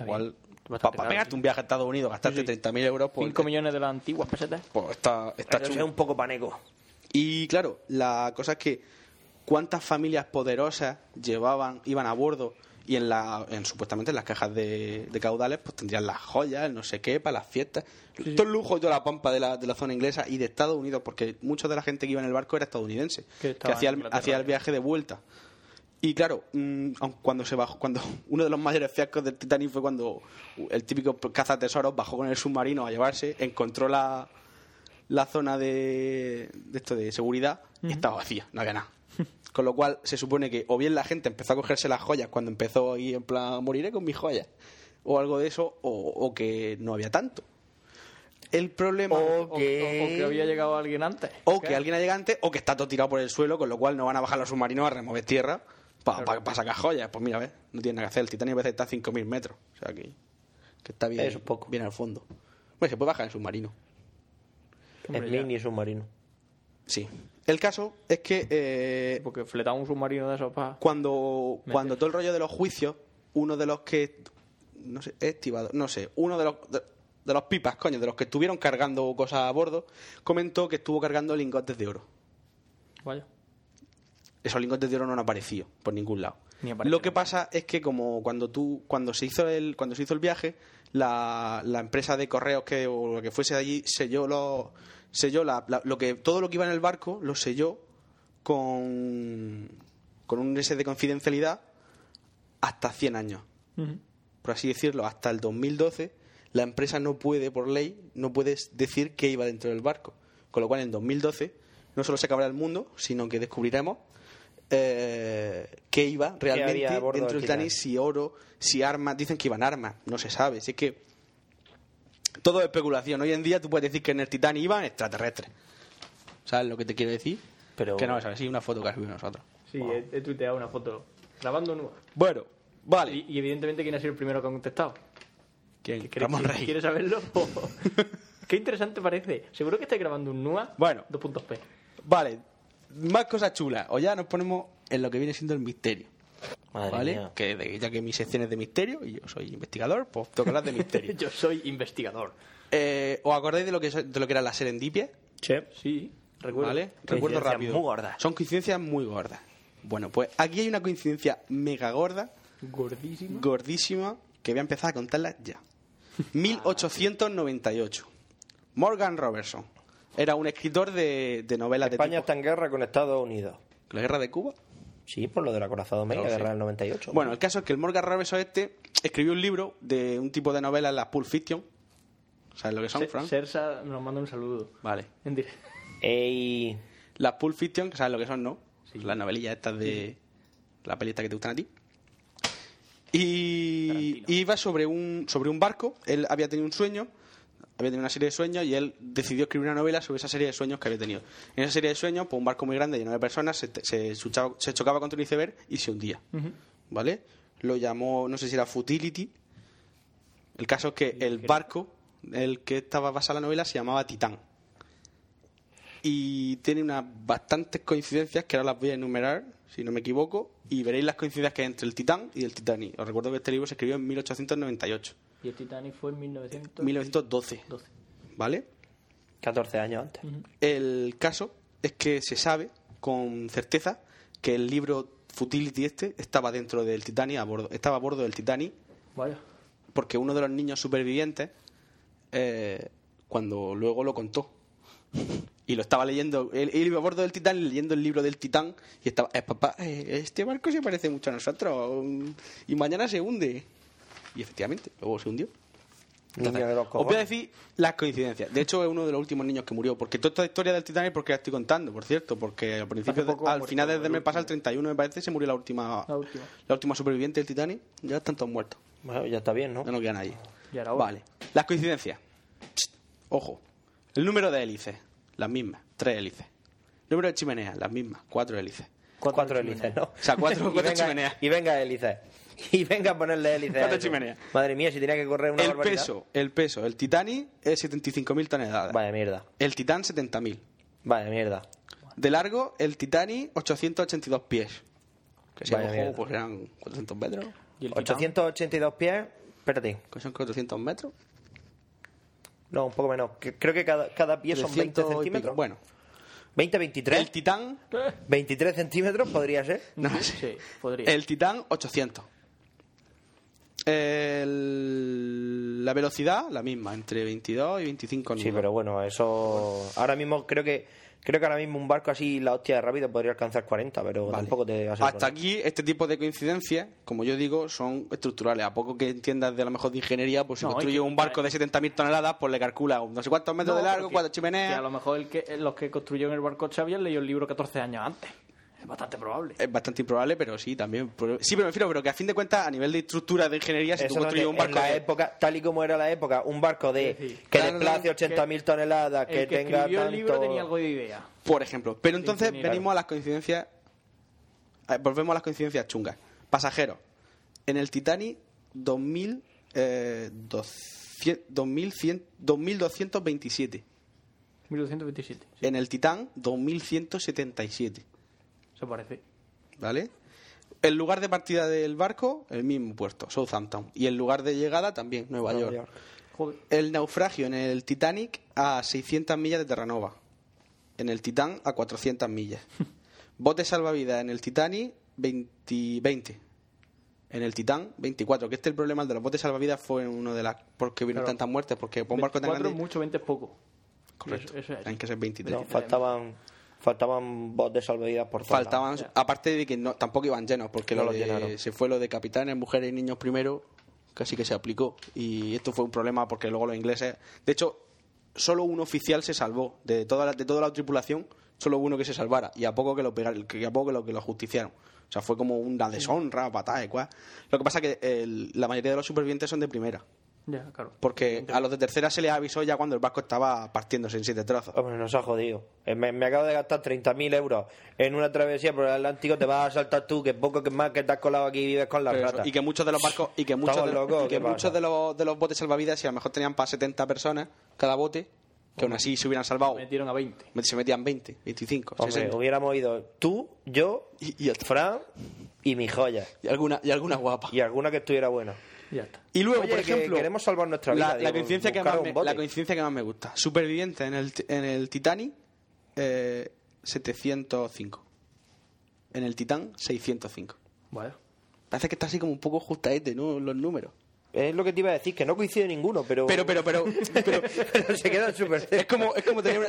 S8: Igual, para
S7: caro,
S8: pegarte un viaje a Estados Unidos, gastarte 30.000 euros, pues,
S7: 5 millones de las antiguas pesetas.
S8: pues está, está
S7: Pero
S8: chulo.
S7: sea un
S9: poco paneco.
S8: Y claro, la cosa es que cuántas familias poderosas llevaban, iban a bordo y en la, en, supuestamente en las cajas de, de caudales pues tendrían las joyas, el no sé qué, para las fiestas. Todo el lujo y toda la pampa de la, de la zona inglesa y de Estados Unidos, porque mucha de la gente que iba en el barco era estadounidense, que,
S7: estaba
S8: hacía,
S7: en
S8: el,
S7: Inglaterra.
S8: hacía el viaje de vuelta. Y claro, mm, aun cuando se bajó, cuando uno de los mayores fiascos del Titanic fue cuando el típico cazatesoros bajó con el submarino a llevarse, encontró la, la zona de, de esto de seguridad y estaba vacía, no había nada. Con lo cual se supone que o bien la gente empezó a cogerse las joyas cuando empezó ahí en plan moriré con mis joyas o algo de eso o, o que no había tanto. El problema
S7: O, o que había llegado alguien antes.
S8: o que alguien ha llegado antes o que está todo tirado por el suelo, con lo cual no van a bajar los submarinos a remover tierra para sacar joyas. Pues mira, a ver, no tiene nada que hacer. El Titanic a veces está a 5.000 metros. O sea, que, que está bien,
S13: Eso es poco.
S8: bien al fondo. Bueno, se puede bajar en submarino.
S13: Es mini submarino.
S8: Sí. El caso es que... eh,
S7: Porque fletaba un submarino de esos para...
S8: Cuando, cuando todo el rollo de los juicios, uno de los que... No sé, estivado, no sé, uno de los... de- de los pipas, coño, de los que estuvieron cargando cosas a bordo, comentó que estuvo cargando lingotes de oro.
S7: Vaya.
S8: esos lingotes de oro no han aparecido por ningún lado.
S7: Ni aparecen.
S8: Lo que pasa es que como cuando tú cuando se hizo el cuando se hizo el viaje la, la empresa de correos que o lo que fuese allí selló lo selló la- la- lo que todo lo que iba en el barco lo selló con con un ese de confidencialidad hasta 100 años por así decirlo, hasta el 2012, la empresa no puede, por ley, no puede decir qué iba dentro del barco. Con lo cual, en 2012, no solo se acabará el mundo, sino que descubriremos eh, qué iba realmente
S13: había a bordo
S8: dentro
S13: del
S8: del Titanic,
S13: Titanic?
S8: si oro, si armas. Dicen que iban armas, no se sabe. Si es que todo es especulación. Hoy en día tú puedes decir que en el Titanic iban extraterrestres. ¿Sabes lo que te quiero decir?
S9: Pero-
S8: Que no lo sabes, sí, una foto que has subido nosotros.
S7: Sí,
S13: eh.
S7: he, he tuiteado una foto grabando nueva.
S8: Bueno, vale.
S7: Y, y evidentemente, ¿quién ha sido el primero que ha contestado?
S8: ¿Quién?
S7: ¿Quieres-
S8: Ramón Rey.
S7: ¿Quieres saberlo? Qué interesante parece. Seguro que estáis grabando un NUA
S8: Bueno.
S7: 2.p.
S8: Vale, más cosas chulas. O ya nos ponemos en lo que viene siendo el misterio.
S7: Madre
S8: ¿Vale?
S7: mía.
S8: Que de- ya que mi sección es de misterio y yo soy investigador, pues toca hablar de misterio.
S7: Yo soy investigador.
S8: Eh, ¿Os acordáis de lo que, so- de lo que era la serendipia?
S9: Sí.
S7: Sí, recuerdo.
S8: ¿Vale? Recuerdo
S7: Coincidencias
S8: rápido.
S7: muy gordas.
S8: Son coincidencias muy gordas. Bueno, pues aquí hay una coincidencia mega gorda,
S7: Gordísimo.
S8: gordísima, que voy a empezar a contarla ya. 1898. Morgan Robertson. Era un escritor de, de novelas
S13: España
S8: de
S13: está en guerra con Estados Unidos.
S8: tipo... ¿La guerra de Cuba?
S13: Sí, por lo del acorazado May, la
S8: Claro, sí.
S13: guerra del 98.
S8: Bueno, el caso es que el Morgan Robertson este escribió un libro de un tipo de novela, las Pulp Fiction. ¿Sabes lo que son,
S7: Se-
S8: Frank?
S7: Sersa nos manda un saludo.
S8: Vale.
S7: En directo.
S13: Ey,
S8: Las Pulp Fiction, que sabes lo que son, ¿no? Pues Las novelillas estas de... La peli esta que te gustan a ti. Y y iba sobre un, sobre un barco. Él había tenido un sueño, había tenido una serie de sueños y él decidió escribir una novela sobre esa serie de sueños que había tenido. En esa serie de sueños, pues un barco muy grande lleno de personas se, se, chuchaba- se chocaba contra un iceberg y se hundía. ¿vale? Lo llamó, no sé si era Futility. El caso es que el barco, el que estaba basada la novela, se llamaba Titán. Y tiene unas bastantes coincidencias que ahora las voy a enumerar, si no me equivoco, y veréis las coincidencias que hay entre el Titán y el Titanic. Os recuerdo que este libro se escribió en 1898,
S7: Y el Titanic fue en 1900.
S8: 1912, ¿vale?
S13: 14 años antes.
S8: El caso es que se sabe con certeza que el libro Futility este estaba dentro del Titanic, a bordo, estaba a bordo del Titanic.
S7: Vaya.
S8: Porque uno de los niños supervivientes, eh, cuando luego lo contó, y lo estaba leyendo, él, él iba a bordo del Titán leyendo el libro del Titán y estaba, eh, papá, eh, este barco se parece mucho a nosotros mm, y mañana se hunde. Y efectivamente, luego se hundió.
S9: Niño de los
S8: Os voy a
S9: cojones.
S8: decir las coincidencias. De hecho, es uno de los últimos niños que murió. Porque toda esta historia del Titanic, porque la estoy contando, por cierto. Porque al principio,
S7: Hace poco pues, ha
S8: al
S7: muerto
S8: final
S7: el
S8: desde me
S7: último.
S8: pasa el 31, me parece, se murió la última,
S7: La última.
S8: la última superviviente del Titanic. Ya están todos muertos.
S9: Bueno, ya está bien, ¿no?
S8: Ya no queda nadie.
S7: Ya era hora.
S8: Vale. Las coincidencias. Psst, Ojo. El número de hélices, las mismas. Tres hélices. Número de chimeneas, las mismas. Cuatro hélices.
S9: Cuatro, hélices, ¿no? O
S8: sea, cuatro- cuatro chimeneas.
S9: Y venga hélices. Y venga a ponerle hélices. a
S8: Cuatro
S9: eso.
S8: chimeneas.
S9: Madre mía, si tenía que correr una
S8: el
S9: barbaridad.
S8: peso, el peso. El Titanic es 75.000 toneladas.
S9: Vaya mierda.
S8: El Titán, 70.000.
S9: Vaya mierda.
S8: De largo, el Titanic, 882 pies. Que si
S9: Vaya
S8: hago juego,
S9: mierda.
S8: pues eran 400 metros.
S7: ¿Y el
S9: 882 pies, espérate.
S8: Que son 400 metros.
S9: No, un poco menos. Que- Creo que cada, cada pie son
S8: 300
S9: 20
S8: y pico.
S9: centímetros.
S8: Bueno.
S9: 20, 23. El
S8: titán.
S9: 23 centímetros podría ser.
S8: No lo sé. El Titán, 800. El- La velocidad, la misma, entre 22 y 25
S9: Sí, pero bueno, eso. Ahora mismo creo que creo que ahora mismo un barco así, la hostia de rápido, podría alcanzar 40, pero tampoco te aseguro.
S8: Hasta aquí, este tipo de coincidencias, como yo digo, son estructurales. A poco que entiendas de a lo mejor de ingeniería, pues si
S7: No,
S8: construye
S7: hay que-
S8: un barco de 70.000 toneladas, pues le calcula un no sé cuántos metros
S7: No,
S8: de largo,
S7: pero que-
S8: cuatro
S7: que a
S8: chimeneas.
S7: lo mejor el que, los que construyeron el barco se habían leído el libro 14 años antes. Es bastante probable.
S8: Es bastante improbable, pero sí, también. pero- Sí, pero me refiero, pero que a fin de cuentas, a nivel de estructura de ingeniería, si tú
S9: Eso no
S8: construyes
S9: te-
S8: un barco.
S9: en la
S8: de-
S9: época, tal y como era la época, un barco de que
S8: Claro,
S9: desplace 80.000 toneladas, que,
S7: el que
S9: tenga
S7: escribió
S9: tanto...
S7: el libro tenía algo de idea.
S8: Por ejemplo. Pero entonces
S7: ingeniero.
S8: venimos a las coincidencias. eh, Volvemos a las coincidencias chungas. Pasajeros. En el Titanic, 2000, eh, 200, 2100, 2227.
S7: 1227.
S8: En el Titán, 2177.
S7: Se parece.
S8: ¿Vale? El lugar de partida del barco, el mismo puerto, Southampton. Y el lugar de llegada también, Nueva,
S7: Nueva
S8: York.
S7: York. Joder.
S8: El naufragio en el Titanic a 600 millas de Terranova. En el Titán a 400 millas. Bote salvavidas en el Titanic 20, 20. En el Titán 24. Que este es el problema el de los botes salvavidas fue uno de las porque vino
S7: Claro.
S8: tantas muertes porque por un barco tan
S7: 24
S8: grande
S7: es mucho, 20 es poco.
S8: Correcto.
S7: Eso, eso es.
S8: tienen que ser 23.
S9: No, faltaban, faltaban bots de salvavidas por todos
S8: faltaban
S9: lados.
S8: aparte de que no, tampoco iban llenos porque
S9: No
S8: lo
S9: los
S8: de-
S9: llenaron.
S8: se fue lo de capitanes mujeres y niños primero casi que se aplicó y esto fue un problema porque luego los ingleses de hecho solo un oficial se salvó de toda la, de toda la tripulación solo hubo uno que se salvara y a poco que lo pegaron, que a poco que lo que lo justiciaron o sea fue como una deshonra patada y cual lo que pasa que el- la mayoría de los supervivientes son de primera
S7: Ya, claro.
S8: porque a los de tercera se les avisó ya cuando el barco estaba partiéndose en siete trozos
S9: Hombre, nos ha jodido. Eh, Me, me acabo de gastar 30.000 euros en una travesía por el Atlántico. Te vas a saltar tú, que poco que más que te has colado aquí y vives con las
S8: Pero eso,
S9: ratas.
S8: y que muchos de los barcos y que muchos,
S9: Estamos
S8: de, los-
S9: locos,
S8: y que
S9: ¿qué pasa?
S8: muchos de los de los botes salvavidas si a lo mejor tenían para 70 personas cada bote que aún así se hubieran salvado
S7: Metieron a 20.
S8: se metían 20 25
S9: Hombre,
S8: 60.
S9: hubiéramos ido tú, yo,
S8: y,
S9: Fran y mi joya.
S8: Y alguna, y alguna guapa.
S9: Y alguna que estuviera buena.
S7: Ya está.
S8: y luego
S9: Oye,
S8: por
S9: que
S8: ejemplo
S9: queremos salvar nuestra vida.
S8: la, la
S9: digo,
S8: coincidencia que
S9: buscar
S8: más
S9: un
S8: me,
S9: bote.
S8: la coincidencia que más me gusta superviviente en el en el Titanic eh, 705 en el Titán 605
S7: Vale.
S8: parece que está así como un poco justamente no los números
S9: Es lo que te iba a decir, que no coincide ninguno, pero.
S8: pero pero pero, pero
S9: pero se quedan súper cerca. Es
S8: como, es como tener una...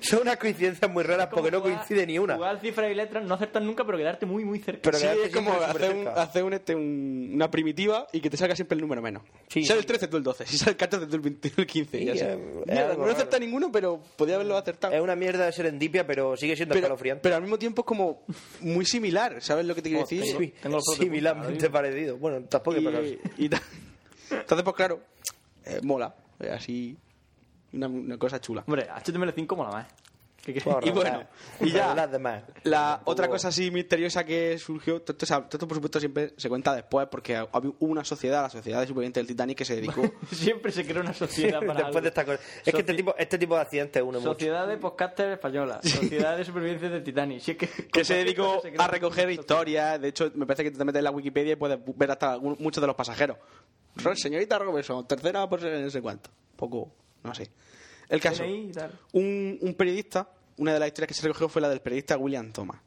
S9: son unas coincidencias muy raras porque no coincide ni una.
S7: Jugar cifras y letras, no acertar nunca, pero quedarte muy, muy cerca.
S8: sí,
S9: este
S8: es como hacer, un, hacer un, este, un- una primitiva y que te salga siempre el número menos. si sale el 13, tú el 12. Si sale el 14, tú el 20, el 15.
S9: Sí,
S8: y así.
S9: es- es
S8: Mierda,
S9: algo Mm.
S8: no lo acepta ninguno, pero podía haberlo acertado.
S9: Es una mierda de serendipia, pero sigue siendo
S8: Pero,
S9: escalofriante.
S8: pero al mismo tiempo es como muy similar, ¿sabes lo que te quiero decir?
S9: Sí, similarmente parecido. Bueno, tampoco hay
S8: Y- y ta- Entonces, pues claro, eh, mola. eh, así, una, una cosa chula.
S7: Hombre, HTML5 mola más. ¿Qué quieres?
S8: y bueno, y ya, La otra cosa así misteriosa que surgió, todo esto, todo esto, por supuesto siempre se cuenta después porque hab- hubo una sociedad, la sociedad de supervivientes del Titanic que se dedicó
S7: Siempre se crea una sociedad para
S9: Después de esta cosa. Es que este tipo, este tipo de accidentes une mucho.
S7: Sociedad de Podcaster Española, Sociedad de Supervivencias del Titanic. Si es que,
S8: que se dedicó a recoger historias, de hecho me parece que tú te metes en la Wikipedia y puedes ver hasta algún- muchos de los pasajeros. Ro- Señorita Robertson, tercera por ser no sé cuánto, poco, no sé. El caso,
S7: DNI y tal.
S8: un, un periodista, una de las historias que se recogió fue la del periodista William Thomas.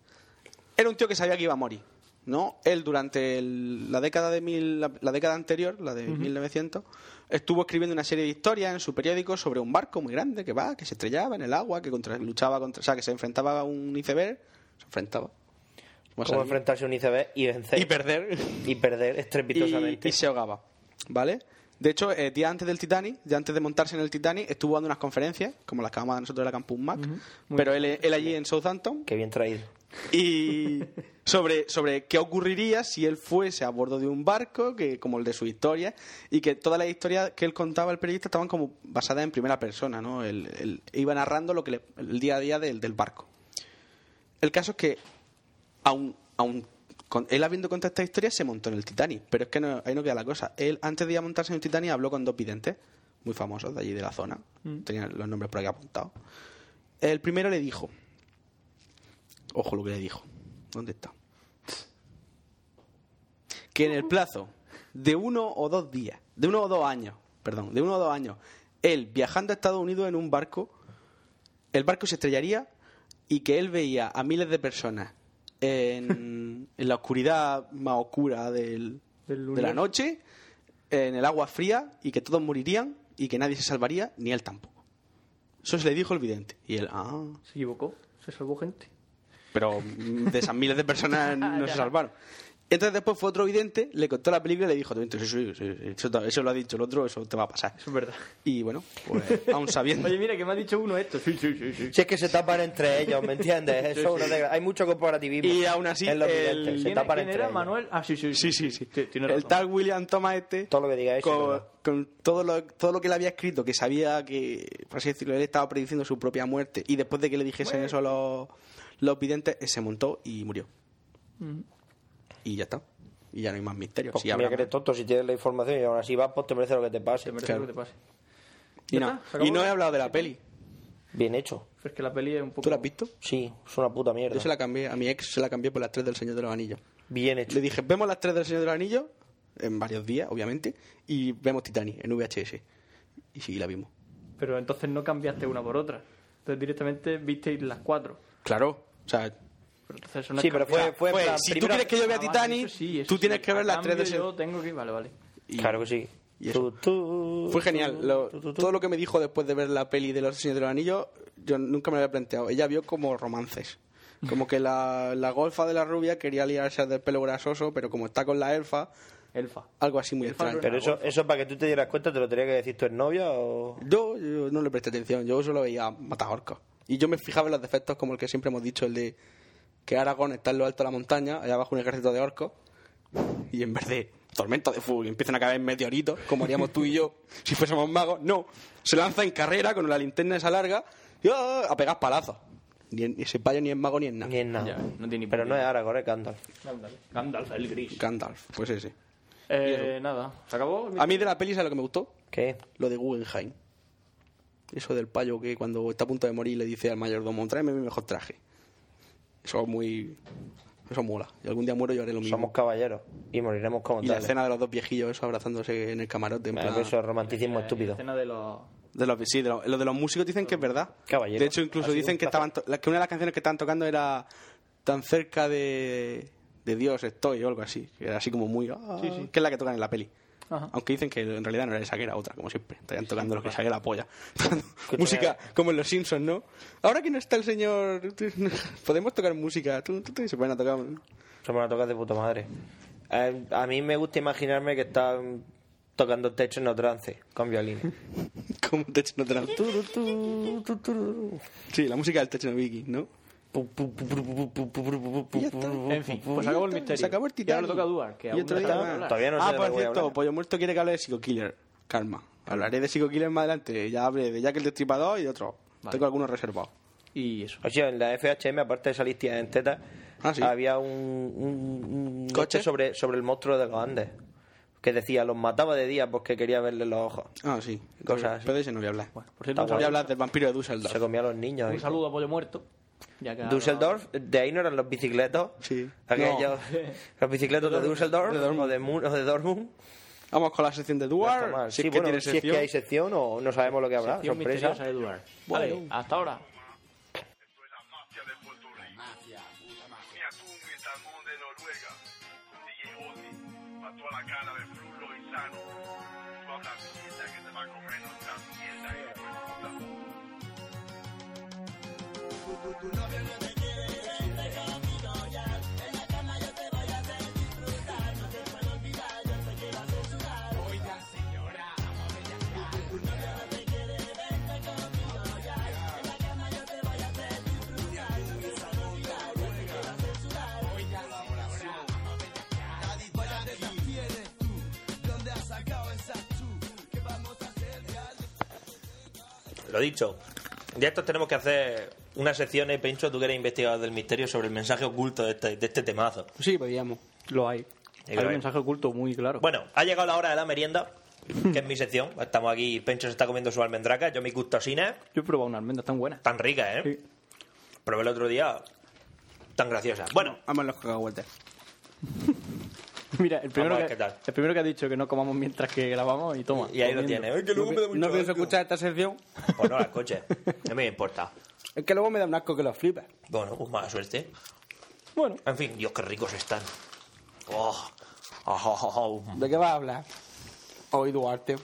S8: Era un tío que sabía que iba a morir. ¿no? Él durante el- la década de mil, la, la década anterior, la de
S15: Ujú.
S8: 1900, estuvo escribiendo una serie de historias en su periódico sobre un barco muy grande que va, que se estrellaba en el agua, que contra- luchaba contra, o sea, que se enfrentaba a un iceberg, se enfrentaba. Vamos
S9: Cómo
S8: a-
S9: enfrentarse a un iceberg y vencer. Y
S8: perder.
S9: Y perder estrepitosamente.
S8: Y, y se ahogaba, ¿vale? De hecho, eh, días antes del Titanic, días antes de montarse en el Titanic, estuvo dando unas conferencias, como las que vamos a dar nosotros en la Campus Mac, pero él, él allí en Southampton.
S9: Qué bien traído.
S8: Y sobre, sobre qué ocurriría si él fuese a bordo de un barco, que como el de su historia, y que todas las historias que él contaba el periodista estaban como basadas en primera persona, ¿no? Él, él iba narrando lo que le- el día a día del, del barco. El caso es que aún, aún con- él habiendo contado esta historia se montó en el Titanic, pero es que no, ahí no queda la cosa. Él antes de ir a montarse en el Titanic habló con dos videntes muy famosos de allí de la zona,
S15: Mm.
S8: tenían los nombres por aquí apuntados. El primero le dijo, ojo lo que le dijo, ¿dónde está? Que en el plazo de uno o dos días, de uno o dos años, perdón, de uno o dos años, él viajando a Estados Unidos en un barco, el barco se estrellaría y que él veía a miles de personas en, en la oscuridad más oscura del- de la
S15: universo.
S8: noche, en el agua fría y que todos morirían y que nadie se salvaría, ni él tampoco. Eso se le dijo el vidente. Y él, ah,
S7: Se equivocó, se salvó gente.
S8: pero mm, de esas miles de personas
S7: Ah,
S8: no
S7: ya.
S8: se salvaron. Entonces después fue otro vidente, le contó la película y le dijo, "Tú, tú, sí, sí, sí, eso, te- eso lo ha dicho el otro, eso te va a pasar. Eso
S7: es verdad.
S8: Y bueno, pues aún sabiendo...
S7: Oye, mira, que me ha dicho uno esto. Sí, sí, sí. sí.
S9: Si es que se tapan entre ellos, ¿me entiendes?
S7: Sí,
S9: Eso es una
S7: sí.
S9: desgra- Hay mucho comparativismo.
S8: Y aún así,
S9: en los
S8: el-
S9: videntes, se
S8: ¿Quién-
S9: tapan
S8: quién
S9: entre
S8: era,
S9: ellos.
S7: Manuel, ah, sí, sí,
S8: Sí, sí, sí. el
S9: razón.
S8: tal William Thomas este...
S9: Todo lo que diga eso.
S8: con,
S9: ¿verdad?
S8: con todo, lo, todo lo que le había escrito, que sabía que, por así decirlo, él estaba prediciendo su propia muerte, y después de que le dijesen eso a los, los videntes, eh, se montó y murió. Y ya está. Y ya no hay más misterio.
S9: Mm. Pues
S8: Sí, habrá
S9: mira que eres tonto si tienes la información y aún así vas, pues te merece lo que te pase. Te
S8: merece lo que te
S7: pase.
S8: Y, no, y no he hablado de la peli.
S9: Bien hecho.
S7: Es que la peli es un poco...
S8: ¿Tú la has visto?
S9: Sí, es una puta mierda.
S8: Yo se la cambié, a mi ex se la cambié por las tres del Señor de los Anillos.
S9: Bien hecho.
S8: Le dije, vemos las tres del Señor de los Anillos, en varios días, obviamente, y vemos Titanic en VHS. Y sí, la vimos.
S7: Pero entonces no cambiaste una por otra. Entonces directamente visteis las cuatro.
S8: Claro, o sea,
S7: Pero entonces eso no
S8: Sí,
S7: es
S8: pero
S7: cambiar.
S8: fue- fue en plan,
S7: si
S8: primero-
S7: tú quieres que yo vea
S8: Ah, vale,
S7: Titanic,
S8: eso sí, eso
S7: tú
S8: sí.
S7: tienes que ver
S8: A
S7: las tres de
S8: cambio
S7: ese-
S8: yo
S7: tengo que... Vale, vale.
S9: Claro que sí.
S8: Y eso. Fue genial. Lo- todo lo que me dijo después de ver la peli de Los Señores de los Anillos, yo nunca me lo había planteado. Ella vio como romances. Como que la, la golfa de la rubia quería liarse del pelo grasoso, pero como está con la elfa,
S7: elfa
S8: algo así muy extraño.
S9: Pero eso, eso para que tú te dieras cuenta, ¿te lo tenía que decir tu exnovia o...?
S8: Yo, yo no le presté atención, yo solo veía matar orcos. Y yo me fijaba en los defectos, como el que siempre hemos dicho, el de que Aragón está en lo alto de la montaña, allá abajo un ejército de orcos, y en vez de tormentas de fuego y empiezan a caer meteoritos, como haríamos tú y yo si fuésemos magos, no. Se lanza en carrera con la linterna esa larga y ¡ah! a pegar palazos. Ni, en- ni se vaya ni en mago ni en nada.
S9: Ni en nada. Pero no es Aragorn, es Gandalf.
S7: Gandalf. Gandalf, el gris.
S8: Gandalf, pues ese.
S7: Eh, nada, ¿se acabó?
S8: A mí de la peli es lo que me gustó.
S9: ¿Qué?
S8: Lo de Guggenheim. Eso del payo que cuando está a punto de morir le dice al mayordomo, tráeme mi mejor traje. Eso es muy... Eso mola. Y algún día muero y haré lo mismo.
S9: Somos caballeros y moriremos como
S8: y la
S9: tales.
S8: escena de los dos viejillos eso abrazándose en el camarote. En
S9: Ah,
S8: plan- eh,
S9: pero Eso es romanticismo
S7: La
S9: estúpido.
S7: escena de los...
S8: De los, sí, de lo, lo de los músicos dicen que es verdad.
S9: Caballero.
S8: De hecho, incluso
S9: Ha sido
S8: dicen
S9: un
S8: que,
S9: placer.
S8: estaban to- la- que una de las canciones que estaban tocando era tan cerca de, de Dios estoy o algo así. Que Era así como muy... "Ah",
S15: Sí, sí.
S8: Que es la que tocan en la peli.
S15: Ajá.
S8: Aunque dicen que en realidad no era esa que era otra, como siempre. Estarían tocando lo que salga la polla. música como en Los Simpsons, ¿no? Ahora que no está el señor... Podemos tocar música. Tú, tú, tú, se pueden tocar...
S9: Se me la tocas de puta madre. Eh, a mí me gusta imaginarme que está mm, tocando techo en trance con violines.
S8: como techo no trance.
S9: Turu, tu, tu, turu.
S8: Sí, la música del techno viking, ¿no? Y ya está.
S7: En fin, pues se acabó el
S8: Y ya está.
S7: misterio.
S8: Se acabó el
S7: Y ahora
S8: Titanic.
S7: le toca a Duar, que
S8: Y
S7: aún
S8: otro
S7: no
S8: día
S7: sabe
S8: más.
S7: hablar.
S8: Ah, por cierto, Pollo Muerto quiere que hable de Psycho Killer. Calma. Hablaré de Psycho Killer más adelante. Ya hablé de Jack el Destripador y de otro. Tengo algunos reservados.
S7: Y eso.
S9: O sea, en la FHM, aparte de esa listilla en teta,
S8: Ah,
S9: había un, un- un coche sobre, sobre el monstruo de los Andes. Que decía, los mataba de día porque quería verle los ojos.
S8: Ah, sí.
S9: Cosas así.
S8: Pero de ese no voy a hablar.
S7: por
S8: cierto, voy a hablar del vampiro de Dusseldorf.
S9: Se comía a los niños.
S7: Un
S9: ¿eh?
S7: saludo a Pollo Muerto. Ya que ha
S9: Düsseldorf, de ahí no eran los bicicletos.
S8: Sí.
S9: Aquellos,
S7: No.
S9: Los bicicletos de Düsseldorf o de, Mu- o de Dortmund.
S8: Vamos con la sección de
S9: No está
S8: Duar.
S9: mal.
S8: si,
S9: Sí,
S8: es que
S9: bueno,
S8: tiene
S9: si es que hay sección o no sabemos lo que habrá.
S7: Sección
S9: Sorpresa.
S7: misteriosa de Duar. Vale, hasta ahora.
S12: La mafia de Puerto Rico. La mafia. Miatum y Tamón de Noruega. toda la cara de frulo y sano. Tú hablas mierda que te va a comer nuestra mierda y después puta.
S16: Tu novio no te quiere, vente conmigo ya. En la cama yo te voy a hacer disfrutar. No te puedo olvidar, yo te quiero hacer sudar. Oiga, señora, vamos a ya. Tu novio no te quiere, vente conmigo ya. En la cama yo te voy a hacer disfrutar. No te puedo olvidar, yo te quiero hacer sudar. Oiga, señora, vamos a ya. Daddy, ¿para qué te tienes tú? ¿Dónde has sacado esa tú? ¿Qué vamos a hacer?
S9: Lo dicho, ya estos tenemos que hacer una sección, eh, Pencho, tú que eres investigador del misterio, sobre el mensaje oculto de este, de este temazo.
S8: Sí, pues podríamos.
S7: Lo hay. Hay un mensaje oculto muy claro.
S9: Bueno, ha llegado la hora de la merienda, que es mi sección. Estamos aquí, Pencho se está comiendo su almendraca, yo mi custosina.
S7: Yo he probado una almendra tan buena.
S9: Tan rica, ¿eh? Probé el otro día. Tan graciosa. Bueno.
S8: Vamos los cacahuetes.
S7: Mira, el primero,
S9: Vamos
S7: que,
S9: a ver qué tal.
S7: el primero que ha dicho que no comamos mientras que grabamos y toma.
S9: Y ahí lo tiene. Ay, que luego me da mucho
S8: ¿No pienso escuchar esta sección?
S9: Pues no la escuches. No me importa.
S8: Es que luego me da un asco que lo flipas.
S9: Bueno, pues mala suerte.
S7: Bueno.
S9: En fin, Dios, qué ricos están. Oh. Oh, oh, oh, oh.
S8: ¿De qué vas a hablar? Hoy Duarte.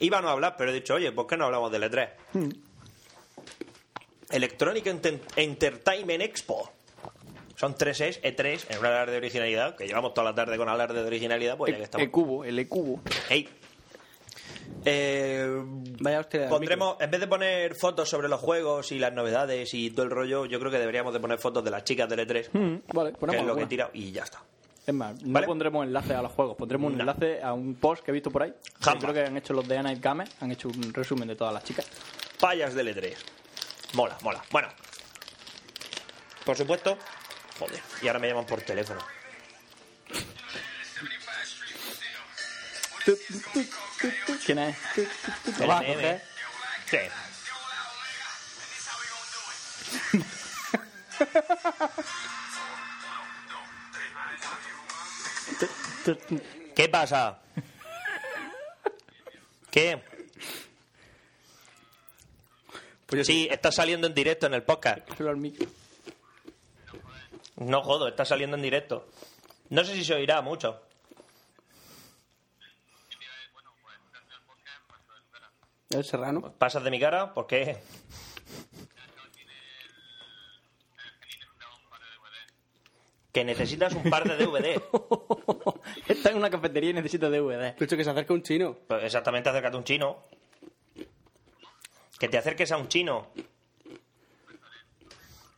S9: Iba a no hablar, pero he dicho, oye, ¿por qué no hablamos del E3?
S7: Hmm.
S9: Electronic Enten- Entertainment Expo. Son tres es E3, en un alarde de originalidad, que llevamos toda la tarde con alarde de originalidad, pues ya que estamos.
S7: El E cubo, el cubo.
S9: Ey. Eh, pondremos, en vez de poner fotos sobre los juegos y las novedades y todo el rollo, yo creo que deberíamos de poner fotos de las chicas del E3,
S7: Hmm, vale,
S9: que
S7: ponemos
S9: es lo que he
S7: alguna.
S9: tirado, y ya está.
S7: Es más, no pondremos enlace a los juegos, pondremos un
S9: No.
S7: enlace a un post que he visto por ahí. que
S9: Jamás.
S7: Creo que han hecho los de Ana y Game, han hecho un resumen de todas las chicas.
S9: Payas del E3. Mola, mola. Bueno. Por supuesto. Joder. Y ahora me llaman por teléfono.
S7: ¿Quién es?
S9: El
S7: vas a
S9: meme.
S7: coger?
S9: Sí. ¿Qué pasa? ¿Qué? Pues sí, está saliendo en directo en el podcast.
S7: Pero al micro.
S9: No jodo, está saliendo en directo. No sé si se oirá mucho.
S8: El serrano.
S9: ¿Pasas de mi cara? ¿Por qué? Que necesitas un par de DVD.
S7: Está en una cafetería y necesita DVD.
S8: Pero que se acerca un chino.
S9: Pues exactamente, acércate a un chino. Que te acerques a un chino.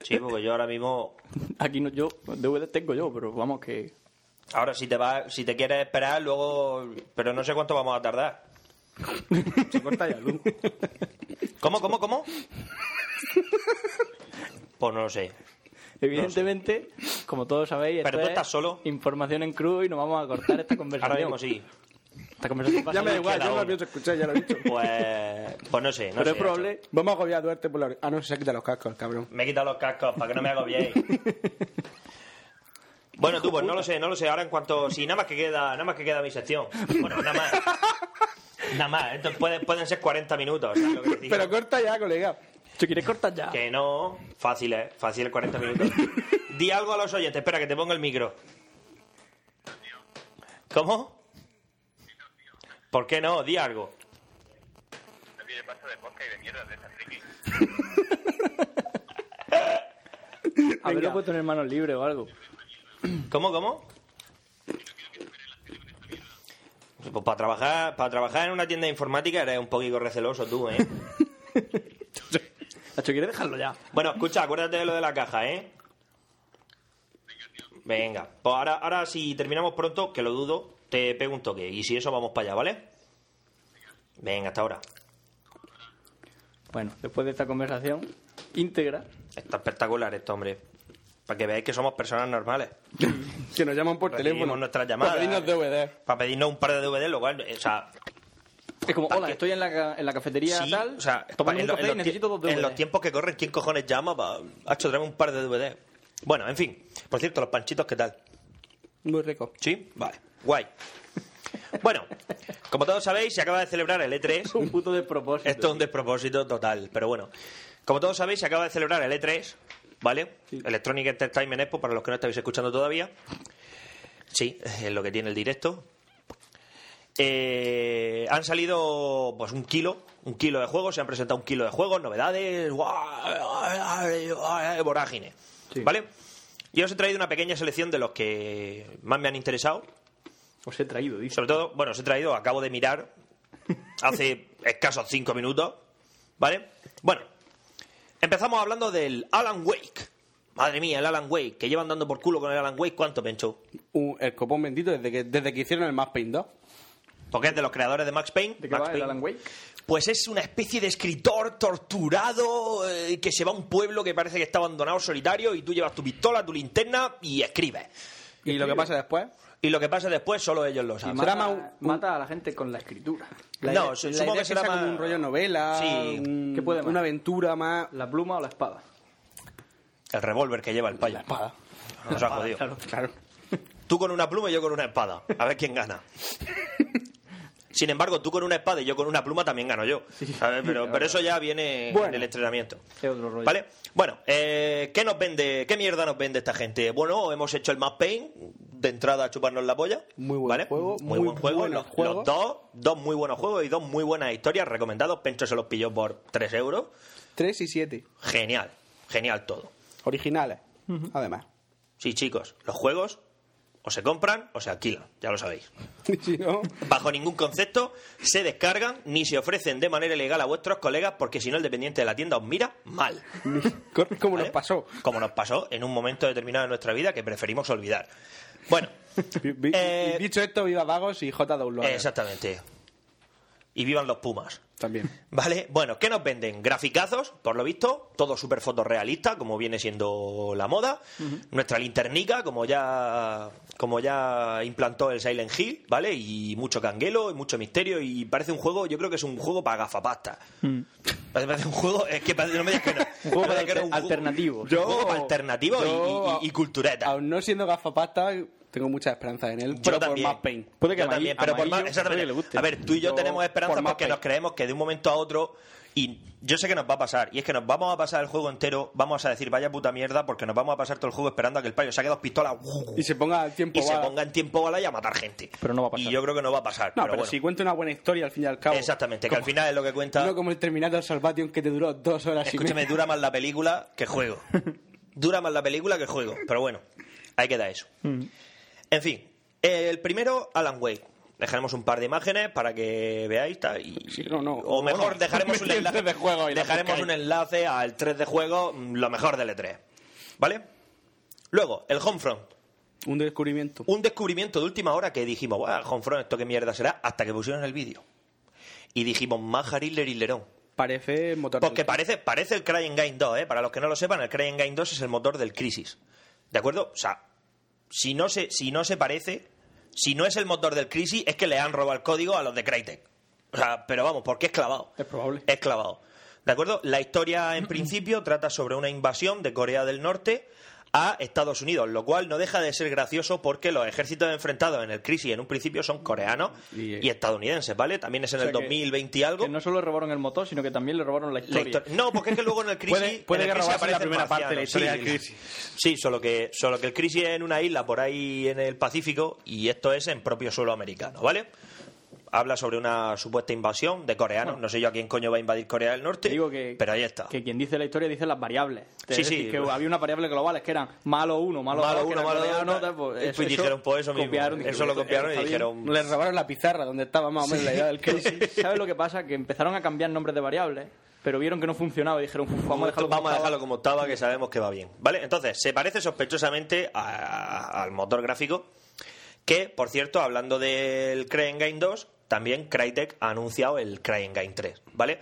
S9: Sí, porque yo ahora mismo...
S7: Aquí no, yo, DVD tengo yo, pero vamos que.
S9: Ahora, si te va, si te quieres esperar, luego... Pero no sé cuánto vamos a tardar.
S7: Se corta ya luz.
S9: ¿Cómo, cómo, cómo? Pues no lo sé.
S7: Evidentemente, como todos sabéis,
S9: Pero
S7: esto
S9: tú
S7: es
S9: estás solo.
S7: Información en crudo y nos vamos a cortar esta conversación.
S9: Ahora mismo sí.
S7: Esta conversación pasa
S8: Ya me da
S7: de
S8: igual,
S7: aquí a
S8: yo
S7: la
S8: no
S7: hora.
S8: lo pienso escuchar, ya lo he dicho.
S9: Pues, pues no sé, no sé.
S8: Vamos a agobiar a Duarte por la... ore- Ah, no, se ha quitado los cascos, el cabrón.
S9: Me he quitado los cascos para que no me agobiéis. Bueno, tú, pues no lo sé, no lo sé. Ahora en cuanto... Si nada más que queda, nada más que queda mi sección. Bueno, nada más. Nada más. Entonces pueden, pueden ser 40 minutos. ¿sabes lo que te digo?
S8: Pero corta ya, colega.
S7: ¿Tú quieres cortar ya?
S9: Que no. Fácil, ¿eh? Fácil 40 minutos. Di algo a los oyentes. Espera, que te pongo el micro. ¿Cómo? ¿Por qué no? Di algo.
S7: Haberlo puesto en hermanos libre o algo.
S9: ¿Cómo, cómo? Pues para trabajar, para trabajar en una tienda de informática eres un poquito receloso tú, ¿eh?
S7: Nacho, ¿quieres dejarlo ya?
S9: Bueno, escucha, acuérdate de lo de la caja, ¿eh? Venga, pues ahora, ahora si terminamos pronto, que lo dudo, te pego un toque. Y si eso, vamos para allá, ¿vale? Venga, hasta ahora.
S7: Bueno, después de esta conversación íntegra,
S9: Está espectacular esto, hombre. Para que veáis que somos personas normales.
S8: Que nos llaman por
S9: Recibimos
S8: teléfono.
S9: nuestras llamadas.
S8: Para pedirnos DVD.
S9: Para pedirnos un par de DVD, lo cual, o sea,
S7: es como,
S9: Pa'
S7: hola,
S9: que-
S7: estoy en la, ca- en la cafetería
S9: Sí,
S7: tal,
S9: o sea,
S7: tomando
S9: en,
S7: un
S9: lo-
S7: café
S9: en
S7: y
S9: los
S7: necesito dos
S9: tie- en
S7: DVD.
S9: los tiempos que corren, ¿quién cojones llama? Pa... Hacho, tráeme un par de DVD. Bueno, en fin. Por cierto, los panchitos, ¿qué tal?
S8: Muy rico.
S9: ¿Sí? Vale. Guay. Bueno, como todos sabéis, se acaba de celebrar el E E3.
S7: Un puto despropósito.
S9: Mm. Esto es un despropósito total, pero bueno. Como todos sabéis, se acaba de celebrar E el E3, ¿vale? Electronic Entertainment Expo, para los que no estáis escuchando todavía. Sí, es lo que tiene el directo. Eh, han salido pues un kilo, un kilo de juegos, se han presentado un kilo de juegos, novedades, ¡guau! vorágine. ¿Vale? Yo os he traído una pequeña selección de los que más me han interesado.
S7: Os he traído, dice.
S9: Sobre todo, bueno, os he traído, acabo de mirar hace escasos cinco minutos. ¿Vale? Bueno, empezamos hablando del Alan Wake. Madre mía, el Alan Wake, que llevan dando por culo con el Alan Wake, ¿cuánto, Pencho?
S8: Un- el copón bendito desde que, desde que hicieron el Max Paint 2.
S9: Porque es de los creadores de Max Payne.
S8: qué
S9: Max
S8: va el
S9: Payne.
S8: Alan Wake?
S9: Pues es una especie de escritor torturado eh, que se va a un pueblo que parece que está abandonado solitario y tú llevas tu pistola, tu linterna y escribes.
S8: ¿Y lo que pasa después?
S9: Y lo que pasa después solo ellos lo saben.
S7: mata, mata a la gente con la escritura. La
S9: No,
S7: idea-
S9: su-
S7: la
S9: supongo
S7: idea
S9: que será
S7: sea
S9: más-
S7: como
S8: Un rollo novela,
S9: Sí.
S8: un-
S7: ¿Qué puede más?
S8: una aventura más...
S7: ¿La pluma o la espada?
S9: El revólver que lleva el payo. La espada. Nos ha jodido. Claro, Tú con una pluma y yo con una espada. A ver quién gana. Sin embargo, tú con una espada y yo con una pluma también gano yo. A ver, pero, pero eso ya viene en
S7: Bueno.
S9: el entrenamiento.
S7: Es otro rollo.
S9: ¿Vale? Bueno, eh, ¿qué nos vende? ¿Qué mierda nos vende esta gente? Bueno, hemos hecho el Map Pain de entrada a chuparnos la polla. Muy buen juego. Muy,
S8: muy
S9: buen juego.
S8: buenos
S9: Los, los
S8: juegos.
S9: dos, dos muy buenos juegos y dos muy buenas historias recomendados. Pencho se los pilló por 3 euros.
S8: 3 y 7.
S9: Genial, genial todo.
S8: Originales, además.
S9: Sí, chicos, los juegos o se compran o se alquilan, ya lo sabéis.
S8: Si no,
S9: Bajo ningún concepto se descargan ni se ofrecen de manera ilegal a vuestros colegas porque si no el dependiente de la tienda os mira mal.
S8: como nos pasó.
S9: Como nos pasó en un momento determinado de nuestra vida que preferimos olvidar. Bueno,
S8: Vi- vi-
S9: Eh,
S8: Dicho esto, viva Vagos y J. Download.
S9: exactamente. Y vivan los Pumas.
S8: También.
S9: Vale, bueno, ¿qué nos venden? Graficazos, por lo visto, todo súper fotorrealista, como viene siendo la moda. Nuestra linternica, como ya, como ya implantó el Silent Hill, ¿vale? Y mucho canguelo, y mucho misterio, y parece un juego, yo creo que es un juego para gafapasta. Parece, parece un juego, es que parece, no me digas que no.
S7: Mm. Un juego
S9: No me digas que no,
S7: alter-
S9: un juego-
S7: alternativo.
S9: un juego alternativo y-
S8: yo-
S9: y, y cultureta.
S8: Aún no siendo gafapasta, tengo muchas esperanzas en él.
S9: Yo
S8: pero
S9: también.
S8: por más pain.
S9: Yo también, pero por más, exactamente. A ver, tú y yo, tenemos esperanza
S8: por más
S9: porque
S8: pain.
S9: nos creemos que de un momento a otro y yo sé que nos va a pasar y es que nos vamos a pasar el juego entero, vamos a decir vaya puta mierda porque nos vamos a pasar todo el juego esperando a que el payo saque dos pistolas ¡uh!
S8: Y se ponga al tiempo
S9: y se
S8: bala.
S9: ponga en tiempo bala y a matar gente. Pero no va a pasar. Y yo creo que no va a pasar,
S8: No, pero,
S9: pero, bueno.
S8: si cuenta una buena historia al fin y al cabo.
S9: Exactamente, que al final es lo que cuenta.
S8: No como el Terminator Salvation que te duró dos horas y
S9: Escúchame,
S8: media.
S9: dura más la película que el juego. Dura más la película que el juego, pero bueno, ahí queda eso.
S8: Mm.
S9: En fin, el primero, Alan Wake. Dejaremos un par de imágenes para que veáis. tal, y, o mejor,
S8: Bueno,
S9: dejaremos un
S8: metí el
S9: enlace.
S8: 3 de juego y la
S9: dejaremos
S8: buscáis.
S9: un enlace al 3 de juego, mm, lo mejor del E3. ¿Vale? Luego, el Homefront.
S8: Un descubrimiento.
S9: Un descubrimiento de última hora que dijimos, "Buah, el Homefront, esto qué mierda será, hasta que pusieron el vídeo. Y dijimos, maja, Hiller y Lerón.
S8: Parece motor.
S9: Porque parece, parece el Crying Game 2, ¿eh? Para los que no lo sepan, el Crying Game 2 es el motor del Crisis. ¿De acuerdo? O sea, si no se, si no se parece, si no es el motor del Crisis, es que le han robado el código a los de Crytek. O sea, pero vamos, porque es clavado. Es probable. Es clavado. ¿De acuerdo? La historia, en principio, trata sobre una invasión de Corea del Norte a Estados Unidos, lo cual no deja de ser gracioso porque los ejércitos enfrentados en el crisis en un principio son coreanos y, estadounidenses, ¿vale? También es en
S7: O sea
S9: el
S7: que-
S9: 2020 y algo.
S7: Que no solo le robaron el motor, sino que también le robaron la
S9: La
S7: historia.
S9: histori- No, porque es que luego en el crisis.
S7: Puede- puede
S9: en el
S7: que
S9: Crisis
S7: robase la
S9: aparecen
S7: primera parte de la historia
S9: sí.
S7: del Crisis.
S9: Sí, solo que, solo que el crisis es en una isla por ahí en el Pacífico y esto es en propio suelo americano, ¿vale? Habla sobre una supuesta invasión de coreanos. No sé yo a quién coño va a invadir Corea del Norte, pero ahí está.
S7: Que quien dice la historia dice las variables. Es
S9: Sí,
S7: decir,
S9: sí. pues-
S7: Que había unas variables globales que eran malo uno, malo,
S9: Malo
S7: dos, que
S9: uno,
S7: eran
S9: malo dos,
S7: coreanos, tal,
S9: y pues dijeron, pues, eso mismo.
S7: copiaron y
S9: Eso
S7: dijeron,
S9: lo
S7: esto-
S9: copiaron y
S7: esto está
S9: dijeron,
S7: bien.
S8: Le robaron la pizarra donde estaba más o menos la idea del que
S7: ¿Sabes lo que pasa? Que empezaron a cambiar nombres de variables, pero vieron que no funcionaba y dijeron, "Uf, vamos a dejarlo como estaba".
S9: como estaba, que sabemos que va bien. ¿Vale? Entonces, se parece sospechosamente a- a- al motor gráfico, que, por cierto, hablando del CryEngine 2, también Crytek ha anunciado el CryEngine 3, ¿vale?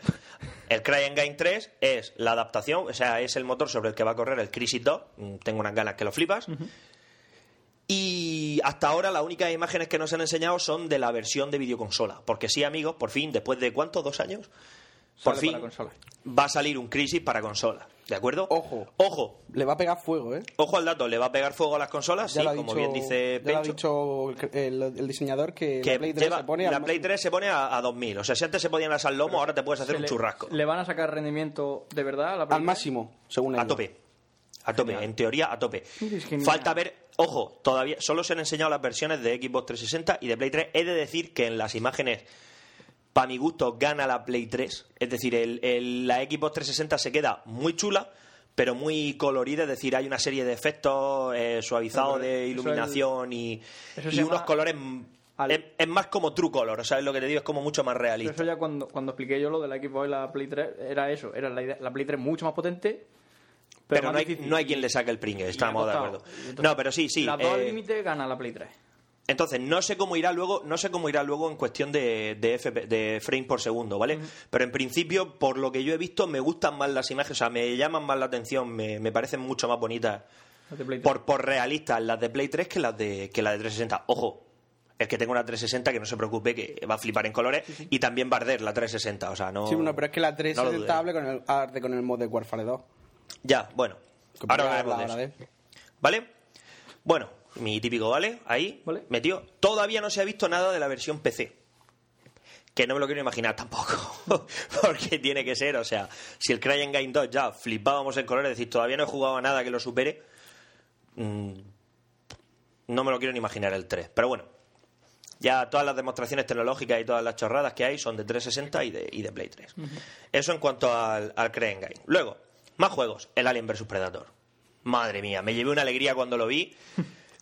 S9: El CryEngine 3 es la adaptación, o sea, es el motor sobre el que va a correr el Crisis 2. Mm, Tengo unas ganas que lo flipas. Y hasta ahora las únicas imágenes que nos han enseñado son de la versión de videoconsola. Porque sí, amigos, por fin, después de ¿cuántos? ¿Dos años? Por
S8: Sale
S9: fin
S8: para consola.
S9: va a salir un Crisis para consola. ¿De acuerdo? Ojo. Ojo.
S8: Le va a pegar fuego, ¿eh?
S9: Ojo al dato, le va a pegar fuego a las consolas,
S8: Ya
S9: sí,
S8: lo ha
S9: como
S8: dicho-
S9: bien dice
S8: ya lo ha
S9: Pencho.
S8: dicho el, el diseñador que,
S9: que
S8: la Play 3
S9: lleva-
S8: se pone
S9: la
S8: al-
S9: Play 3 se pone a, a 2000. O sea, si antes se podían las al lomo, ahora te puedes hacer
S7: Se
S9: un
S7: le-
S9: churrasco.
S7: ¿Le van a sacar rendimiento de verdad a la
S8: al máximo, según
S9: A tope. A A tope, en teoría, a tope. Falta ver, ojo, todavía solo se han enseñado las versiones de Xbox 360 y de Play 3. He de decir que en las imágenes, para mi gusto, gana la Play 3. Es decir, el- el- la Xbox 360 se queda muy chula, pero muy colorida. Es decir, hay una serie de efectos eh, suavizados
S7: Hombre, eso
S9: de
S7: es-
S9: iluminación y,
S7: eso se
S9: y
S7: llama-
S9: unos colores. mm, Es, es más como True Color, ¿sabes lo que te digo? Es como mucho más
S7: Pero
S9: realista.
S7: eso ya cuando, cuando expliqué yo lo de la Xbox y la Play 3, era eso, era la, idea- la Play 3 mucho más potente. Pero,
S9: Pero,
S7: más
S9: no, hay,
S7: difícil.
S9: no hay quien le saque el pringue, estamos de
S7: costado.
S9: acuerdo.
S7: Y entonces,
S9: No, pero sí, sí.
S7: Las dos al
S9: eh,
S7: límite gana la Play 3.
S9: Entonces, no sé cómo irá luego, no sé cómo irá luego en cuestión de, de, FP de frame por segundo, ¿vale? Pero en principio, por lo que yo he visto, me gustan más las imágenes, o sea, me llaman más la atención, me, me parecen mucho más bonitas.
S7: La de Play 3.
S9: Por, por realistas las de Play 3 que las de, que las de 360. Ojo, el que tenga una 360 que no se preocupe, que va a flipar en colores, y también va a arder la 360, o sea, no...
S17: Sí, bueno, pero es que la 3
S9: no lo
S17: es
S9: dudes.
S17: estable con el arte con el mod de Warfare 2.
S9: Ya, bueno. Ahora
S17: podría
S9: hablaremos de
S17: hablar
S9: eso. ¿Vale? Bueno, mi típico vale, ahí, metido. Todavía no se ha visto nada de la versión PC. Que no me lo quiero imaginar tampoco. Porque tiene que ser, o sea, si el Cryengame 2 ya flipábamos en colores, es decir, todavía no he jugado a nada que lo supere, mm, no me lo quiero ni imaginar el 3. Pero bueno, ya todas las demostraciones tecnológicas y todas las chorradas que hay son de 360 y de, y de Play 3. Eso en cuanto al, al Crane Game. Luego, más juegos. El Alien vs Predator. Madre mía, me llevé una alegría cuando lo vi.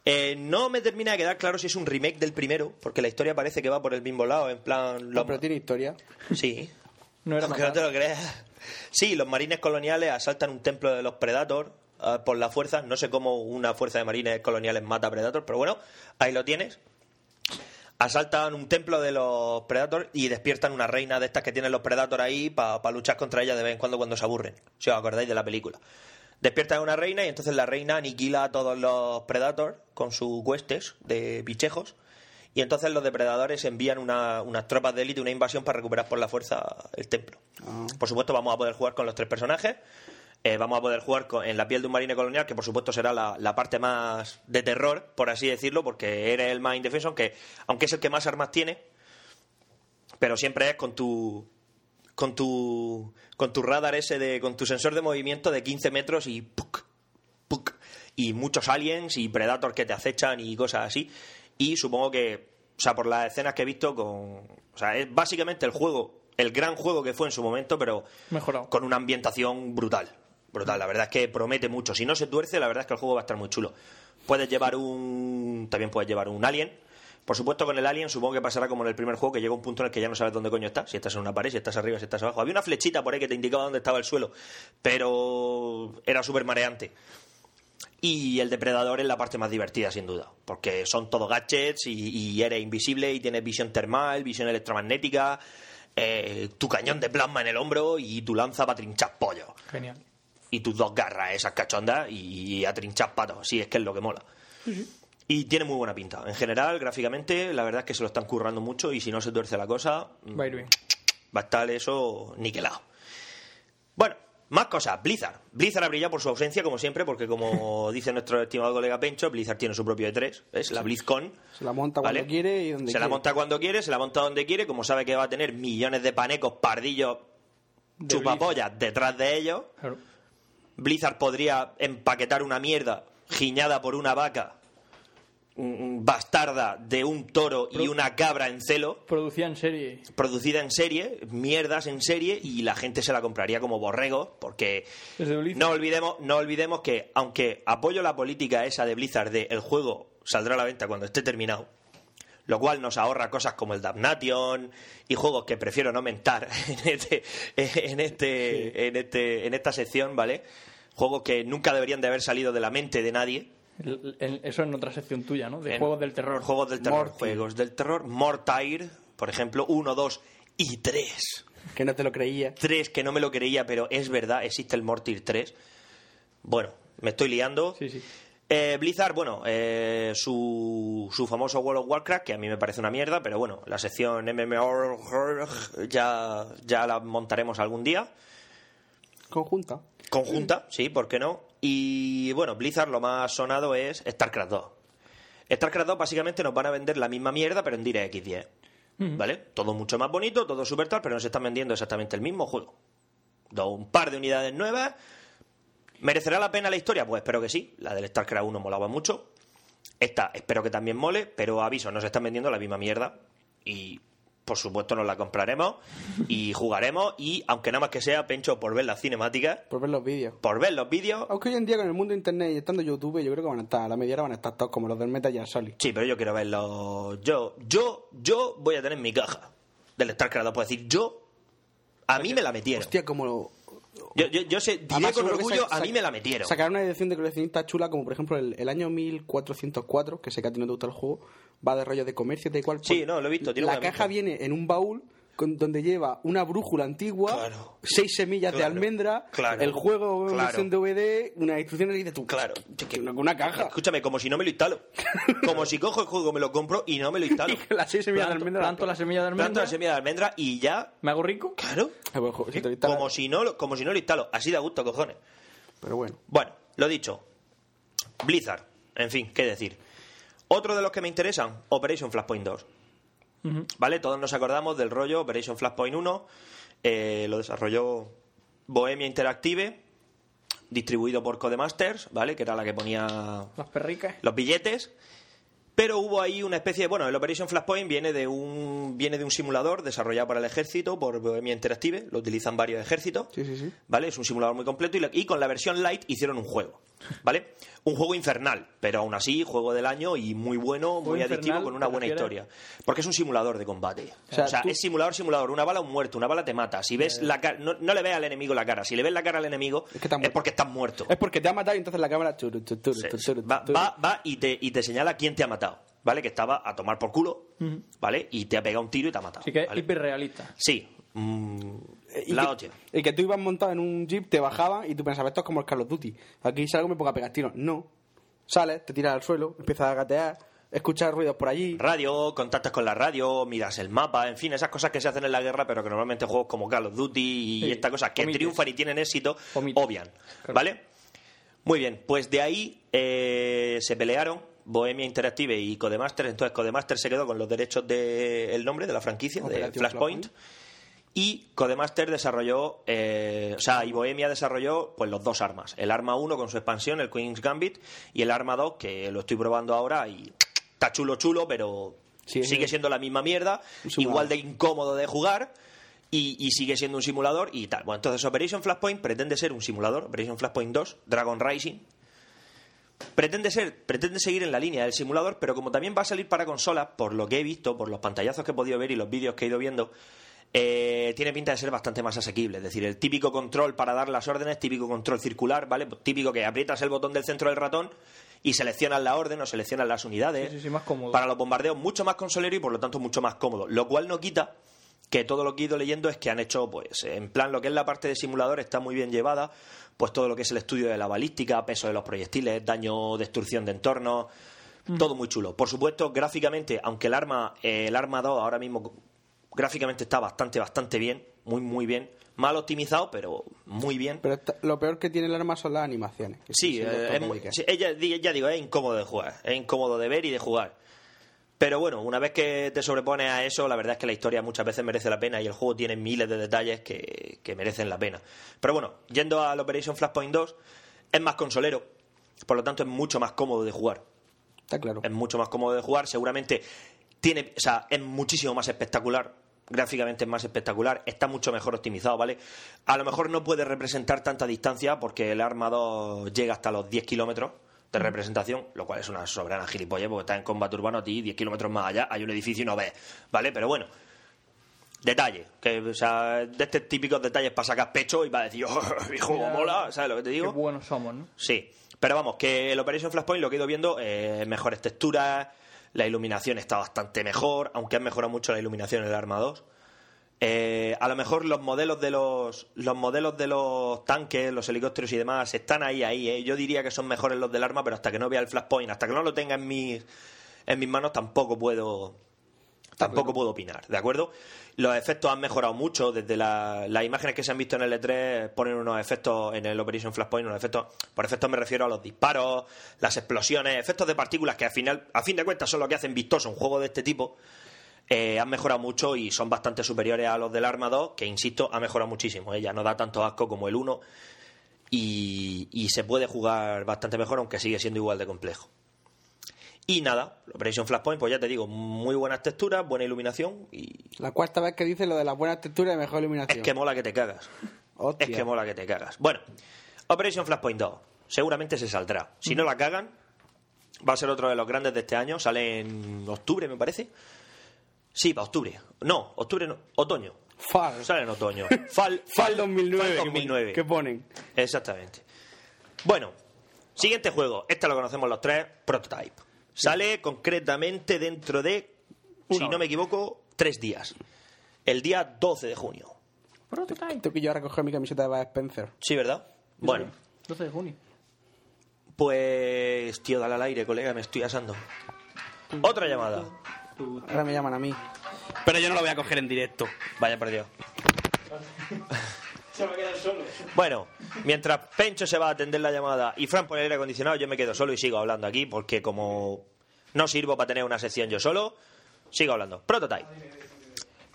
S9: Eh, no me termina de quedar claro si es un remake del primero, porque la historia parece que va por el mismo lado, en plan... Los...
S17: Pero tiene historia.
S9: Sí.
S7: No era
S9: Aunque no te lo creas. Sí, los marines coloniales asaltan un templo de los Predator eh, por la fuerza. No sé cómo una fuerza de marines coloniales mata a Predator, pero bueno, ahí lo tienes. Asaltan un templo de los Predator y despiertan una reina de estas que tienen los Predator ahí para luchar contra ella de vez en cuando cuando se aburren. Si os acordáis de la película. Despiertan a una reina y entonces la reina aniquila a todos los Predator con sus huestes de bichejos. Y entonces los depredadores envían una- unas tropas de élite, una invasión para recuperar por la fuerza el templo. Por supuesto, vamos a poder jugar con los tres personajes. eh, vamos a poder jugar con- en la piel de un marine colonial, que por supuesto será la, la parte más de terror, por así decirlo, porque eres el más indefenso, aunque, aunque es el que más armas tiene. Pero siempre es con tu. Con tu, con tu radar ese, de, con tu sensor de movimiento de 15 metros y y muchos aliens y predators que te acechan y cosas así. Y supongo que, o sea, por las escenas que he visto, con, o sea, es básicamente el juego, el gran juego que fue en su momento, pero
S7: Mejorado.
S9: con una ambientación brutal. Brutal, la verdad es que promete mucho. Si no se tuerce, la verdad es que el juego va a estar muy chulo. Puedes llevar un. También puedes llevar un alien. Por supuesto, con el alien supongo que pasará como en el primer juego, que llega un punto en el que ya no sabes dónde coño estás. Si estás en una pared, si estás arriba, si estás abajo. Había una flechita por ahí que te indicaba dónde estaba el suelo, pero era súper mareante. Y el depredador es la parte más divertida, sin duda, porque son todos gadgets y, y eres invisible y tienes visión termal, visión electromagnética, eh, tu cañón de plasma en el hombro y tu lanza para trinchar pollo.
S7: Genial.
S9: Y tus dos garras, esas cachondas, y, a trinchar patos, sí, es que es lo que mola. Y tiene muy buena pinta. En general, gráficamente, la verdad es que se lo están currando mucho y si no se tuerce la cosa,
S7: Va a ir bien.
S9: va a estar eso niquelado. Bueno, más cosas. Blizzard. Blizzard ha brillado por su ausencia, como siempre, porque como dice nuestro estimado colega Pencho, Blizzard tiene su propio E3, es la BlizzCon.
S17: Se la monta
S9: Vale.
S17: cuando quiere y donde
S9: se la
S17: quiere.
S9: monta cuando quiere, se la monta donde quiere, como sabe que va a tener millones de panecos, pardillos, chupapollas detrás de ellos. Blizzard podría empaquetar una mierda giñada por una vaca mm, bastarda de un toro y una cabra en celo
S7: Producía en serie.
S9: producida en serie, mierdas en serie, y la gente se la compraría como borrego, porque no olvidemos, no olvidemos que, aunque apoyo la política esa de Blizzard de el juego saldrá a la venta cuando esté terminado, lo cual nos ahorra cosas como el Damnation y juegos que prefiero no mentar en este, en este, en este, en esta sección, ¿vale? Juegos que nunca deberían de haber salido de la mente de nadie.
S7: El- el- eso en otra sección tuya, ¿no? De
S9: En
S7: juegos del terror.
S9: Juegos del terror. Juegos del terror. Mortair, por ejemplo, 1, 2 y 3.
S17: Que no te lo creía.
S9: 3, que no me lo creía, pero es verdad, existe el Mortair 3. Bueno, me estoy liando. Eh, Blizzard, bueno, eh, su, su famoso World of Warcraft, que a mí me parece una mierda, pero bueno, la sección MMO ya, ya la montaremos algún día.
S17: Conjunta.
S9: Conjunta, sí, ¿por qué no? Y bueno, Blizzard lo más sonado es StarCraft 2. StarCraft 2 básicamente nos van a vender la misma mierda, pero en DirectX 10. ¿Vale? Todo mucho más bonito, todo super tal, pero nos están vendiendo exactamente el mismo juego. Da un par de unidades nuevas ¿Merecerá la pena la historia? Pues espero que sí. La del StarCraft 1 molaba mucho. Esta espero que también mole, pero aviso, nos están vendiendo la misma mierda. Y por supuesto nos la compraremos y jugaremos. Y aunque nada más que sea, Pencho, por ver las cinemáticas,
S17: Por ver los vídeos.
S9: por ver los vídeos.
S17: Aunque hoy en día con el mundo de internet y estando YouTube, yo creo que van a estar, a la media hora van a estar todos como los del Metal Gear Solid.
S9: Sí, pero yo quiero verlos. Yo, yo, yo voy a tener mi caja del StarCraft 2. Puedo decir, yo. A mí me la metieron.
S17: Hostia, como lo...
S9: Yo, yo, yo sé, diré
S17: Además,
S9: con
S17: seguro que
S9: orgullo,
S17: sa-
S9: a
S17: sa-
S9: mí me la metieron.
S17: Sacar una edición de coleccionista chula, como por ejemplo el, el año 1404, que sé que a ti no te gusta el juego, va de rollo de comercio, tal cual.
S9: Sí, no, lo he visto, tiene
S17: La
S9: buena
S17: caja viene en un baúl con- donde lleva una brújula antigua, seis semillas
S9: Claro.
S17: de almendra,
S9: Claro.
S17: el juego una
S9: Claro.
S17: versión DVD, una instrucción de tú.
S9: Claro.
S17: Una, una caja.
S9: Escúchame, como si no me lo instalo. Como si cojo el juego, me lo compro y no me lo instalo.
S17: las seis semillas de almendra.
S7: Planto la semilla de almendra.
S9: Planto la semilla de almendra y ya.
S7: ¿Me hago rico?
S9: Claro. ¿Eh?
S17: Ah, bueno, jo- si te lo instalas-
S9: Como si no, lo- como si no lo instalo. Así da gusto, cojones.
S17: Pero bueno.
S9: Bueno, lo dicho. Blizzard. En fin, qué decir. Otro de los que me interesan, Operation Flashpoint 2. ¿Vale? Todos nos acordamos del rollo Operation Flashpoint 1. eh, lo desarrolló Bohemia Interactive, distribuido por Codemasters, ¿vale? Que era la que ponía
S7: Las perricas.
S9: los billetes. Pero hubo ahí una especie de. Bueno, el Operation Flashpoint viene de un, viene de un simulador desarrollado para el ejército por Bohemia Interactive. Lo utilizan varios ejércitos.
S17: Sí, sí, sí.
S9: ¿vale? Es un simulador muy completo y, la- y con la versión light hicieron un juego, ¿vale? Un juego infernal, pero aún así juego del año y muy bueno, muy
S7: infernal,
S9: adictivo con una
S7: ¿te
S9: buena
S7: refieres?
S9: historia, porque es un simulador de combate. O sea,
S7: sea, tú-
S9: es simulador simulador, una bala un muerto, una bala te mata. Si ves la cara, no, no le ves al enemigo la cara, si le ves la cara al enemigo es, porque estás muerto.
S17: Es porque te ha matado y entonces la cámara. churu, churu, churu,
S9: Sí,
S17: churu,
S9: sí. Va,
S17: churu.
S9: va- va y te y te señala quién te ha matado, ¿vale? Que estaba a tomar por culo, ¿vale? Y te ha pegado un tiro y te ha matado.
S7: Así que es
S9: ¿vale?
S7: hiperrealista.
S9: Sí. Mm,
S17: Eh,
S8: Eh,
S17: Y
S9: la
S17: que-
S9: hostia.
S17: Y que tú ibas montado en un jeep, te bajaban y tú pensabas, esto es como el Call of Duty. Aquí salgo y me pongo a pegar tiros. No. Sales, te tiras al suelo, empiezas a gatear, escuchas ruidos por allí.
S9: radio, contactas con la radio, miras el mapa, en fin, esas cosas que se hacen en la guerra, pero que normalmente juegos como Call of Duty y
S7: Sí,
S9: estas cosas que
S7: omites.
S9: triunfan y tienen éxito, obvian. ¿Vale? Muy bien, pues de ahí eh, se pelearon Bohemia Interactive y Codemaster. Entonces Codemaster se quedó con los derechos del nombre de la franquicia, de
S17: Operación
S9: Flashpoint. Y Codemaster desarrolló, eh, o sea, y Bohemia desarrolló pues los dos armas. El arma 1 con su expansión, el Queen's Gambit, y el arma 2, que lo estoy probando ahora y está chulo, chulo, pero
S17: Sí,
S9: sigue
S17: sí.
S9: siendo la misma mierda,
S17: Un simulador.
S9: igual de incómodo de jugar. Y, y sigue siendo un simulador y tal. Bueno, entonces Operation Flashpoint pretende ser un simulador, Operation Flashpoint 2, Dragon Rising, pretende ser pretende seguir en la línea del simulador pero como también va a salir para consolas por lo que he visto por los pantallazos que he podido ver y los vídeos que he ido viendo eh, tiene pinta de ser bastante más asequible es decir el típico control para dar las órdenes típico control circular vale Pues típico que aprietas el botón del centro del ratón y seleccionas la orden o seleccionas las unidades
S7: Sí, sí, más cómodo.
S9: para los bombardeos mucho más consolero y por lo tanto mucho más cómodo lo cual no quita que todo lo que he ido leyendo es que han hecho, pues, en plan, lo que es la parte de simulador está muy bien llevada, pues todo lo que es el estudio de la balística, peso de los proyectiles, daño, destrucción de entornos, todo muy chulo. Por supuesto, gráficamente, aunque el arma, eh, el arma 2 ahora mismo gráficamente está bastante, bastante bien, muy, muy bien, mal optimizado, pero muy bien.
S17: Pero esta- lo peor que tiene el arma son las animaciones. que
S9: Sí,
S17: son
S9: eh,
S17: los
S9: es muy-
S17: tópicas.
S9: sí, ella, di- ya digo, es incómodo de jugar, es incómodo de ver y de jugar. Pero bueno, una vez que te sobrepones a eso, la verdad es que la historia muchas veces merece la pena y el juego tiene miles de detalles que, que merecen la pena. Pero bueno, yendo al Operation Flashpoint 2, es más consolero, por lo tanto es mucho más cómodo de jugar.
S17: Está claro.
S9: Es mucho más cómodo de jugar, seguramente tiene, o sea, es muchísimo más espectacular. Gráficamente es más espectacular, está mucho mejor optimizado, ¿vale? A lo mejor no puede representar tanta distancia porque el Arma 2 llega hasta los 10 kilómetros
S7: Mm.
S9: de representación, lo cual es una soberana gilipollez porque está en combate urbano a ti, 10 kilómetros más allá hay un edificio y no ves, ¿vale? Pero bueno, detalles, que, o sea, de estos típicos detalles para sacar pecho y para decir, oh, mi juego
S7: Mira,
S9: mola, ¿sabes lo que te digo?
S7: Qué buenos somos, ¿no?
S9: Sí, pero vamos, que el Operation Flashpoint lo que he ido viendo, eh, mejores texturas, la iluminación está bastante mejor, aunque han mejorado mucho la iluminación en el Arma 2. Eh, a lo mejor los modelos de los los modelos de los tanques, los helicópteros y demás están ahí ahí. eh. Yo diría que son mejores los del arma, pero hasta que no vea el flashpoint, hasta que no lo tenga en mis en mis manos tampoco puedo tampoco puedo opinar, ¿de acuerdo? Los efectos han mejorado mucho, desde la- las imágenes que se han visto en el E3 ponen unos efectos en el Operation Flashpoint, unos efectos, por efectos me refiero a los disparos, las explosiones, efectos de partículas que al final, a fin de cuentas son lo que hacen vistoso un juego de este tipo. Eh, han mejorado mucho y son ¿eh? bastante superiores a los del Arma 2, que insisto, ha mejorado muchísimo. Ella no da tanto asco como el 1 y, y se puede jugar bastante mejor, aunque sigue siendo igual de complejo. Y nada, Operation Flashpoint, pues ya te digo, muy buenas texturas, buena iluminación y
S8: La cuarta vez que dices lo de las buenas texturas y mejor iluminación.
S9: es que mola que te cagas. Es que mola que te cagas. Bueno, Operation Flashpoint 2, seguramente se saldrá. Si no la cagan, va a ser otro de los grandes de este año, sale en octubre, me parece. Sí, para octubre. No, octubre no, otoño.
S8: Fal.
S9: Sale en otoño. Fal,
S8: Fal 2009.
S9: Fal 2009.
S8: ¿Qué ponen?
S9: Exactamente. Bueno, siguiente juego. Este lo conocemos los tres, Prototype. Sale concretamente dentro de, si no me equivoco, tres días. El día 12 de junio.
S8: Tengo que yo a recoger mi camiseta de Bud Spencer.
S9: Sí, ¿verdad? Bueno,
S7: 12 de junio.
S9: pues tío, dale al aire, colega, me estoy asando. Otra llamada.
S8: Ahora me llaman a mí.
S9: Pero yo no lo voy a coger en directo. Vaya por Dios.
S18: Se va a quedar solo.
S9: Bueno, mientras Pencho se va a atender la llamada y Fran por el aire acondicionado, yo me quedo solo y sigo hablando aquí porque como no sirvo para tener una sección yo solo, sigo hablando. Prototype.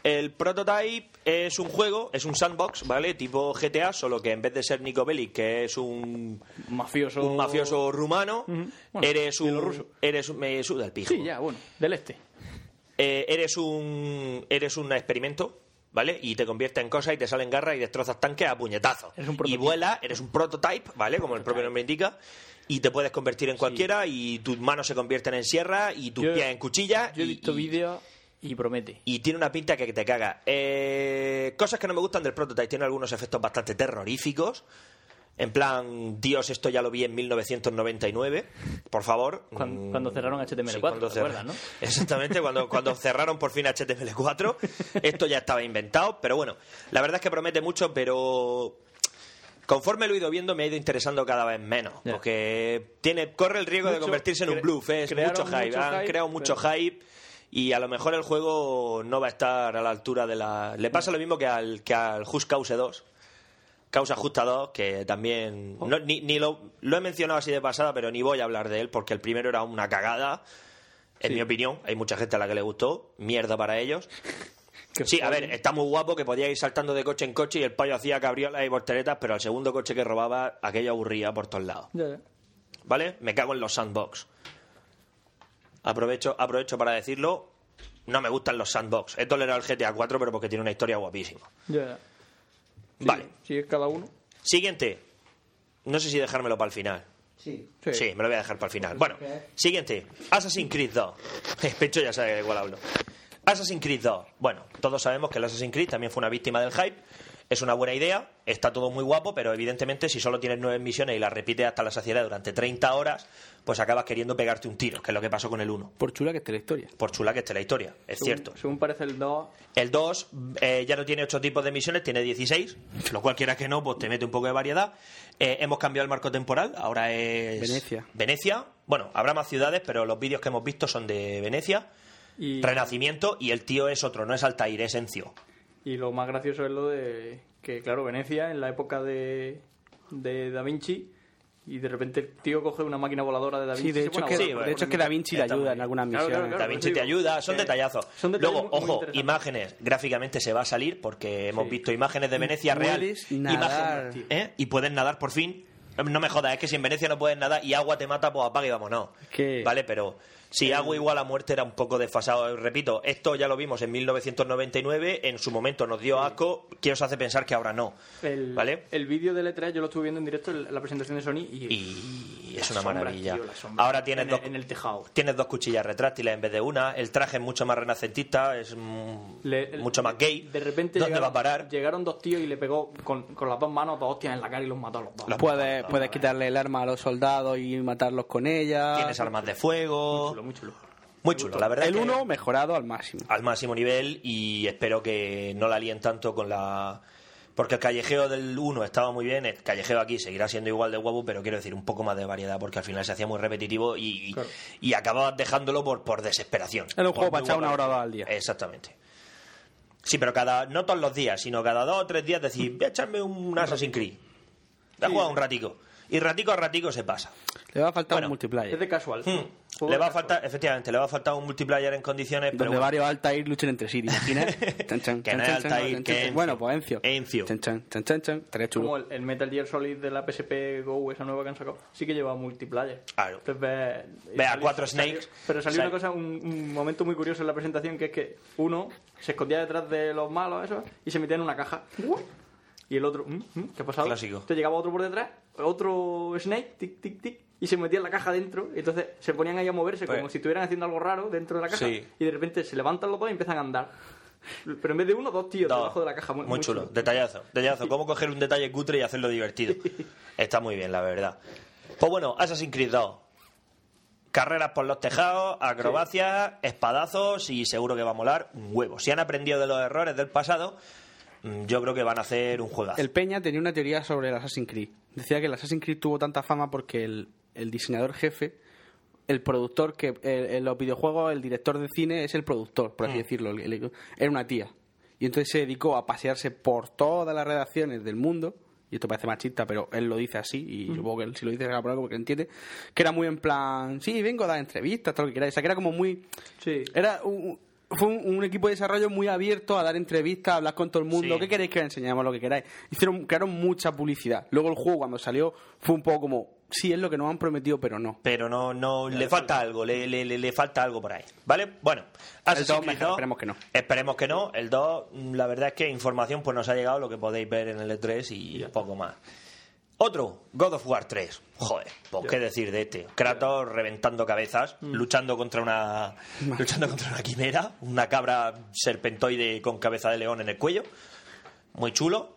S9: El Prototype es un juego, es un sandbox, ¿vale? Tipo GTA, solo que en vez de ser Nico Bellic, que es un
S7: mafioso,
S9: un mafioso rumano,
S7: Ujú. Bueno,
S9: eres
S7: de
S9: un
S7: lo ruso.
S9: eres un, me suda el pijo.
S7: Sí, ya, bueno, del este.
S9: Eh, eres un eres un experimento, ¿vale? Y te conviertes en cosas y te salen garras y destrozas tanques a puñetazos.
S7: Eres un
S9: y
S7: prototipo.
S9: vuela, eres un prototype, ¿vale? Como el propio nombre indica. Y te puedes convertir en cualquiera y tus manos se convierten en sierra y tus
S7: Yo-
S9: pies en cuchilla.
S7: Yo he
S9: Ah, y-
S7: visto vídeos y promete.
S9: y tiene una pinta que te caga. Eh, cosas que no me gustan del prototype. Tiene algunos efectos bastante terroríficos. En plan, Dios, esto ya lo vi en 1999. Por favor.
S7: Cuando-
S9: Mm,
S7: cuando cerraron HTML4, ¿te
S9: cerra-
S7: acuerdas, no?
S9: Exactamente, cuando, cuando cerraron por fin HTML4. Esto ya estaba inventado. Pero bueno, la verdad es que promete mucho, pero conforme lo he ido viendo me ha ido interesando cada vez menos. Porque tiene, corre el riesgo de
S7: Mucho-
S9: convertirse en un
S7: cre-
S9: bluff. ¿eh? Es
S7: crearon
S9: mucho hype.
S7: mucho
S9: Han
S7: hype,
S9: creado mucho
S7: pero-
S9: hype y a lo mejor el juego no va a estar a la altura de la... Le pasa lo mismo que al, que al Just Cause 2. Causa Justa 2, que también...
S7: Oh.
S9: no, ni, ni lo, lo he mencionado así de pasada, pero ni voy a hablar de él porque el primero era una cagada. En mi opinión, hay mucha gente a la que le gustó. Mierda para ellos. Sí, a ver, está muy guapo que podía ir saltando de coche en coche y el payo hacía cabriolas y porteretas, pero al segundo coche que robaba, aquello aburría por todos lados.
S7: Ya, ya.
S9: ¿Vale? Me cago en los sandbox. Aprovecho, aprovecho para decirlo. No me gustan los sandbox. He tolerado el GTA 4, pero porque tiene una historia guapísima.
S7: Ya, ya.
S9: Vale.
S7: Si es cada uno.
S9: Siguiente. No sé si dejármelo para el final.
S7: Sí.
S9: Sí. me lo voy a dejar para el final. Bueno, siguiente. Assassin's Creed 2. Pecho ya sabe de cuál hablo. Assassin's Creed 2. Bueno, todos sabemos que el Assassin's Creed también fue una víctima del hype. Es una buena idea, está todo muy guapo, pero evidentemente si solo tienes nueve misiones y las repites hasta la saciedad durante 30 horas, pues acabas queriendo pegarte un tiro, que es lo que pasó con el 1.
S8: Por chula que esté la historia.
S9: Por chula que esté la historia, es
S7: Según-
S9: cierto.
S7: Según parece el 2.
S9: El 2 eh, ya no tiene 8 tipos de misiones, tiene 16, lo cual quieras que no, pues te mete un poco de variedad. Eh, hemos cambiado el marco temporal, ahora es...
S8: Venecia.
S9: Venecia. Bueno, habrá más ciudades, pero los vídeos que hemos visto son de Venecia,
S7: Y,
S9: Renacimiento, y el tío es otro, no es Altair, es Encio.
S7: y lo más gracioso es lo de que, claro, Venecia en la época de, de Da Vinci y de repente el tío coge una máquina voladora de Da Vinci.
S8: Sí, de hecho, es que, de hecho es que Da Vinci le ayuda en algunas
S7: Claro,
S8: misiones.
S7: claro, claro,
S9: Da Vinci te ayuda, son detallazos.
S7: son detalles
S9: Luego,
S7: muy- muy
S9: ojo,
S7: interesantes.
S9: imágenes. Gráficamente se va a salir porque hemos visto imágenes de Venecia real.
S8: puedes
S9: Imágenes,
S8: nadar.
S9: ¿eh? Y puedes nadar por fin. No me jodas, es que si en Venecia no puedes nadar y agua te mata, pues apaga y vámonos.
S8: Que-
S9: Vale, pero si agua igual a muerte era un poco desfasado. Repito, esto ya lo vimos en 1999, en su momento nos dio asco, que os hace pensar que ahora no.
S7: El,
S9: ¿Vale?
S7: el vídeo de E3 yo lo estuve viendo en directo en la presentación de Sony y,
S9: Y es
S7: la
S9: una
S7: sombra,
S9: maravilla.
S7: tío, la sombra.
S9: Ahora tienes
S7: En
S9: dos,
S7: el- en el tejado.
S9: tienes dos cuchillas retráctiles en vez de una, el traje es mucho más renacentista, es mm,
S7: Le-
S9: mucho más gay.
S7: De repente
S9: ¿Dónde
S7: llegaron,
S9: va a parar?
S7: llegaron dos tíos y le pegó con, con las dos manos dos hostias en la cara y los mató a los dos.
S8: Puedes, puedes quitarle el arma a los soldados y matarlos con ella.
S9: Tienes armas de fuego. Muy chulo,
S7: muy chulo.
S9: la verdad.
S8: El
S9: es que
S8: 1 mejorado al máximo.
S9: al máximo nivel y espero que no la líen tanto con la... Porque el callejeo del 1 estaba muy bien, el callejeo aquí seguirá siendo igual de guapo, pero quiero decir un poco más de variedad porque al final se hacía muy repetitivo y, y- y acababas dejándolo por, por desesperación.
S8: Era un
S9: Por
S8: juego para
S9: muy
S8: echar una
S9: guapa
S8: hora o
S9: que-
S8: dos al día.
S9: Exactamente. Sí, pero cada no todos los días, sino cada dos o tres días decir, voy a echarme un Assassin's Creed. Voy a jugar un ratico. Y ratico a ratico se pasa.
S8: Le va a faltar
S9: Bueno.
S8: un multiplayer.
S7: Es de casual.
S9: Hmm. Le va a faltar, efectivamente, le va a faltar un multiplayer en condiciones.
S8: Donde
S9: pero
S8: varios Altair luchan entre sí, ¿te imaginas? Chan, chan,
S9: Que
S8: chan,
S9: no es
S8: chan, chan,
S9: Altair,
S8: chan,
S9: que
S8: chan.
S9: Encio.
S8: Bueno, pues Encio.
S9: Encio.
S8: Chan, chan, chan, chan, chan. Estaría chulo.
S7: Como el, el Metal Gear Solid de la PSP Go, esa nueva que han sacado, sí que lleva multiplayer.
S9: Claro.
S7: Entonces ves.
S9: Ve a
S7: salió-
S9: cuatro
S7: salió-
S9: Snakes.
S7: pero salió
S9: Sal-
S7: una cosa, un, un momento muy curioso en la presentación, que es que uno se escondía detrás de los malos, eso, y se metía en una caja. Y el otro, "Mm, mm, ¿qué ha pasado?
S9: Clásico.
S7: Entonces llegaba otro por detrás, otro Snake, tic, tic, tic, y se metía en la caja dentro. Y entonces se ponían ahí a moverse
S9: Pues-
S7: como si estuvieran haciendo algo raro dentro de la caja.
S9: Sí.
S7: Y de repente se levantan los dos y empiezan a andar. Pero en vez de uno, dos tíos debajo de la caja. Muy,
S9: Muy chulo, detallazo, detallazo. Cómo coger un detalle cutre y hacerlo divertido. Está muy bien, la verdad. Pues bueno, Assassin's Creed 2. Carreras por los tejados, acrobacias, espadazos y seguro que va a molar un huevo. Si han aprendido de los errores del pasado, mm, yo creo que van a hacer un juegazo.
S8: El Peña tenía una teoría sobre el Assassin's Creed. Decía que el Assassin's Creed tuvo tanta fama porque el, el diseñador jefe, el productor, que eh, en los videojuegos, el director de cine es el productor, por así
S9: Mm.
S8: decirlo. El- el- era una tía. Y entonces se dedicó a pasearse por todas las redacciones del mundo. Y esto parece machista, pero él lo dice así. Y supongo que él, si lo dice será por algo porque entiende. Que era muy en plan, sí, vengo a dar entrevistas, todo lo que queráis. O sea, que era como muy. Era un, fue un, un equipo de desarrollo muy abierto a dar entrevistas, a hablar con todo el mundo.
S9: Sí.
S8: ¿Qué queréis que os enseñemos? Lo que queráis. Hicieron, crearon mucha publicidad. Luego el juego, cuando salió, fue un poco como, sí, es lo que nos han prometido, pero no.
S9: Pero no, no le falta algo, le, le- le- le falta algo por ahí. ¿Vale? Bueno, Assassin's Creed 2,
S8: esperemos que no.
S9: Esperemos que no. El 2, mm, la verdad es que información pues nos ha llegado lo que podéis ver en el E3 y poco más. Otro, God of War 3. Joder, pues qué decir de este. Kratos reventando cabezas,
S8: Mm.
S9: luchando contra una luchando contra una quimera, una cabra serpentoide con cabeza de león en el cuello. Muy chulo.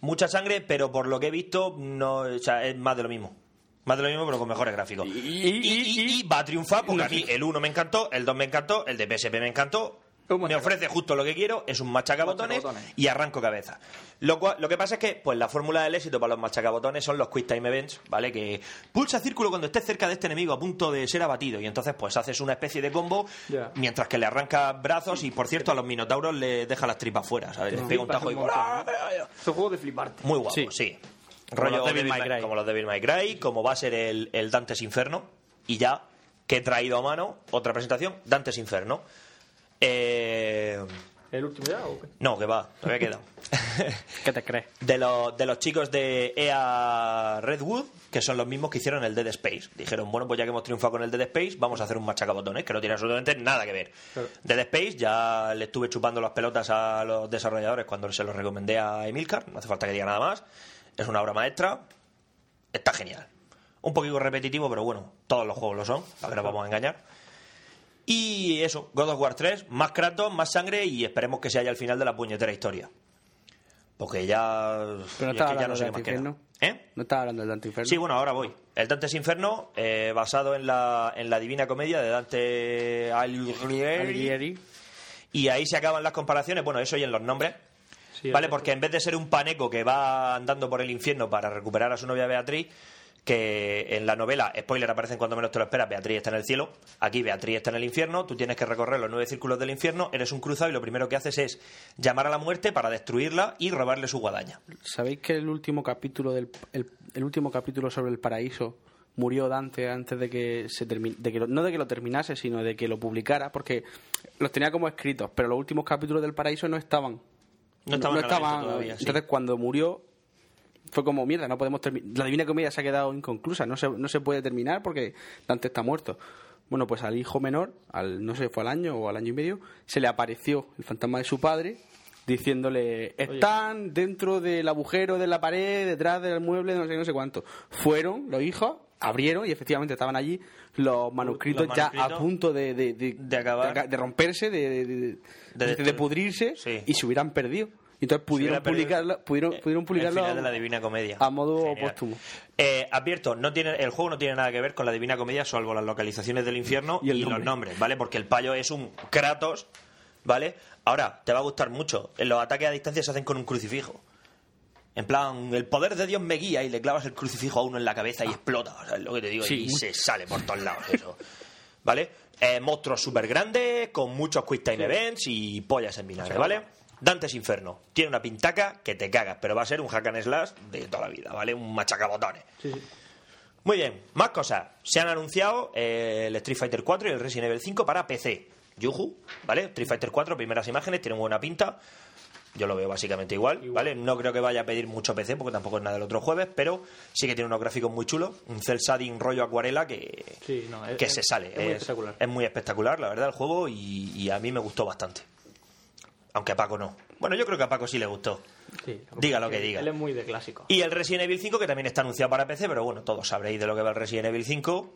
S9: Mucha sangre, pero por lo que he visto no, o sea, es más de lo mismo. Más de lo mismo, pero con mejores gráficos. Y, y- y va a triunfar porque a mí el 1 me encantó, el 2 me encantó, el de PSP me encantó. Me ofrece justo lo que quiero, es un machacabotones
S7: Machacabotones.
S9: y arranco cabeza. Lo, cual- lo que pasa es que pues la fórmula del éxito para los machacabotones son los quick time events, ¿vale? Que pulsa círculo cuando estés cerca de este enemigo a punto de ser abatido y entonces pues haces una especie de combo
S7: Ya.
S9: mientras que le arranca brazos y por cierto a los minotauros le deja las tripas fuera, ¿sabes? Les pega un tajo y
S7: Es un juego de fliparte.
S9: muy guapo, sí.
S7: Como
S9: Rollo
S7: los Devil
S9: Devil
S7: May
S9: May-
S7: Cry.
S9: como los Devil May Cry, como va a ser el, el Dantes Inferno. Y ya, que he traído a mano otra presentación, Dantes Inferno. Eh,
S7: ¿El último ya o qué?
S9: no, que va, todavía queda.
S8: ¿Qué te crees?
S9: De los, de los chicos de EA Redwood, que son los mismos que hicieron el Dead Space. Dijeron, bueno, pues ya que hemos triunfado con el Dead Space, vamos a hacer un machacabotones, que no tiene absolutamente nada que ver. Dead Space, ya le estuve chupando las pelotas a los desarrolladores cuando se los recomendé a Emilcar, no hace falta que diga nada más. Es una obra maestra, está genial. Un poquito repetitivo, pero bueno, todos los juegos lo son, para que nos vamos a engañar. Y eso, God of War 3, más Kratos, más sangre y esperemos que sea ya el final de la puñetera historia. Porque ya.
S8: Pero no
S9: es que
S8: estaba
S9: ya
S8: hablando
S9: no sé
S8: del
S9: qué más
S8: Dante
S9: queda.
S8: Inferno.
S9: ¿Eh?
S8: No estaba hablando del Dante Inferno.
S9: Sí, bueno, ahora voy. El Dante's Inferno, eh, basado en la, en la Divina Comedia de Dante Alighieri. Y ahí se acaban las comparaciones, bueno, eso y en los nombres. vale, porque en vez de ser un paneco que va andando por el infierno para recuperar a su novia Beatriz, que en la novela, spoiler, aparecen cuando menos te lo esperas, Beatriz está en el cielo, aquí Beatriz está en el infierno, tú tienes que recorrer los nueve círculos del infierno, eres un cruzado y lo primero que haces es llamar a la muerte para destruirla y robarle su guadaña.
S8: ¿Sabéis que el último capítulo del el, el último capítulo sobre el paraíso murió Dante antes de que se termine, de que lo- no de que lo terminase, sino de que lo publicara porque los tenía como escritos, pero los últimos capítulos del paraíso no estaban.
S9: No estaban en la lista todavía, sí.
S8: Entonces cuando murió fue como mierda, no podemos terminar. La Divina Comedia se ha quedado inconclusa, no se, no se puede terminar porque Dante está muerto. Bueno, pues al hijo menor, al no sé, fue al año o al año y medio, se le apareció el fantasma de su padre diciéndole, están dentro del agujero de la pared, detrás del mueble, no sé, no sé cuánto. Fueron los hijos, abrieron y efectivamente estaban allí los manuscritos, ya a
S9: manuscritos.
S8: punto de, de, de-
S9: acabar.
S8: de aca- de romperse, de, de- de- de- de pudrirse y se hubieran perdido. Entonces pudieron
S9: hubiera perdido
S8: publicarlo, pudieron, pudieron publicarlo
S9: Eh, el final
S8: a-
S9: de la Divina Comedia.
S8: a modo
S9: Genial.
S8: póstumo.
S9: Eh, advierto, no tiene, el juego no tiene nada que ver con la Divina Comedia, salvo las localizaciones del infierno y,
S8: el
S9: los
S8: nombre.
S9: nombres, ¿vale? Porque el payo es un Kratos, ¿vale? Ahora, te va a gustar mucho. En Los ataques a distancia se hacen con un crucifijo. En plan, el poder de Dios me guía y le clavas el crucifijo a uno en la cabeza y explota. O sea, es lo que te digo.
S8: Ah. Sí,
S9: y
S8: muy-
S9: se sale por todos lados eso. ¿Vale? Eh, monstruos súper grandes, con muchos quick time events y pollas en vinagre, ¿vale? Dantes Inferno. Tiene una pintaca que te cagas, pero va a ser un hack and slash de toda la vida, ¿vale? Un machacabotones. Muy bien, más cosas. Se han anunciado eh, el Street Fighter 4 y el Resident Evil 5 para PC. Yuhu, ¿vale? Street Fighter 4, primeras imágenes, tienen buena pinta. Yo lo veo básicamente igual, ¿vale? No creo que vaya a pedir mucho PC porque tampoco es nada del otro jueves, pero sí que tiene unos gráficos muy chulos, un cel shading rollo acuarela que,
S7: Sí, no, es-
S9: que
S7: es-
S9: se sale.
S7: es muy espectacular.
S9: es muy espectacular, la verdad, el juego y, y a mí me gustó bastante. Aunque a Paco no. Bueno, yo creo que a Paco sí le gustó. Diga lo que diga.
S7: Él es muy de clásico.
S9: Y el Resident Evil 5, que también está anunciado para PC, pero bueno, todos sabréis de lo que va el Resident Evil 5.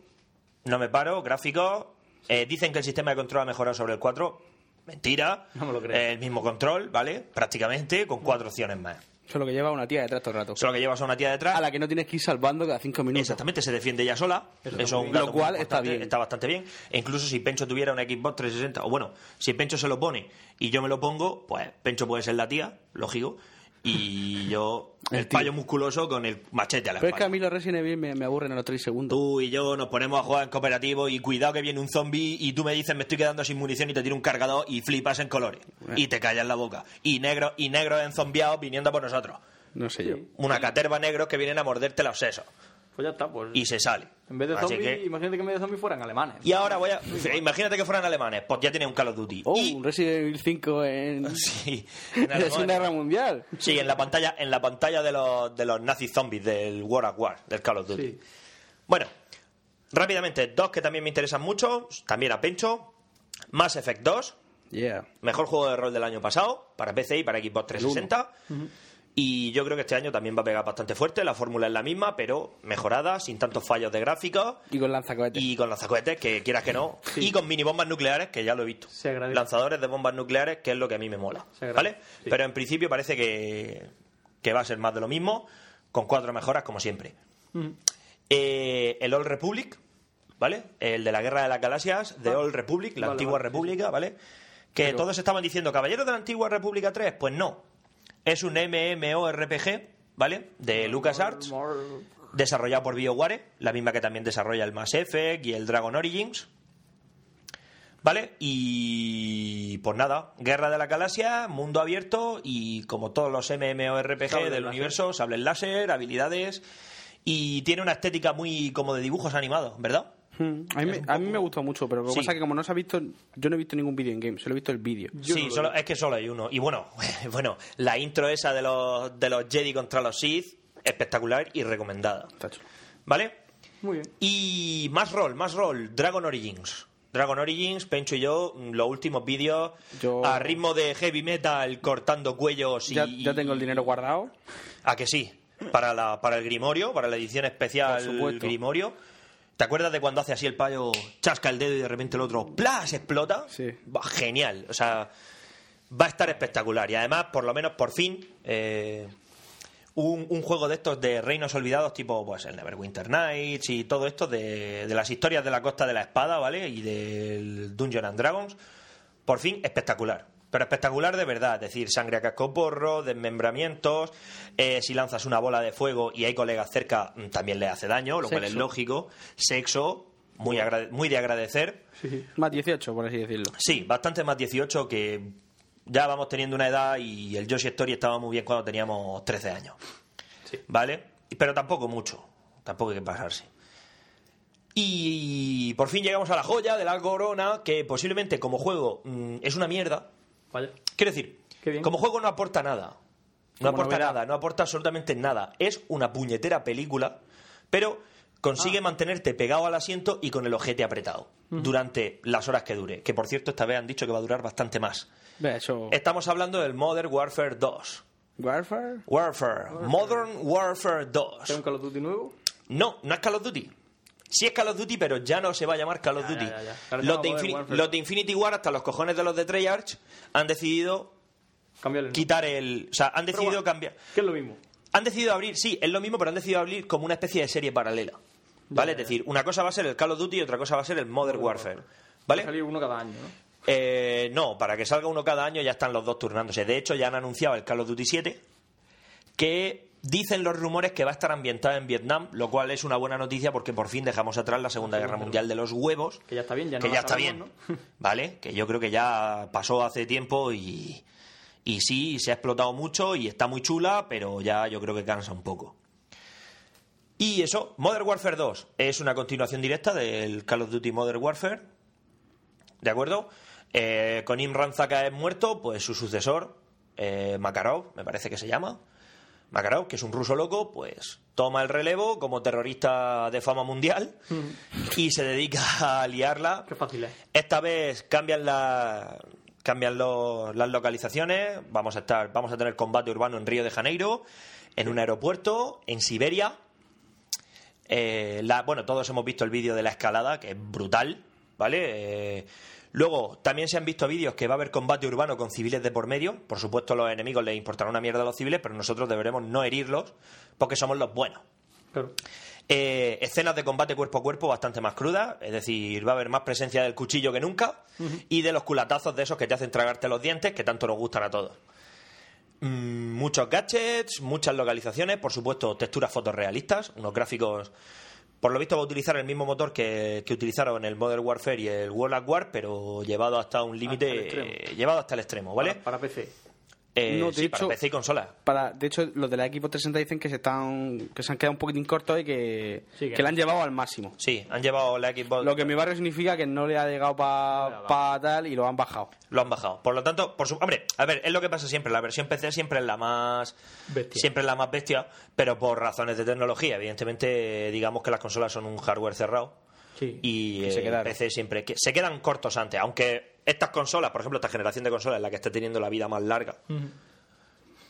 S9: No me paro, gráficos. Eh, dicen que el sistema de control ha mejorado sobre el 4. Mentira.
S17: No me lo creo.
S9: Eh, el mismo control, ¿vale? Prácticamente, con cuatro opciones más.
S17: Solo que lleva una tía detrás todo el rato.
S9: Solo que llevas a una tía detrás.
S17: A la que no tienes que ir salvando cada cinco minutos.
S9: Exactamente, se defiende ella sola. Eso,
S17: está
S9: es
S17: muy
S9: un
S17: bien.
S9: dato
S17: Lo cual
S9: muy
S17: está
S9: importante,
S17: bien.
S9: Está bastante bien. E incluso si Pencho tuviera una Xbox 360, o bueno, si Pencho se lo pone y yo me lo pongo, pues Pencho puede ser la tía, lógico, y yo el, payo musculoso con el machete a la
S17: Pero es que
S9: espalda.
S17: a mí los Resident Evil me, me aburren a los tres segundos.
S9: Tú y yo nos ponemos a jugar en cooperativo y cuidado que viene un zombie y tú me dices me estoy quedando sin munición y te tiro un cargador y flipas en colores y te callas la boca. Y negros y negros enzombiados viniendo por nosotros.
S17: No sé yo.
S9: Una caterva negros que vienen a morderte los sesos.
S7: Pues ya está, pues.
S9: Y se sale.
S7: En vez de
S9: Así
S7: zombies,
S9: que-
S7: imagínate que en vez de zombies fueran alemanes.
S9: Y ahora voy a. Imagínate que fueran alemanes, pues ya tiene un Call of Duty.
S17: Oh, un Resident Evil 5 en...
S9: Sí.
S17: en la Segunda Guerra Mundial.
S9: Sí, en la pantalla, en la pantalla de los, de los nazi zombies del War at War, del Call of Duty. Bueno, rápidamente, dos que también me interesan mucho, también a Pencho. Mass Effect 2,
S17: Yeah.
S9: mejor juego de rol del año pasado, para PC y para Xbox 360. Y yo creo que este año también va a pegar bastante fuerte. La fórmula es la misma, pero mejorada, sin tantos fallos de gráficos.
S17: Y con lanzacohetes.
S9: Y con lanzacohetes, que quieras que no. Y con mini bombas nucleares, que ya lo he visto. Lanzadores de bombas nucleares, que es lo que a mí me mola. ¿Vale? Pero en principio parece que, que va a ser más de lo mismo, con cuatro mejoras, como siempre.
S17: Mm.
S9: Eh, el Old Republic, ¿vale? El de la Guerra de las Galaxias, de Old Republic,
S17: Ah.
S9: la
S17: Vale,
S9: antigua
S17: vale, sí,
S9: República, ¿vale? Que
S17: Pero-
S9: todos estaban diciendo, ¿Caballero de la antigua República 3? Pues no. Es un MMORPG, ¿vale? De
S17: Ah,
S9: LucasArts, desarrollado por BioWare, la misma que también desarrolla el Mass Effect y el Dragon Origins. ¿Vale? Y pues nada, Guerra de la Galaxia, mundo abierto y como todos los MMORPG
S7: Sable
S9: del
S7: láser.
S9: universo, sable láser, habilidades y tiene una estética muy como de dibujos animados, ¿verdad?
S17: Hmm. A mí, me, a mí me gustó mucho, pero lo que
S9: Sí.
S17: pasa es que como no se ha visto, yo no he visto ningún vídeo en game, solo he visto el vídeo.
S9: sí, solo- es que solo hay uno. Y bueno, bueno, la intro esa de los, de los Jedi contra los Sith, espectacular y recomendada. ¿Vale?
S7: Muy bien.
S9: Y más rol, más rol, Dragon Origins. Dragon Origins, Pencho y yo, mm, los últimos vídeos
S17: Yo-
S9: a ritmo de heavy metal, cortando cuellos y...
S17: Ya, ya tengo el dinero guardado.
S9: ¿A que sí? Para, la, para el Grimorio, para la edición especial
S17: Por supuesto.
S9: Grimorio. ¿Te acuerdas de cuando hace así el payo, chasca el dedo y de repente el otro ¡plas! explota? Sí. genial. O sea, va a estar espectacular. Y además, por lo menos, por fin, eh, un, un juego de estos de reinos olvidados, tipo pues el Neverwinter Nights y todo esto de, de las historias de la Costa de la Espada, ¿vale? Y del Dungeon and Dragons. Por fin, espectacular. Pero espectacular de verdad, es decir, sangre a cascoporro, desmembramientos, eh, si lanzas una bola de fuego y hay colegas cerca, mm, también le hace daño, lo cual es
S17: Sexo.
S9: lógico. Sexo, muy, agrade- muy de agradecer.
S17: Más 18, por así decirlo.
S9: Sí, bastante más 18 que ya vamos teniendo una edad y el Yoshi Story estaba muy bien cuando teníamos 13 años. ¿Vale? Pero tampoco mucho. Tampoco hay que pasarse. Y por fin llegamos a la joya de la corona, que posiblemente como juego mm, es una mierda. Quiero decir, como juego no aporta nada. No
S17: Como
S9: aporta
S17: novedad.
S9: nada, no aporta absolutamente nada. Es una puñetera película, pero
S7: Ah.
S9: consigue mantenerte pegado al asiento y con el ojete apretado
S17: Ujú.
S9: durante las horas que dure. Que por cierto, esta vez han dicho que va a durar bastante más.
S17: Ve,
S7: Oh.
S17: eso.
S9: Estamos hablando del Modern Warfare 2.
S17: Warfare.
S9: Warfare.
S7: Oh,
S9: Modern Warfare 2.
S7: ¿Es un Call of Duty nuevo?
S9: No, no es Call of Duty. Sí es Call of Duty, pero ya no se va a llamar Call of
S7: Ya,
S9: Duty.
S7: ya, ya, ya.
S9: Los, de
S7: Modern
S9: Infini-
S7: Warfare.
S9: los de Infinity War, hasta los cojones de los de Treyarch, han decidido quitar el... O sea, han decidido cambiar...
S7: ¿Qué es lo mismo?
S9: Han decidido abrir, sí, es lo mismo, pero han decidido abrir como una especie de serie paralela. ¿Vale? Es decir, una cosa va a ser el Call of Duty y otra cosa va a ser el Modern, Warfare. ¿Vale?
S7: salir uno cada año, ¿no?
S9: Eh, no, para que salga uno cada año ya están los dos turnándose. De hecho, ya han anunciado el Call of Duty 7, que dicen los rumores que va a estar ambientada en Vietnam, lo cual es una buena noticia porque por fin dejamos atrás la Segunda Guerra Mundial de los huevos,
S7: Que ya está bien, ya no
S9: que
S7: la
S9: ya está bien,
S7: sabemos,
S9: ¿vale? Que yo creo que ya pasó hace tiempo y, y sí, se ha explotado mucho y está muy chula, pero ya yo creo que cansa un poco. Y eso, Modern Warfare 2 es una continuación directa del Call of Duty Modern Warfare. ¿De acuerdo? Eh, con Imran Zaka es muerto, pues su sucesor, eh, Makarov, me parece que se llama. Makarov, que es un ruso loco, pues toma el relevo como terrorista de fama mundial y se dedica a liarla.
S19: Qué fácil es.
S9: Esta vez cambian la- cambian los- las localizaciones. Vamos a estar, vamos a tener combate urbano en Río de Janeiro, en un aeropuerto, en Siberia. Eh, la- bueno, todos hemos visto el vídeo de la escalada, que es brutal, ¿vale? Eh, luego, también se han visto vídeos que va a haber combate urbano con civiles de por medio. Por supuesto, a los enemigos les importará una mierda a los civiles, pero nosotros deberemos no herirlos porque somos los buenos. Eh, escenas de combate cuerpo a cuerpo bastante más crudas, es decir, va a haber más presencia del cuchillo que nunca y de los culatazos de esos que te hacen tragarte los dientes que tanto nos gustan a todos. Mm, muchos gadgets, muchas localizaciones, por supuesto, texturas fotorrealistas, unos gráficos. Por lo visto, va a utilizar el mismo motor que, que utilizaron en el Modern Warfare y el World at War, pero llevado hasta un
S19: el
S9: límite,
S19: extremo.
S9: llevado hasta el extremo, ¿vale?
S19: Para, para PC.
S9: Eh,
S8: No, de
S9: sí, para
S8: hecho-
S9: PC y consola.
S8: Para, de hecho, los de la Xbox 360 dicen que se están que se han quedado un poquitín cortos y que,
S9: Sí, que-
S8: que la han llevado al máximo.
S9: Sí, han llevado la Xbox.
S8: Lo que en mi barrio significa que no le ha llegado para tal y lo han bajado.
S9: Lo han bajado. Por lo tanto, por su... hombre, a ver, es lo que pasa siempre. La versión PC siempre es la más siempre es la más bestia, pero por razones de tecnología. Evidentemente, digamos que las consolas son un hardware cerrado. Y
S8: Que
S9: eh,
S8: se quedaron.
S9: PC siempre que se quedan cortos antes, aunque estas consolas, por ejemplo, esta generación de consolas es la que está teniendo la vida más larga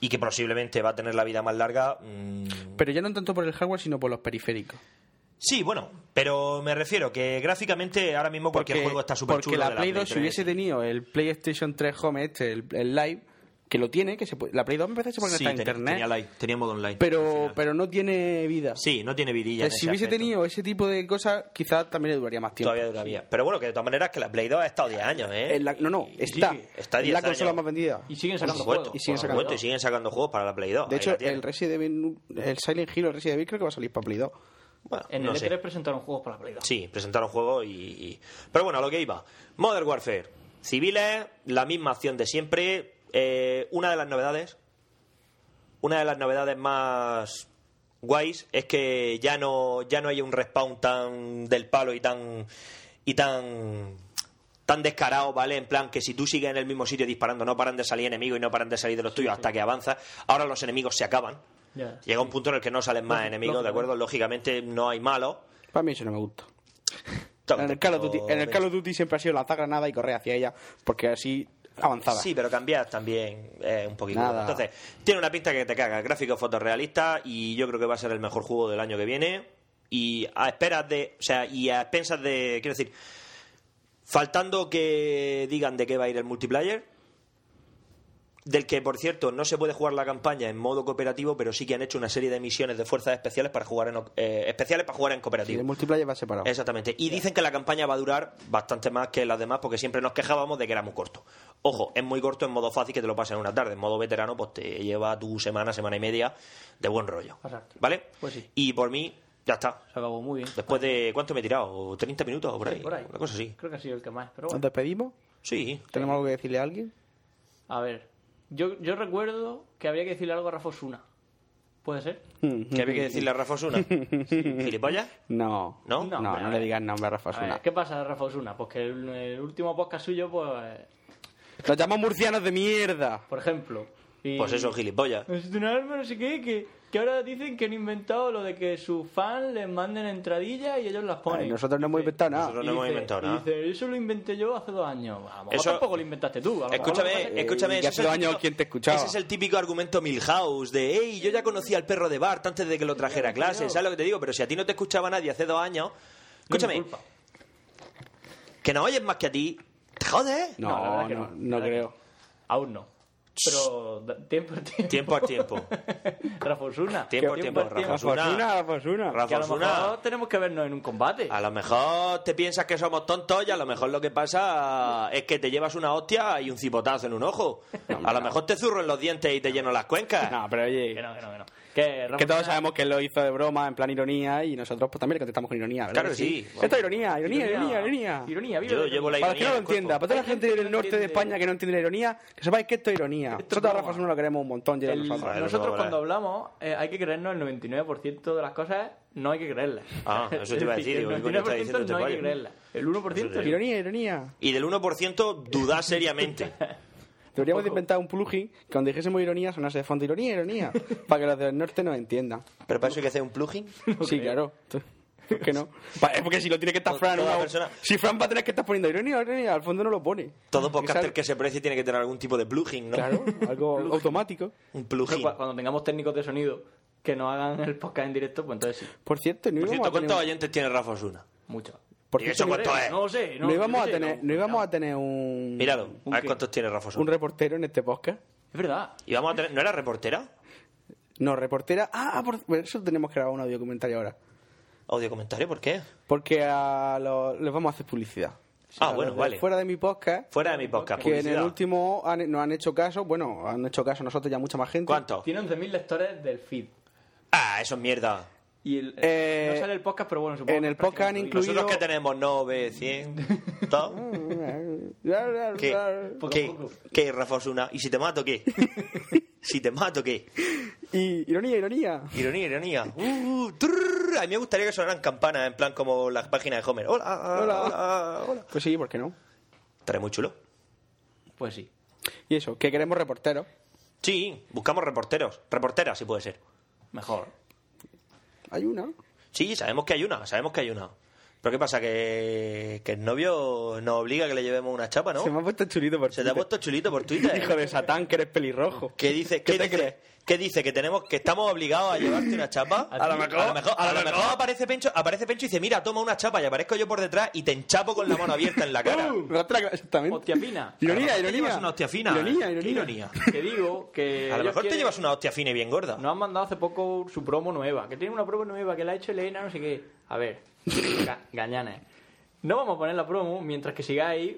S9: y que posiblemente va a tener la vida más larga. mm,
S8: Pero ya no tanto por el hardware, sino por los periféricos.
S9: Sí, bueno, pero me refiero que gráficamente ahora mismo cualquier
S8: Porque-
S9: juego está súper chulo.
S8: Porque la Play 2, si hubiese tenido el PlayStation 3 Home, este, el, el Live, que lo tiene, que se puede- la Play 2 me parece que se puede
S9: sí,
S8: conectar a
S9: tenía,
S8: internet.
S9: tenía live, tenía modo online.
S8: pero, pero no tiene vida.
S9: Sí, no tiene vidilla. en
S8: si
S9: ese
S8: hubiese
S9: aspecto.
S8: tenido ese tipo de cosas, quizás también le duraría más tiempo.
S9: Todavía duraría. Pero bueno, que de todas maneras que la Play 2 ha estado 10 años, ¿eh?
S8: En la- no, no,
S9: Y
S8: está.
S9: sigue, está
S8: Es
S9: 10
S8: la consola
S9: años.
S8: más vendida. Y siguen
S9: Por supuesto,
S8: Y siguen
S9: por
S8: sacando
S9: supuesto, y siguen sacando juegos para la Play 2.
S8: De
S9: Ahí la
S8: hecho,
S9: tienes.
S8: el Resident Evil, el Silent Hill o el Resident Evil creo que va a salir para Play 2.
S7: En
S9: no
S7: el E
S9: sé.
S7: E3 presentaron juegos para la Play dos.
S9: Sí, presentaron juegos y, y- Pero bueno, a lo que iba. Modern Warfare. Civiles, la misma acción de siempre. Eh, una de las novedades. Una de las novedades más guays es que ya no, ya no hay un respawn tan del palo y tan. y tan. tan descarado, ¿vale? En plan que si tú sigues en el mismo sitio disparando, no paran de salir enemigos y no paran de salir de los tuyos hasta que avanzas. Ahora los enemigos se acaban.
S19: Ya.
S9: Llega un punto en el que no salen más
S8: Lógico,
S9: enemigos, ¿de
S8: lógico.
S9: acuerdo? Lógicamente no hay malos.
S8: Para mí eso no me gusta.
S9: Toma,
S8: En el
S9: te
S8: Call of
S9: pido
S8: Duty, en el
S9: menos.
S8: Call of Duty siempre ha sido lanzar granada y correr hacia ella, porque así avanzaba.
S9: Sí, pero cambiar también eh, un poquito.
S8: Nada.
S9: Entonces, tiene una pinta que te caga. Gráfico fotorrealista y yo creo que va a ser el mejor juego del año que viene. Y a esperas de. O sea, y a expensas de. Quiero decir, faltando que digan de qué va a ir el multiplayer. Del que, por cierto, no se puede jugar la campaña en modo cooperativo, pero sí que han hecho una serie de misiones de fuerzas especiales para jugar en, o- eh, especiales para jugar en
S8: Sí,
S9: cooperativo.
S8: el multiplayer va separado.
S9: Exactamente. Y dicen que la campaña va a durar bastante más que las demás porque siempre nos quejábamos de que era muy corto. Ojo, es muy corto en modo fácil que te lo pasen en una tarde. En modo veterano, pues te lleva tu semana, semana y media de buen rollo.
S7: Exacto.
S9: ¿Vale?
S7: Pues sí.
S9: Y por mí, ya está.
S7: Se acabó muy bien.
S9: Después de. ¿Cuánto me he tirado? ¿30 minutos o por
S7: Sí,
S9: ahí?
S7: por ahí.
S9: Una cosa así.
S7: Creo que ha sido el que más, pero
S8: ¿Nos
S7: bueno.
S8: despedimos?
S9: Sí.
S8: ¿Tenemos algo que decirle a alguien?
S7: A ver, yo, yo recuerdo que había que decirle algo a Rafa Osuna. ¿Puede ser?
S9: ¿Qué había que decirle a Rafa Osuna? ¿Gilipollas?
S8: No.
S9: ¿No?
S8: No, no, le digas nombre a Rafa
S7: A ver,
S8: Osuna.
S7: ¿Qué pasa, Rafa Osuna? Pues que el, el último podcast suyo, pues,
S8: Los llaman murcianos de mierda.
S7: por ejemplo. y-
S9: Pues eso, gilipollas.
S7: Necesito un arma, no sé qué, que, que ahora dicen que han inventado lo de que sus fans les manden entradillas y ellos las ponen.
S8: Ay, nosotros no hemos inventado nada.
S9: Nosotros no hemos inventado nada.
S7: Dice, eso lo inventé yo hace dos años. A lo mejor
S9: Eso-
S7: tampoco lo inventaste tú. a lo mejor lo que pasa es
S9: Escúchame, Eh,
S7: que-
S9: escúchame. ese es el típico-
S8: te escuchaba.
S9: Ese es el típico argumento Milhouse de, hey, yo ya conocía al perro de Bart antes de que lo trajera a clase, ¿sabes lo que te digo? Pero si a ti no te escuchaba nadie hace dos años, escúchame, que no oyes más que a ti, te jodes.
S8: No, No, la verdad que no, no, no
S7: la verdad
S8: creo.
S7: que- Aún no. Pero da- tiempo al tiempo.
S9: Tiempo al tiempo.
S7: Rafa Osuna.
S9: Tiempo al tiempo, Rafa Osuna.
S8: Rafa Osuna.
S9: Rafa
S7: Que a lo
S9: Osuna.
S7: mejor tenemos que vernos en un combate.
S9: A lo mejor te piensas que somos tontos y a lo mejor lo que pasa es que te llevas una hostia y un cipotazo en un ojo. A lo mejor te zurro en los dientes y te lleno las cuencas.
S8: No, pero oye.
S7: Que no, que no, que no.
S8: que todos sabemos que él lo hizo de broma, en plan ironía, y nosotros pues también le contestamos con ironía, ¿verdad?
S9: Claro que sí.
S8: Esto es ironía, ironía,
S9: Ironía.
S8: ironía, ironía.
S9: Ironía, vive Yo la llevo la
S8: Para
S9: ironía
S8: que no
S9: en
S8: lo
S9: el cuerpo.
S8: entienda, para toda la
S9: Hay
S8: gente
S9: gente que
S8: del
S9: no
S8: norte de
S9: entiende.
S8: España que no entiende la ironía, que sepáis que esto es ironía. Nosotros a Rafa Suárez lo queremos un montón, y a
S7: El-
S8: nosotros.
S7: nosotros cuando hablamos eh, hay que creernos el 99% de las cosas, no hay que creerlas.
S9: Ah, eso te iba a
S7: Es
S9: decir, digo,
S7: El
S9: ¿qué coño está
S7: 99%
S9: diciendo este
S7: no hay que
S9: payo?
S7: creerlas. El 1% sí.
S8: Ironía, ironía.
S9: Y del 1% dudar seriamente.
S8: Deberíamos de inventar un plugin que cuando dijésemos ironía sonase de fondo ironía, ironía, para que los del norte nos entiendan.
S20: ¿Pero para eso hay que hacer un plugin?
S8: Sí, claro. Tú- ¿Por qué no? Pa- es porque si lo tiene que estar Fran,
S9: toda
S8: una-
S9: persona-
S8: si Fran va a tener que estar poniendo ironía, ironía, al fondo no lo pone.
S9: Todo podcaster que se precie tiene que tener algún tipo de plugin, ¿no?
S8: Claro, algo automático.
S9: Un
S7: Pero cua- Cuando tengamos técnicos de sonido que nos hagan el podcast en directo, pues entonces sí.
S8: Por cierto, no
S9: Por
S8: íbamos
S9: cierto,
S8: a tener
S9: ¿cuántos
S8: un-
S9: oyentes tiene Rafa Osuna?
S7: Muchos.
S8: Por
S9: ¿Y
S8: cierto,
S9: eso cuánto
S7: creo,
S9: es?
S7: no lo sé, no,
S8: no
S7: yo qué
S8: íbamos a
S7: sé,
S8: tener,
S7: no.
S8: no íbamos a tener un
S9: Míralo, a ver
S8: qué?
S9: cuántos tiene Rafa
S8: un
S9: Osuna.
S8: reportero en este podcast.
S7: Es verdad.
S9: Y vamos a tener... ¿No era reportera?
S8: No, reportera. Ah, por por eso tenemos que grabar un audio comentario ahora.
S9: ¿Audio comentario? ¿Por qué?
S8: Porque a los- les vamos a hacer publicidad.
S9: Ah,
S8: O sea,
S9: bueno,
S8: los de
S9: vale.
S8: Fuera de mi podcast.
S9: Fuera de mi podcast.
S8: Que en el
S9: publicidad.
S8: último han- nos han hecho caso, bueno, han hecho caso nosotros ya mucha más gente.
S9: ¿Cuántos?
S7: Tiene 11.000 lectores del feed.
S9: Ah, eso es mierda.
S7: Y el,
S8: Eh,
S7: no sale el podcast, pero bueno, supongo
S8: en
S7: que
S8: el podcast han
S7: prácticamente
S8: incluido...
S9: Nosotros que tenemos 9, 100, todo.
S8: Mm,
S9: ¿Qué? ¿Qué? ¿Qué, Rafa Osuna? ¿Y si te mato qué? ¿Si te mato qué?
S8: Y ironía, ironía.
S9: Ironía, ironía. Uh, uh, trrr. a mí me gustaría que sonaran campanas, en plan como las páginas de Homer. Hola, ah,
S8: Hola.
S9: hola, hola.
S8: Pues sí, ¿por qué no?
S9: Estaría muy chulo.
S7: Pues sí.
S8: Y eso, que queremos reporteros.
S9: Sí, buscamos reporteros. Reporteras, si puede ser.
S7: Mejor.
S8: Hay una.
S9: Sí, sabemos que hay una, sabemos que hay una. Pero ¿qué pasa? Que, que el novio nos obliga a que le llevemos una chapa, ¿no?
S8: Se me ha puesto chulito por
S9: Se te ha puesto chulito por Twitter.
S8: Hijo de Satán, que eres pelirrojo.
S9: ¿Qué dice? ¿Qué, dice? ¿Qué dice? ¿Que tenemos, que estamos obligados a llevarte una chapa?
S8: A lo mejor,
S9: a lo mejor,
S8: a lo
S9: a lo mejor aparece Pencho, aparece Pencho y dice, mira, toma una chapa y aparezco yo por detrás y te enchapo con la mano abierta en la cara.
S8: Exactamente.
S7: Hostia fina.
S9: A
S8: Ironía,
S9: lo mejor te
S8: ironía.
S9: llevas una hostia fina.
S8: Ironía,
S9: ¿eh?
S8: ironía. Eh,
S9: Qué ironía.
S7: Que digo que...
S9: A lo
S7: ellos
S9: mejor te
S7: quieren-
S9: llevas una hostia fina y bien gorda.
S7: Nos han mandado hace poco su promo nueva, que tiene una promo nueva que la ha hecho Elena, no sé qué. A ver, ga- gañanes. No vamos a poner la promo mientras que sigáis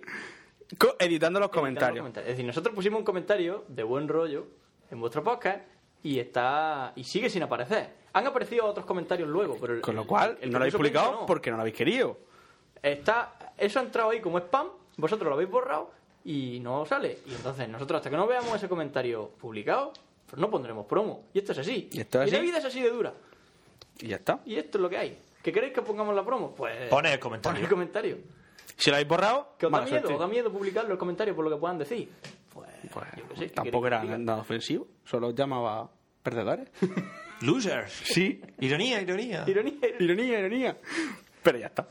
S8: Co- editando
S7: comentando
S8: los
S7: los
S8: comentarios.
S7: comentarios. Es decir, nosotros pusimos un comentario de buen rollo en vuestro podcast y está y sigue sin aparecer. Han aparecido otros comentarios luego, pero el-
S8: Con lo cual,
S7: el que
S8: no lo habéis
S7: puso
S8: publicado
S7: Pencho no.
S8: porque no lo habéis querido.
S7: Está eso ha entrado ahí como spam, vosotros lo habéis borrado y no sale. Y entonces nosotros hasta que no veamos ese comentario publicado, pues no pondremos promo. Y esto es así.
S8: Y esto es
S7: la
S8: así.
S7: vida es así de dura.
S8: Y ya está.
S7: Y esto es lo que hay. ¿Que queréis que pongamos la promo?
S8: eh,
S7: Pues.
S9: Pone el comentario.
S7: Pon el comentario.
S8: Si lo habéis borrado,
S7: Que os da
S8: mala
S7: miedo,
S8: suerte.
S7: os da miedo publicarlo en comentarios por lo que puedan decir.
S8: Pues,
S7: qué sé, ¿qué
S8: tampoco
S7: queréis
S8: era
S7: que diga?
S8: nada ofensivo. Solo llamaba perdedores.
S9: Losers.
S8: Sí.
S9: Ironía, ironía.
S7: Ironía,
S8: Ironía, ironía. Pero ya está.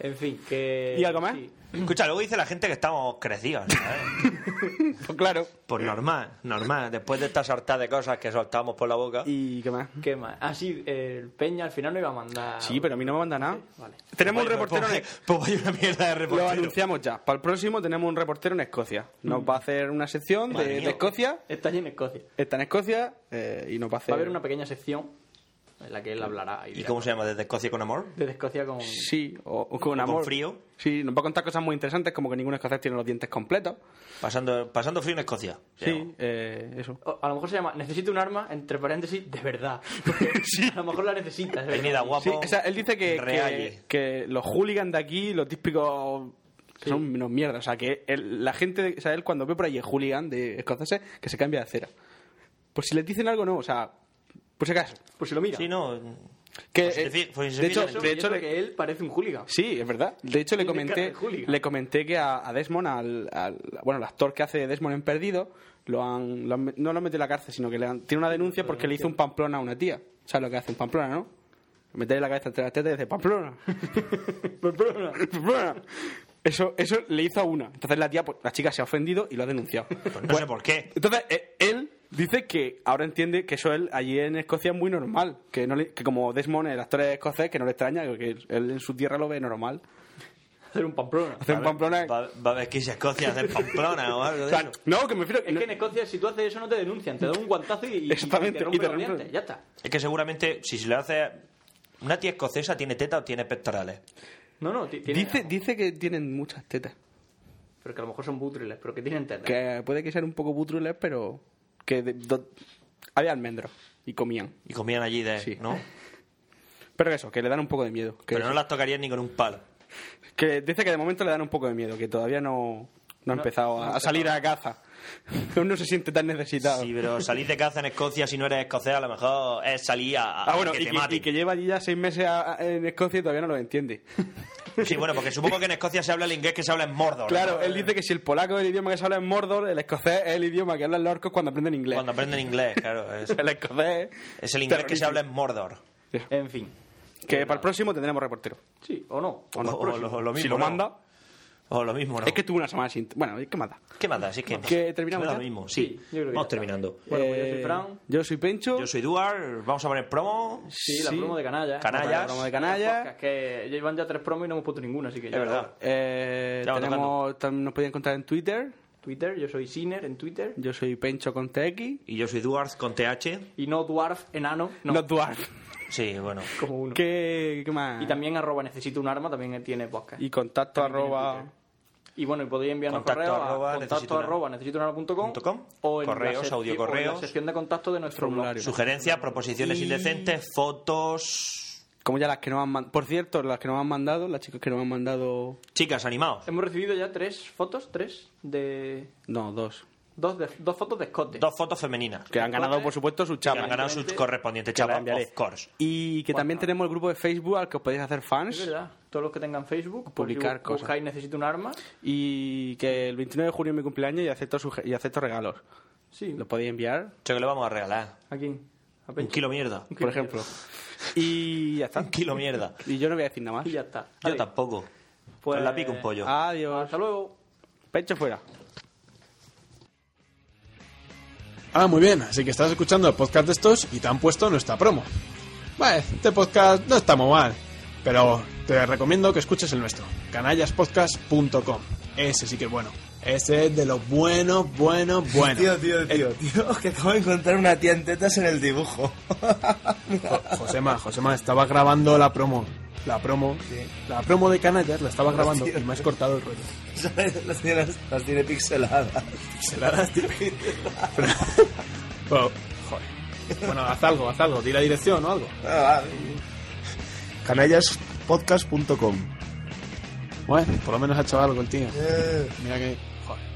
S7: En fin, que.
S8: ¿Y algo más?
S7: sí.
S9: Escucha, luego dice la gente que estamos crecidos. ¿sabes?
S8: Pues claro.
S9: Pues normal, normal. Después de esta sartá de cosas que soltamos por la boca.
S8: ¿Y qué más?
S7: ¿Qué más? Ah, sí, el Peña al final no iba a mandar.
S8: Sí, pero a mí no me manda nada.
S7: Vale.
S8: Tenemos un
S9: Pues vaya-
S8: reportero en
S9: Pues, pues vaya una mierda de reportero.
S8: Lo anunciamos ya. Para el próximo tenemos un reportero en Escocia. Nos va a hacer una sección de,
S9: Madre mía.
S8: de Escocia.
S7: Está allí en Escocia.
S8: Está en Escocia eh, y nos va a hacer...
S7: Va a haber una pequeña sección en la que él hablará.
S9: ¿Y cómo se llama? ¿Desde Escocia con amor?
S7: Desde Escocia con.
S8: Sí, o, o con
S9: ¿O
S8: amor.
S9: con frío?
S8: Sí, nos va a contar cosas muy interesantes como que ningún escocés tiene los dientes completos.
S9: Pasando, pasando frío en Escocia.
S8: Sí, eh, eso.
S7: o- A lo mejor se llama Necesito un arma, entre paréntesis, de verdad. A lo mejor la necesitas. de
S9: Venida
S7: verdad.
S9: guapo.
S8: Sí, o sea, él dice que, que,
S9: Realle.
S8: que los hooligans de aquí, los típicos... que Son unos mierdas, o sea, que él- la gente, o sea, él cuando ve por ahí el hooligan de escoceses, que se cambia de acera. Por si les dicen algo, no, o sea, por si acaso.
S7: Por si lo mira.
S9: Sí, no.
S8: Que,
S9: Pues si
S8: eh,
S9: te fi- pues si se
S8: de hecho,
S9: fijan en eso,
S8: de
S7: Y
S8: hecho
S7: eso
S8: le-
S7: que él parece un hooligan.
S8: Sí, es verdad. De hecho, le
S7: Tiene cara
S8: comenté,
S7: de hooligan.
S8: le comenté que a, a Desmond, al, al- bueno, el actor que hace de Desmond en Perdido, lo han, lo han- no lo han metido en la cárcel, sino que le han- tiene una denuncia porque le hizo un pamplona a una tía. ¿Sabes lo que hace un pamplona, no? Le mete la cabeza entre las tetas y dice, pamplona. pamplona. pamplona. Eso, eso le hizo a una. Entonces la tía, pues, la chica se ha ofendido y lo ha denunciado.
S9: Pues no sé por qué.
S8: Entonces, eh, él dice que ahora entiende que eso él allí en Escocia es muy normal. Que, no le- que como Desmond, el actor es escocés, que no le extraña, que él en su tierra lo ve normal.
S7: Hacer un pamplona.
S8: Hacer un pamplona.
S9: Va, va a ver que irse a Escocia a hacer Pamplona o algo
S8: O
S9: de
S8: sea,
S9: eso.
S8: no, que me refiero.
S7: Es que en Escocia, si tú haces eso, no te denuncian, te dan un guantazo y, y-
S8: Exactamente,
S7: y te rompen
S8: y te
S7: los
S8: rompen.
S7: dientes. Ya está.
S9: Es que seguramente, si se le hace. ¿Una tía escocesa tiene teta o tiene pectorales?
S7: No, no, ti- tiene-
S8: Dice, dice que tienen muchas tetas.
S7: Pero que a lo mejor son butriles, pero que tienen tetas.
S8: Que puede que sean un poco butrules, pero. que de- do- había almendros. y comían.
S9: Y comían allí de, ¿no?
S8: Pero eso, que le dan un poco de miedo. Que
S9: Pero no las tocarías ni con un palo.
S8: Que dice que de momento le dan un poco de miedo, que todavía no, no ha
S9: No,
S8: empezado
S9: no
S8: a,
S9: ha
S8: a salir a caza. Aún no se siente tan necesitado.
S9: Sí, pero salir de caza en Escocia, si no eres escocés, a lo mejor es salir a, a-
S8: Ah, bueno,
S9: que
S8: y
S9: te
S8: que,
S9: maten.
S8: y que lleva allí ya seis meses a- a- en Escocia y todavía no lo entiende.
S9: Sí, bueno, porque supongo que en Escocia se habla el inglés que se habla en Mordor.
S8: Claro, él dice que si el polaco es el idioma que se habla en Mordor, el escocés es el idioma que hablan los orcos cuando aprenden inglés.
S9: Cuando aprenden inglés, claro. Es,
S8: el escocés.
S9: Es el inglés que se
S8: terrorífico.
S9: habla en Mordor.
S7: En fin.
S8: Que para el próximo tendremos reportero.
S7: Sí, o no.
S8: O, no,
S9: O- o
S8: próximo.
S9: lo- o lo
S8: si
S9: mismo,
S8: lo
S9: ¿no?
S8: manda.
S9: O lo mismo, ¿no?
S8: Es que tuve una semana sin. Bueno, ¿qué más da?
S9: ¿Qué más da? Si es que,
S8: Que terminamos
S9: da lo
S8: ya.
S9: mismo, sí.
S8: yo creo que
S9: vamos
S8: ya está.
S9: terminando.
S8: Bueno, pues yo soy Eh, Fran. Yo soy Pencho.
S9: Yo soy Duar. Vamos a poner promo.
S7: Sí, la promo de canallas.
S9: Canallas.
S7: La promo de canallas. Que llevan ya tres promos y no hemos puesto ninguna, así que ya.
S8: Es verdad. Eh,
S7: Ya va
S8: tenemos, tam- nos podéis encontrar en Twitter.
S7: Twitter, yo soy Siner en Twitter.
S8: Yo soy Pencho con TX.
S9: Y yo soy Duar con TH.
S7: Y no Dwarf, enano. No,
S8: No Dwarf.
S9: Sí, bueno.
S7: Como uno.
S8: ¿Qué, qué más?
S7: Y también arroba necesito un arma, también tiene podcast.
S8: Y contacto arroba.
S7: Y bueno, y podéis enviarnos
S9: Contacto
S7: correo a
S9: arroba necesito
S7: contacto
S9: un arma.
S7: arroba necesito un arma punto com, o en
S9: Correos,
S7: la sección-
S9: audiocorreos.
S7: o en la sección de contacto de nuestro blog.
S9: Sugerencias, proposiciones
S7: Y-
S9: indecentes, fotos.
S8: Como ya las que nos han mandado. Por cierto, las que nos han mandado, las chicas que nos han mandado.
S9: Chicas, animaos.
S7: Hemos recibido ya tres fotos, tres de
S8: No, dos.
S7: dos, de- dos fotos de escote.
S9: Dos fotos femeninas.
S8: Que han ganado, por supuesto, su
S9: Que
S8: chapa.
S9: han ganado sus correspondientes
S8: Que la
S9: chapas,
S8: enviaré.
S9: of course.
S8: Y que también tenemos el grupo de Facebook al que os podéis hacer
S7: Es
S8: fans.
S7: verdad. Todos los que tengan Facebook, pues,
S8: Publicar
S7: bu-
S8: cosas.
S7: Buscáis necesito un arma.
S8: Y que el 29 de junio es mi cumpleaños y acepto, suge- y acepto regalos.
S7: Sí.
S8: ¿Los podéis enviar?
S9: Yo que le vamos a regalar.
S7: ¿A quién? A
S9: Un
S7: Pencho.
S9: kilo mierda.
S8: Por ejemplo. Y ya está. Un
S9: kilo mierda.
S8: Y yo no voy a decir nada más.
S7: Y ya está.
S9: Yo tampoco. Pues la pico un pollo.
S7: Ah,
S8: Adiós. Hasta
S7: luego.
S8: Pecho fuera.
S10: Ah, muy bien, así que estás escuchando el podcast de estos y te han puesto nuestra promo. Vale, este podcast no está muy mal, pero te recomiendo que escuches el nuestro, canallaspodcast.com. Ese sí que es bueno. Ese es de los buenos, buenos, buenos.
S5: Tío, tío, tío, tío, que acabo de encontrar una tía en tetas en el dibujo.
S10: Josema, Josema, estaba grabando la promo. La promo. La promo de Canallas la estaba grabando y me has cortado el rollo.
S5: ¿Sabes? Las tiene, las tiene pixeladas.
S10: Pixeladas, tío. Bueno, joder. Bueno, haz algo, haz algo. Di la dirección o algo.
S5: Canallaspodcast.com
S10: Bueno, por lo menos ha hecho algo el tío. Mira que... Joder.